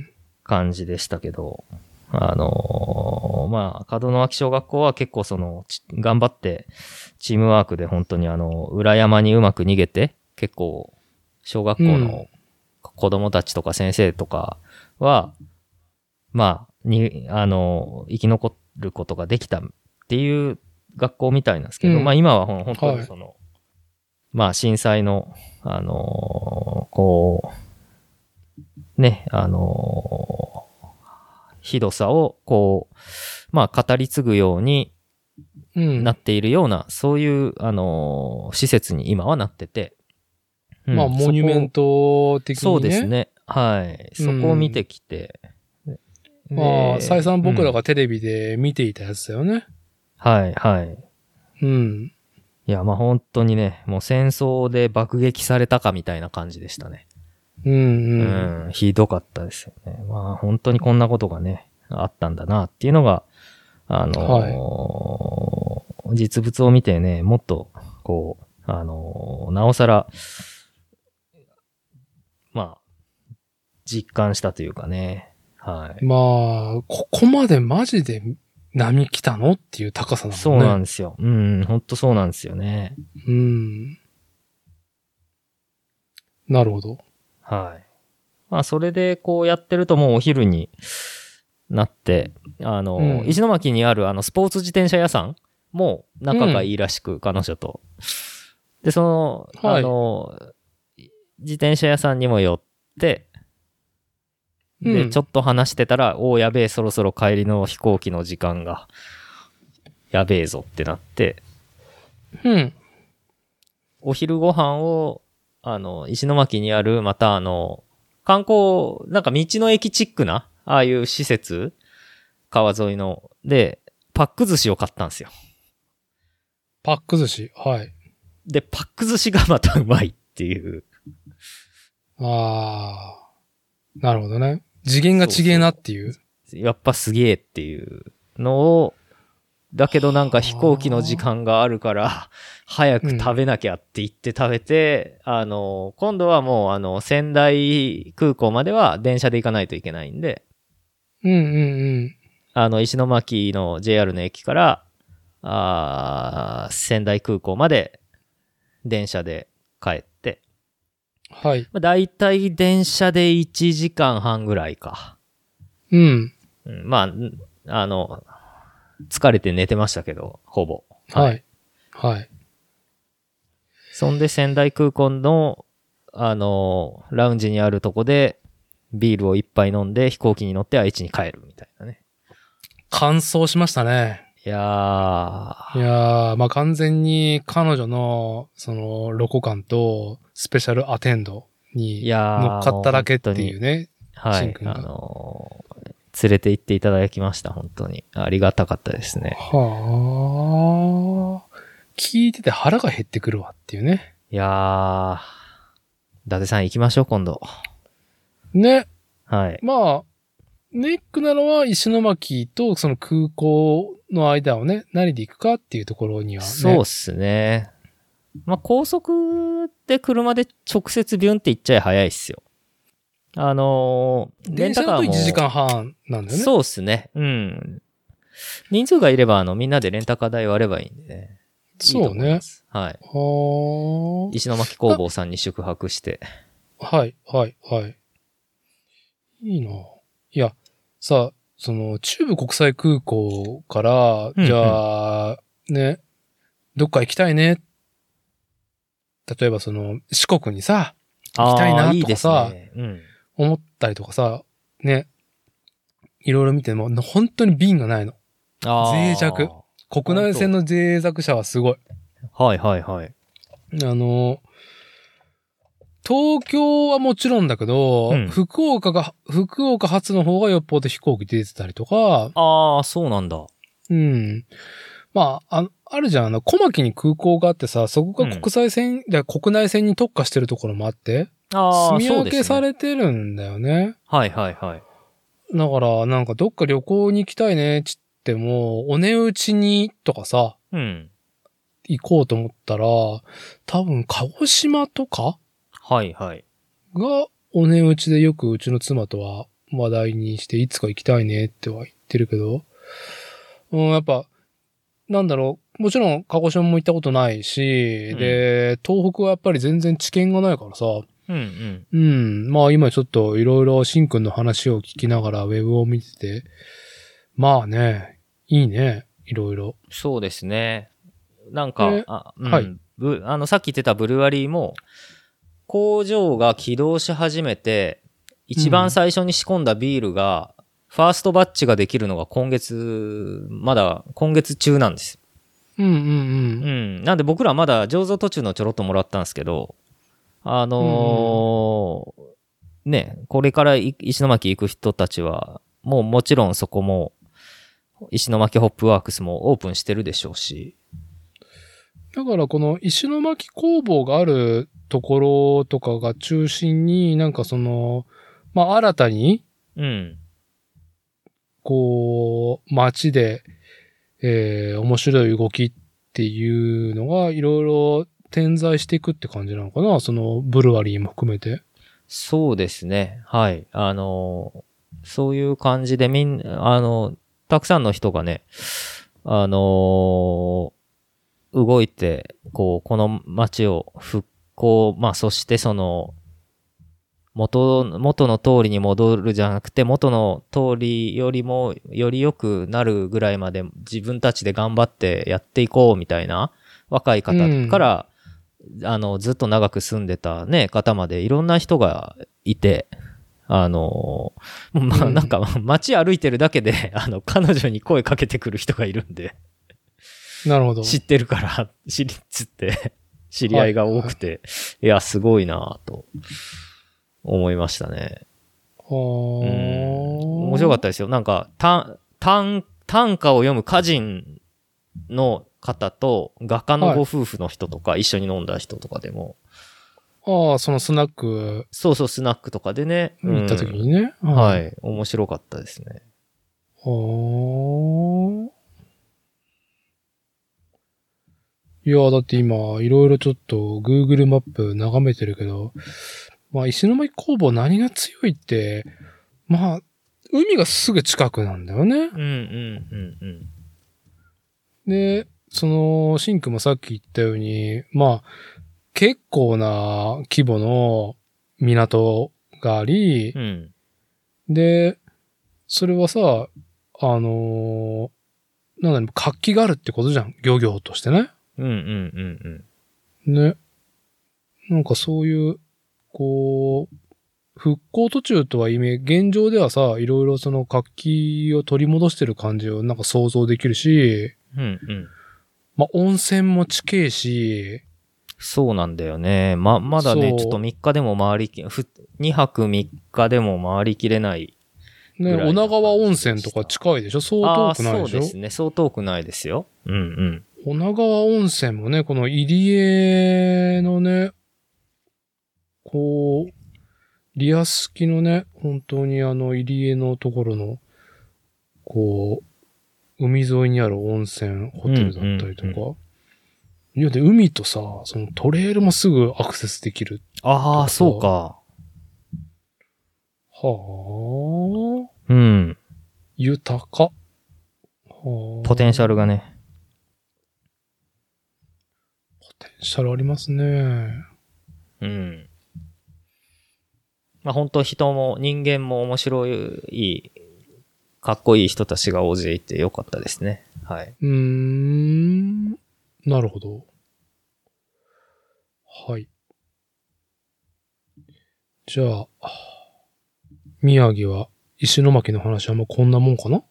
ん。
感じでしたけど、あのーまあ、門の脇小学校は結構その、ち頑張って、チームワークで本当にあの、裏山にうまく逃げて、結構、小学校
うん
の子供たちとか先生とかは、まあ、に、あのー生き残ることができたっていう学校みたいなんですけど、
うん
まあ今はほん本当
はい
にその、まあ震災の、あのーこう、ね、あのーひどさを、こう、まあ、語り継ぐように
うん。
なっているような、そういう、あのー施設に今はなってて。うん
まあ、モニュメント的にね。
そこそうです。ね。はい。そこを見てきて。
まあ、
で
再三僕ら
うん
がテレビで見ていたやつだよね。
はい、はい。
うん。
いや、まあ、本当にね、もう戦争で爆撃されたかみたいな感じでしたね。
うんうん。
うん、ひどかったですよね。まあ、本当にこんなことがね、あったんだなっていうのが、あのー実物を見てね、もっと、こう、あのーなおさら、まあ、実感したというかね、はい。
まあ、ここまでマジで波来たのっていう高さなのね。
そうなんですよ。うん、本当そうなんですよね。
うん。なるほど。
はい。まあ、それでこうやってるともうお昼になって、あの、
うん
石巻にあるあのスポーツ自転車屋さんも仲がいいらしく、彼女と。で、その、
はい
あの、自転車屋さんにも寄って、で、
うん
ちょっと話してたら、おお、やべえ、そろそろ帰りの飛行機の時間が、やべえぞってなって、
うん。
お昼ご飯を、あの、石巻にある、またあの、観光、なんか道の駅チックな、ああいう施設、川沿いの、で、パック寿司を買ったんですよ。
パック寿司。はい。
で、パック寿司がまたうまいっていう。
ああ。なるほどね。次元が違えなっていう。
やっぱすげえっていうのを、だけどなんか飛行機の時間があるから、早く食べなきゃって言って食べて、あの、今度はもうあの、仙台空港までは電車で行かないといけないんで、
うんうん
あの、石巻の JR の駅から、あー仙台空港まで電車で帰って、
うん。はい。
まあ、大体電車で1時間半ぐらいか。
うん。
うん、まあん、あの、疲れて寝てましたけど、ほぼ。
はい。はい。
そんで仙台空港の、あの、ラウンジにあるとこで、ビールを一杯飲んで飛行機に乗って愛知に帰るみたいなね。
乾燥しましたね。
いやー、
いやー、まあ、完全に彼女の、その、ロコ感と、スペシャルアテンドに
いやー
乗っかっただけっていうね。
は
シン
い。
くんが
あのー連れて行っていただきました、本当に。ありがたかったですね。
はあ。聞いてて腹が減ってくるわっていうね。
いやー、伊達さん行きましょう、今度。
ね。
はい。
まあ、ネックなのは石巻とその空港の間をね、何で行くかっていうところにはね。
そうっすね。まあ、高速で車で直接ビュンって行っちゃい早いっすよ。あのーレ
電
ン
車
タ
だ
カー
と
も。
1時間半なんだよね。
そうっすね。うん。人数がいれば、あの、みんなでレンタカー代割ればいいんでね。いいと
そう
思い
ね
ま。すはい。
は
石巻工房さんに宿泊して。
あ。はい、はい、はい。いいな。いや、さ、その、中部国際空港から、
うん
じゃあ、ね、どっか行きたいね。例えばその、四国にさ、行きたいな
あーいい
とか
です
さ
ね。うん。
思ったりとかさ、ね、いろいろ見ても、本当に便がないの。
あー
脆弱国内線の脆弱者はすごい。
はいはいはい。
あの、東京はもちろんだけど、
うん
福岡が、福岡発の方がよっぽど飛行機出てたりとか、
ああ、そうなんだ。
うん。まあ、あのあるじゃん、あの、小牧に空港があってさ、そこが国際線、じゃあ国内線に特化してるところもあって、
あ
住
あ、
み
そう
分
で
け
す
さ
ね。
れてるんだよね。
はいはいはい。
だから、なんかどっか旅行に行きたいね、つっても、お値打ちにとかさ、
うん。
行こうと思ったら、多分鹿児島とか
はいはい。
が、お値打ちでよくうちの妻とは話題にして、いつか行きたいねっては言ってるけど、うん、やっぱ、なんだろう、もちろん鹿児島も行ったことないし、
うん
で、東北はやっぱり全然知見がないからさ、
うんうん。
うん、まあ今ちょっといろいろしんくんの話を聞きながらウェブを見てて、まあね、いいね、いろいろ。
そうですね。なんか
え、
あうん
はい
ぶあの、さっき言ってたブルワリーも、工場が起動し始めて、一番最初に仕込んだビールが、ファーストバッチができるのが今月、まだ今月中なんです。
うんうんう
う
ん。
ん。なんで僕らまだ醸造途中のちょろっともらったんですけど、あのーね、これからい石巻行く人たちは、もうもちろんそこも、石巻ホップワークスもオープンしてるでしょうし、
だからこの石巻工房があるところとかが中心になんかその、まあ新たに、
うん。
こう、街で、えー、面白い動きっていうのがいろいろ点在していくって感じなのかなそのブルワリーも含めて。
そうですね。はい。あの、そういう感じでみん、あの、たくさんの人がね、あの、動いて、こう、この街を復興、まあ、そしてその、元、元の通りに戻るじゃなくて、元の通りよりも、より良くなるぐらいまで自分たちで頑張ってやっていこうみたいな、若い方から、あの、ずっと長く住んでたね、方までいろんな人がいて、あの、まあ、
うん
なんか、街歩いてるだけで、 あの、彼女に声かけてくる人がいるんで、
なるほど。
知ってるから、 知り、つって、知り合いが多くて、いや、すごいなぁと、思いましたね。うん面
面
白かったですよ。なんか、短、短、短歌を読む歌人の方と、画家のご夫婦の人とか、一緒に飲んだ人とかでも、
ああ、そのスナック
そうそう、スナックとかでね、うん
行った時にね。。
はいい、面白かったですね。
はあ。いや、だって今、いろいろちょっと Google マップ眺めてるけど、まあ、石巻工房何が強いって、まあ、海がすぐ近くなんだよね。
うんうんうんうん。
で、その、シンクもさっき言ったように、まあ、結構な規模の港があり、
うん。
で、それはさ、あのーなんだろう、活気があるってことじゃん。漁業としてね。
うんうんうんうん。
ね。なんかそういう、こう、復興途中とはいえ、現状ではさ、いろいろその活気を取り戻してる感じをなんか想像できるし、
うんうん。
まあ、温泉も地形し、
そうなんだよね。ま、まだね
そ、う
ちょっと3日でも回りき、ふ2泊3日でも回りきれない。
ね、
ぐらい
女
の
川温泉とか近いでしょそう
ああ
遠く
ー、
ない
そ
で
う
し
です
ょ
ね。そう遠くないですよ。うんうん。
女川温泉もね、この入江のね、こう、リアス式のね、本当にあの入江のところの、こう、海沿いにある温泉ホテルだったりとか、
うんう
いや、で、海とさ、そのトレイルもすぐアクセスできる。
ああ、そうか。
はあ、
うん。
豊か。はあ、
ポテンシャルがね。
ポテンシャルありますね。
うん。まあ本当人も人間も面白い、いいかっこいい人たちが大勢いてよかったですね。はい。
うーん。なるほど。はい。じゃあ、宮城は石巻の話はもうこんなもんかな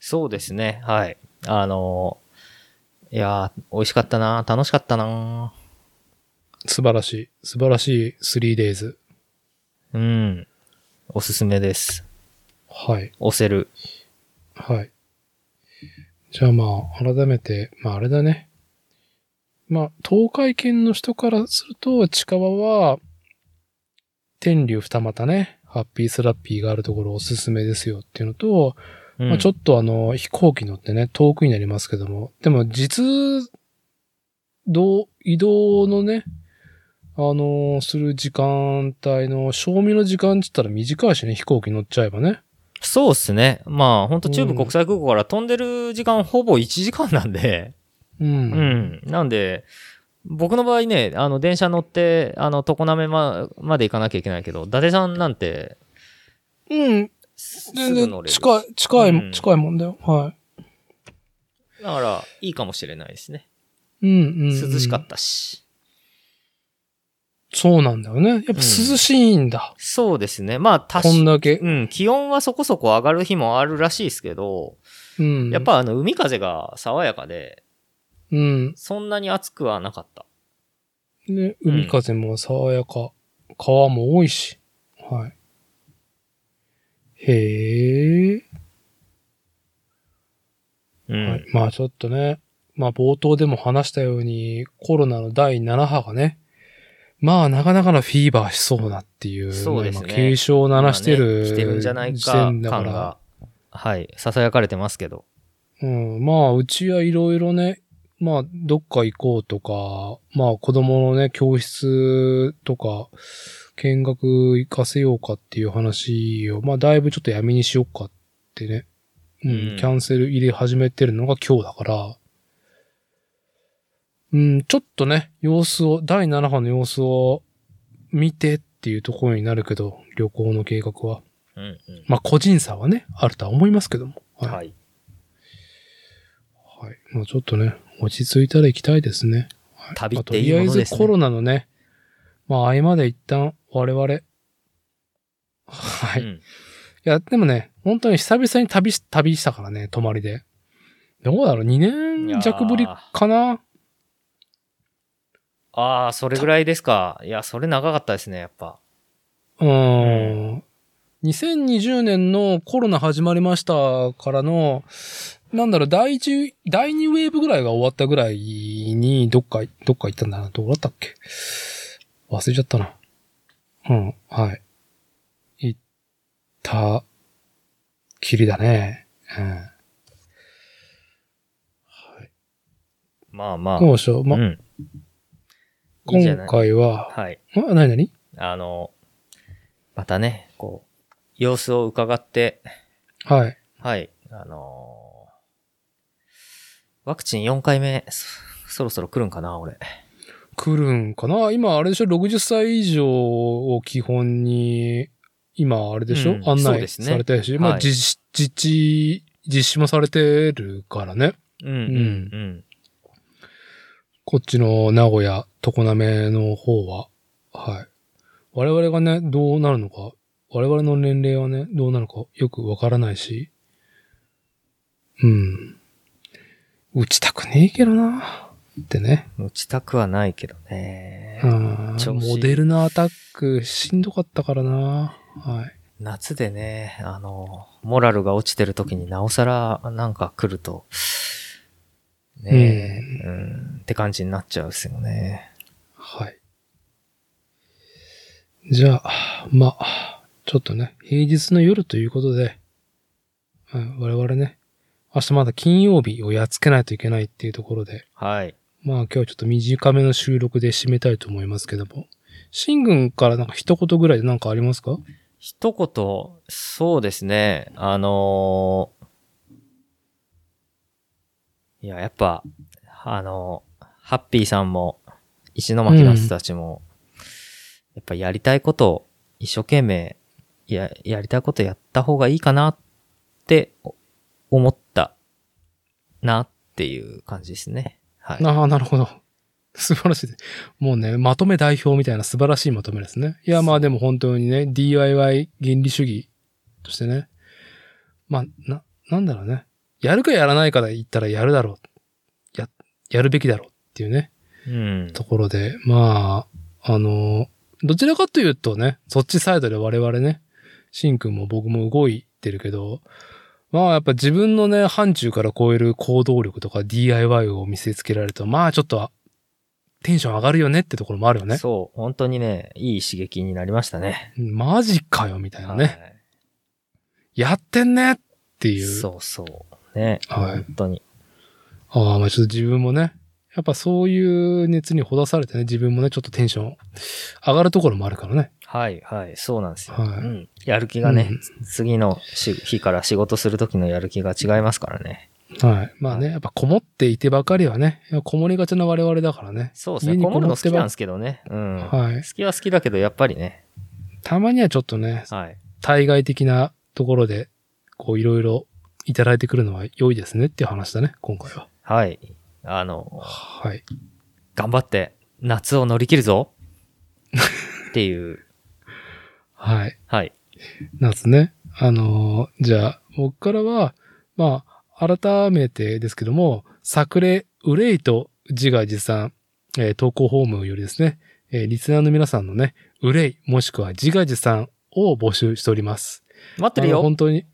そうですね。はい。あのーいやー、美味しかったな楽しかったな
素晴らしい。素晴らしい 3days。
うん。おすすめです。
はい。
押せる。
はい。じゃあまあ、改めて、まああれだね。まあ、東海圏の人からすると、近場は、天竜二股ね、ハッピースラッピーがあるところおすすめですよっていうのと、
うん、
まあちょ
っ
っとあの、飛行機乗ってね、遠くになりますけども、でも実、どう移動のね、あのーする時間帯の、賞味の時間って言ったら短いしね、飛行機乗っちゃえばね。
とそうっすね。まあ本当中部国際空港から飛んでる時間ほぼ1時間なんで。
うん。
うん。なんで、僕の場合ね、あの、電車乗って、あの、常滑ままで行かなきゃいけないけど、伊達さんなんて、
うん、
すす
全
ぐ
然
乗れる。
近い、近い、
うん
近いもんだよ。は
だから、いいかもしれないですね。
い。うん、うんうん。
涼しかったし。
そうなんだよね。やっぱ涼しいんだ。
そうですね。まあ、た
こん
し、
だけ。
うん、気温はそこそこ上がる日もあるらしいですけど、
うん。
やっ、ぱあの、海風が爽やかで、
うん。
そんなに暑くはなかった。
ね、海風も爽やか。川も多いし。はい。へえ。
うん。
はいまあちょっとね、まあ冒頭でも話したように、コロナの第7波がね、まあなかなかのフィーバーしそうだっていう、
そうですね
まあ今警鐘を鳴らして
まあ
る、
ね来てるんじゃない
時
か、
点
感
だから
が、はい、囁かれてますけど。
うん、まあ、うちはいろいろね、まあ、どっか行こうとか、まあ、子供のね、教室とか、見学行かせようかっていう話を、まあ、だいぶちょっとやめにしようかってね、うん、
うん
キャンセル入れ始めてるのが今日だから、うん、ちょっとね、様子を、第7波の様子を見てっていうところになるけど、旅行の計画は。
うん、うん。
まあ、個人差はね、あるとは思いますけども。はい
はい。
はい。まあちょっとね、落ち着いたら行きたいですね。はい
旅
まあ
っていいも
と
の
りあえ
です
ず
ね
コロナのね、まあ合間で一旦我々、はい。い
うん
や、でもね、本当に久々に旅し、旅したからね、泊まりで。どうだろう ?2 年弱ぶりかな
ああ、それぐらいですか。いや、それ長かったですね、やっぱ。
うーん。2020年のコロナ始まりましたからの、なんだろう、第一、第二ウェーブぐらいが終わったぐらいに、どっか、どっか行ったんだな。どうだったっけ忘れちゃったな。うん、はい。行った、きりだね。うん。はい。
まあまあ。
どうしよう。ま、
うん。いいじゃ
今
ない。
回は、
はい。
あ、なになに
あの、またね、こう、様子を伺って、
はい。
はい。あのーワクチン4回目、そそろそろ来るんかな、俺。
来るんかな今、あれでしょ ?60 歳以上を基本に、今、あれでしょ、
うん
案
そう
内
ですね
されてるし、まあ、
はい
実、実地、実施もされてるからね。
うん、うん、うん。
こっちの名古屋、常滑の方は。はい。我々がね、どうなるのか、我々の年齢はね、どうなるかよくわからないし。うん。打ちたくねえけどなってね。
打ちたくはないけどね。
うん
調子
モデルナアタックしんどかったからな。はい。
夏でね、あの、モラルが落ちてる時になおさらなんか来ると、ねえ、うん、って感じになっちゃうんですよね。
はい。じゃあ、まあ、ちょっとね、平日の夜ということで、うん、我々ね、明日まだ金曜日をやっつけないといけないっていうところで、
はい。
まあ今日はちょっと短めの収録で締めたいと思いますけども。シングンからなんか一言ぐらいで何かありますか
一言、そうですね。あのーいや、やっぱ、あのーハッピーさんも、石巻の人たちも、やっぱやりたいことを一生懸命、や、やりたいことやった方がいいかなってお思ったなっていう感じですね。はい。
ああ、なるほど。素晴らしいです。もうね、まとめ代表みたいな素晴らしいまとめですね。いや、まあでも本当にね、DIY 原理主義としてね。まあ、な、なんだろうね。やるかやらないかで言ったらやるだろう。や、やるべきだろうっていうね、
うん。
ところで。まあ、あの、どちらかというとね、そっちサイドで我々ね、シンくんも僕も動いてるけど、まあやっぱ自分のね、範疇から超える行動力とか DIY を見せつけられると、まあちょっとテンション上がるよねってところもあるよね。
そう、本当にね、いい刺激になりましたね。
マジかよみたいなね。
はい
やってんねっていう。
そうそう。ね。
はい
本当に。
ああ、まあちょっと自分もね、やっぱそういう熱にほだされてね、自分もね、ちょっとテンション上がるところもあるからね。
はいはい、そうなんですよ。
はい
うん、やる気がね、
うん
次のし日から仕事する時のやる気が違いますからね。
はい。まあね、やっぱこもっていてばかりはね、こもりがちな我々だからね。
そうですね。
家に
こ
こも
も
ってば
るの好きなんですけどね。うん。
はい
好。きは好きだけど、やっぱりね。
たまにはちょっとね、
はい。
対外的なところで、こういろいろいただいてくるのは良いですねっていう話だね、今回は。
はい。あの、
はい。
頑張って、夏を乗り切るぞっていう。
はい。
はい。
なんですね。あのーじゃあ、僕からは、まあ、改めてですけども、作例、憂いと自画自賛、えー投稿フォームよりですね、えーリスナーの皆さんのね、憂い、もしくは自画自賛を募集しております。
待ってる
あの
よ。
本当に。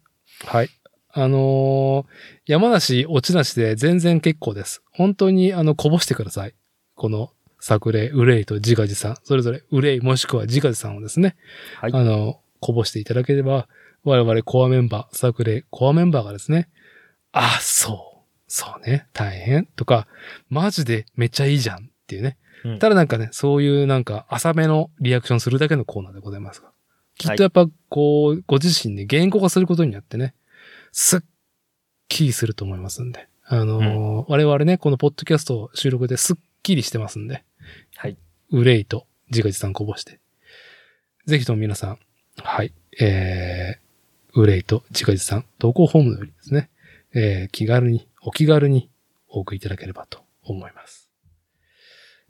はい。あのー山梨、落ちなしで全然結構です。本当に、あの、こぼしてください。この作例、憂いと自画自賛、それぞれ憂いもしくは自画自賛をですね、
はい
あの、こぼしていただければ、我々コアメンバー、作例コアメンバーがですね、あ、そう、そうね、大変とか、マジでめっちゃいいじゃんっていうね。
うん
ただなんかね、そういうなんか浅めのリアクションするだけのコーナーでございますが。きっとやっぱこう、ご自身で言語化することによってね、すっきりすると思いますんで。あのー我々ね、このポッドキャスト収録ですっきりしてますんで、
はい。
憂いと自画自賛こぼして。ぜひとも皆さん、はい、えー、憂いと自画自賛、投稿ホームよりですね、えー、気軽に、お気軽にお送りいただければと思います。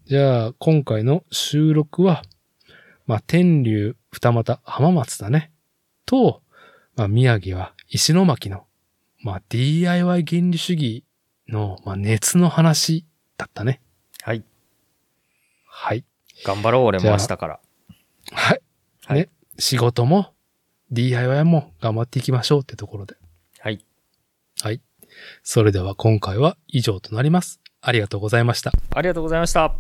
じゃあ、今回の収録は、まあ、天竜、二股、浜松だね。と、まあ、宮城は石巻の、まあ、DIY 原理主義の、まあ、熱の話だったね。
はい。
はい。
頑張ろう、俺
じ
も
ゃあ
明日から。
はい。
はい
ね。仕事も DIY も頑張っていきましょうってところで。
はい。
それでは今回は以上となります。ありがとうございました。
ありがとうございました。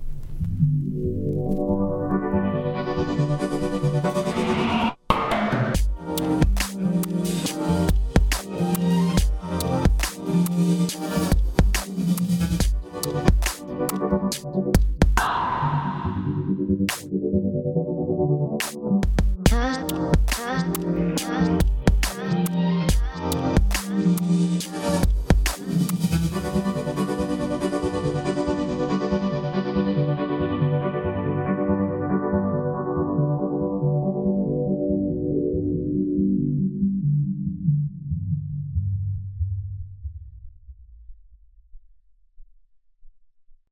Huh?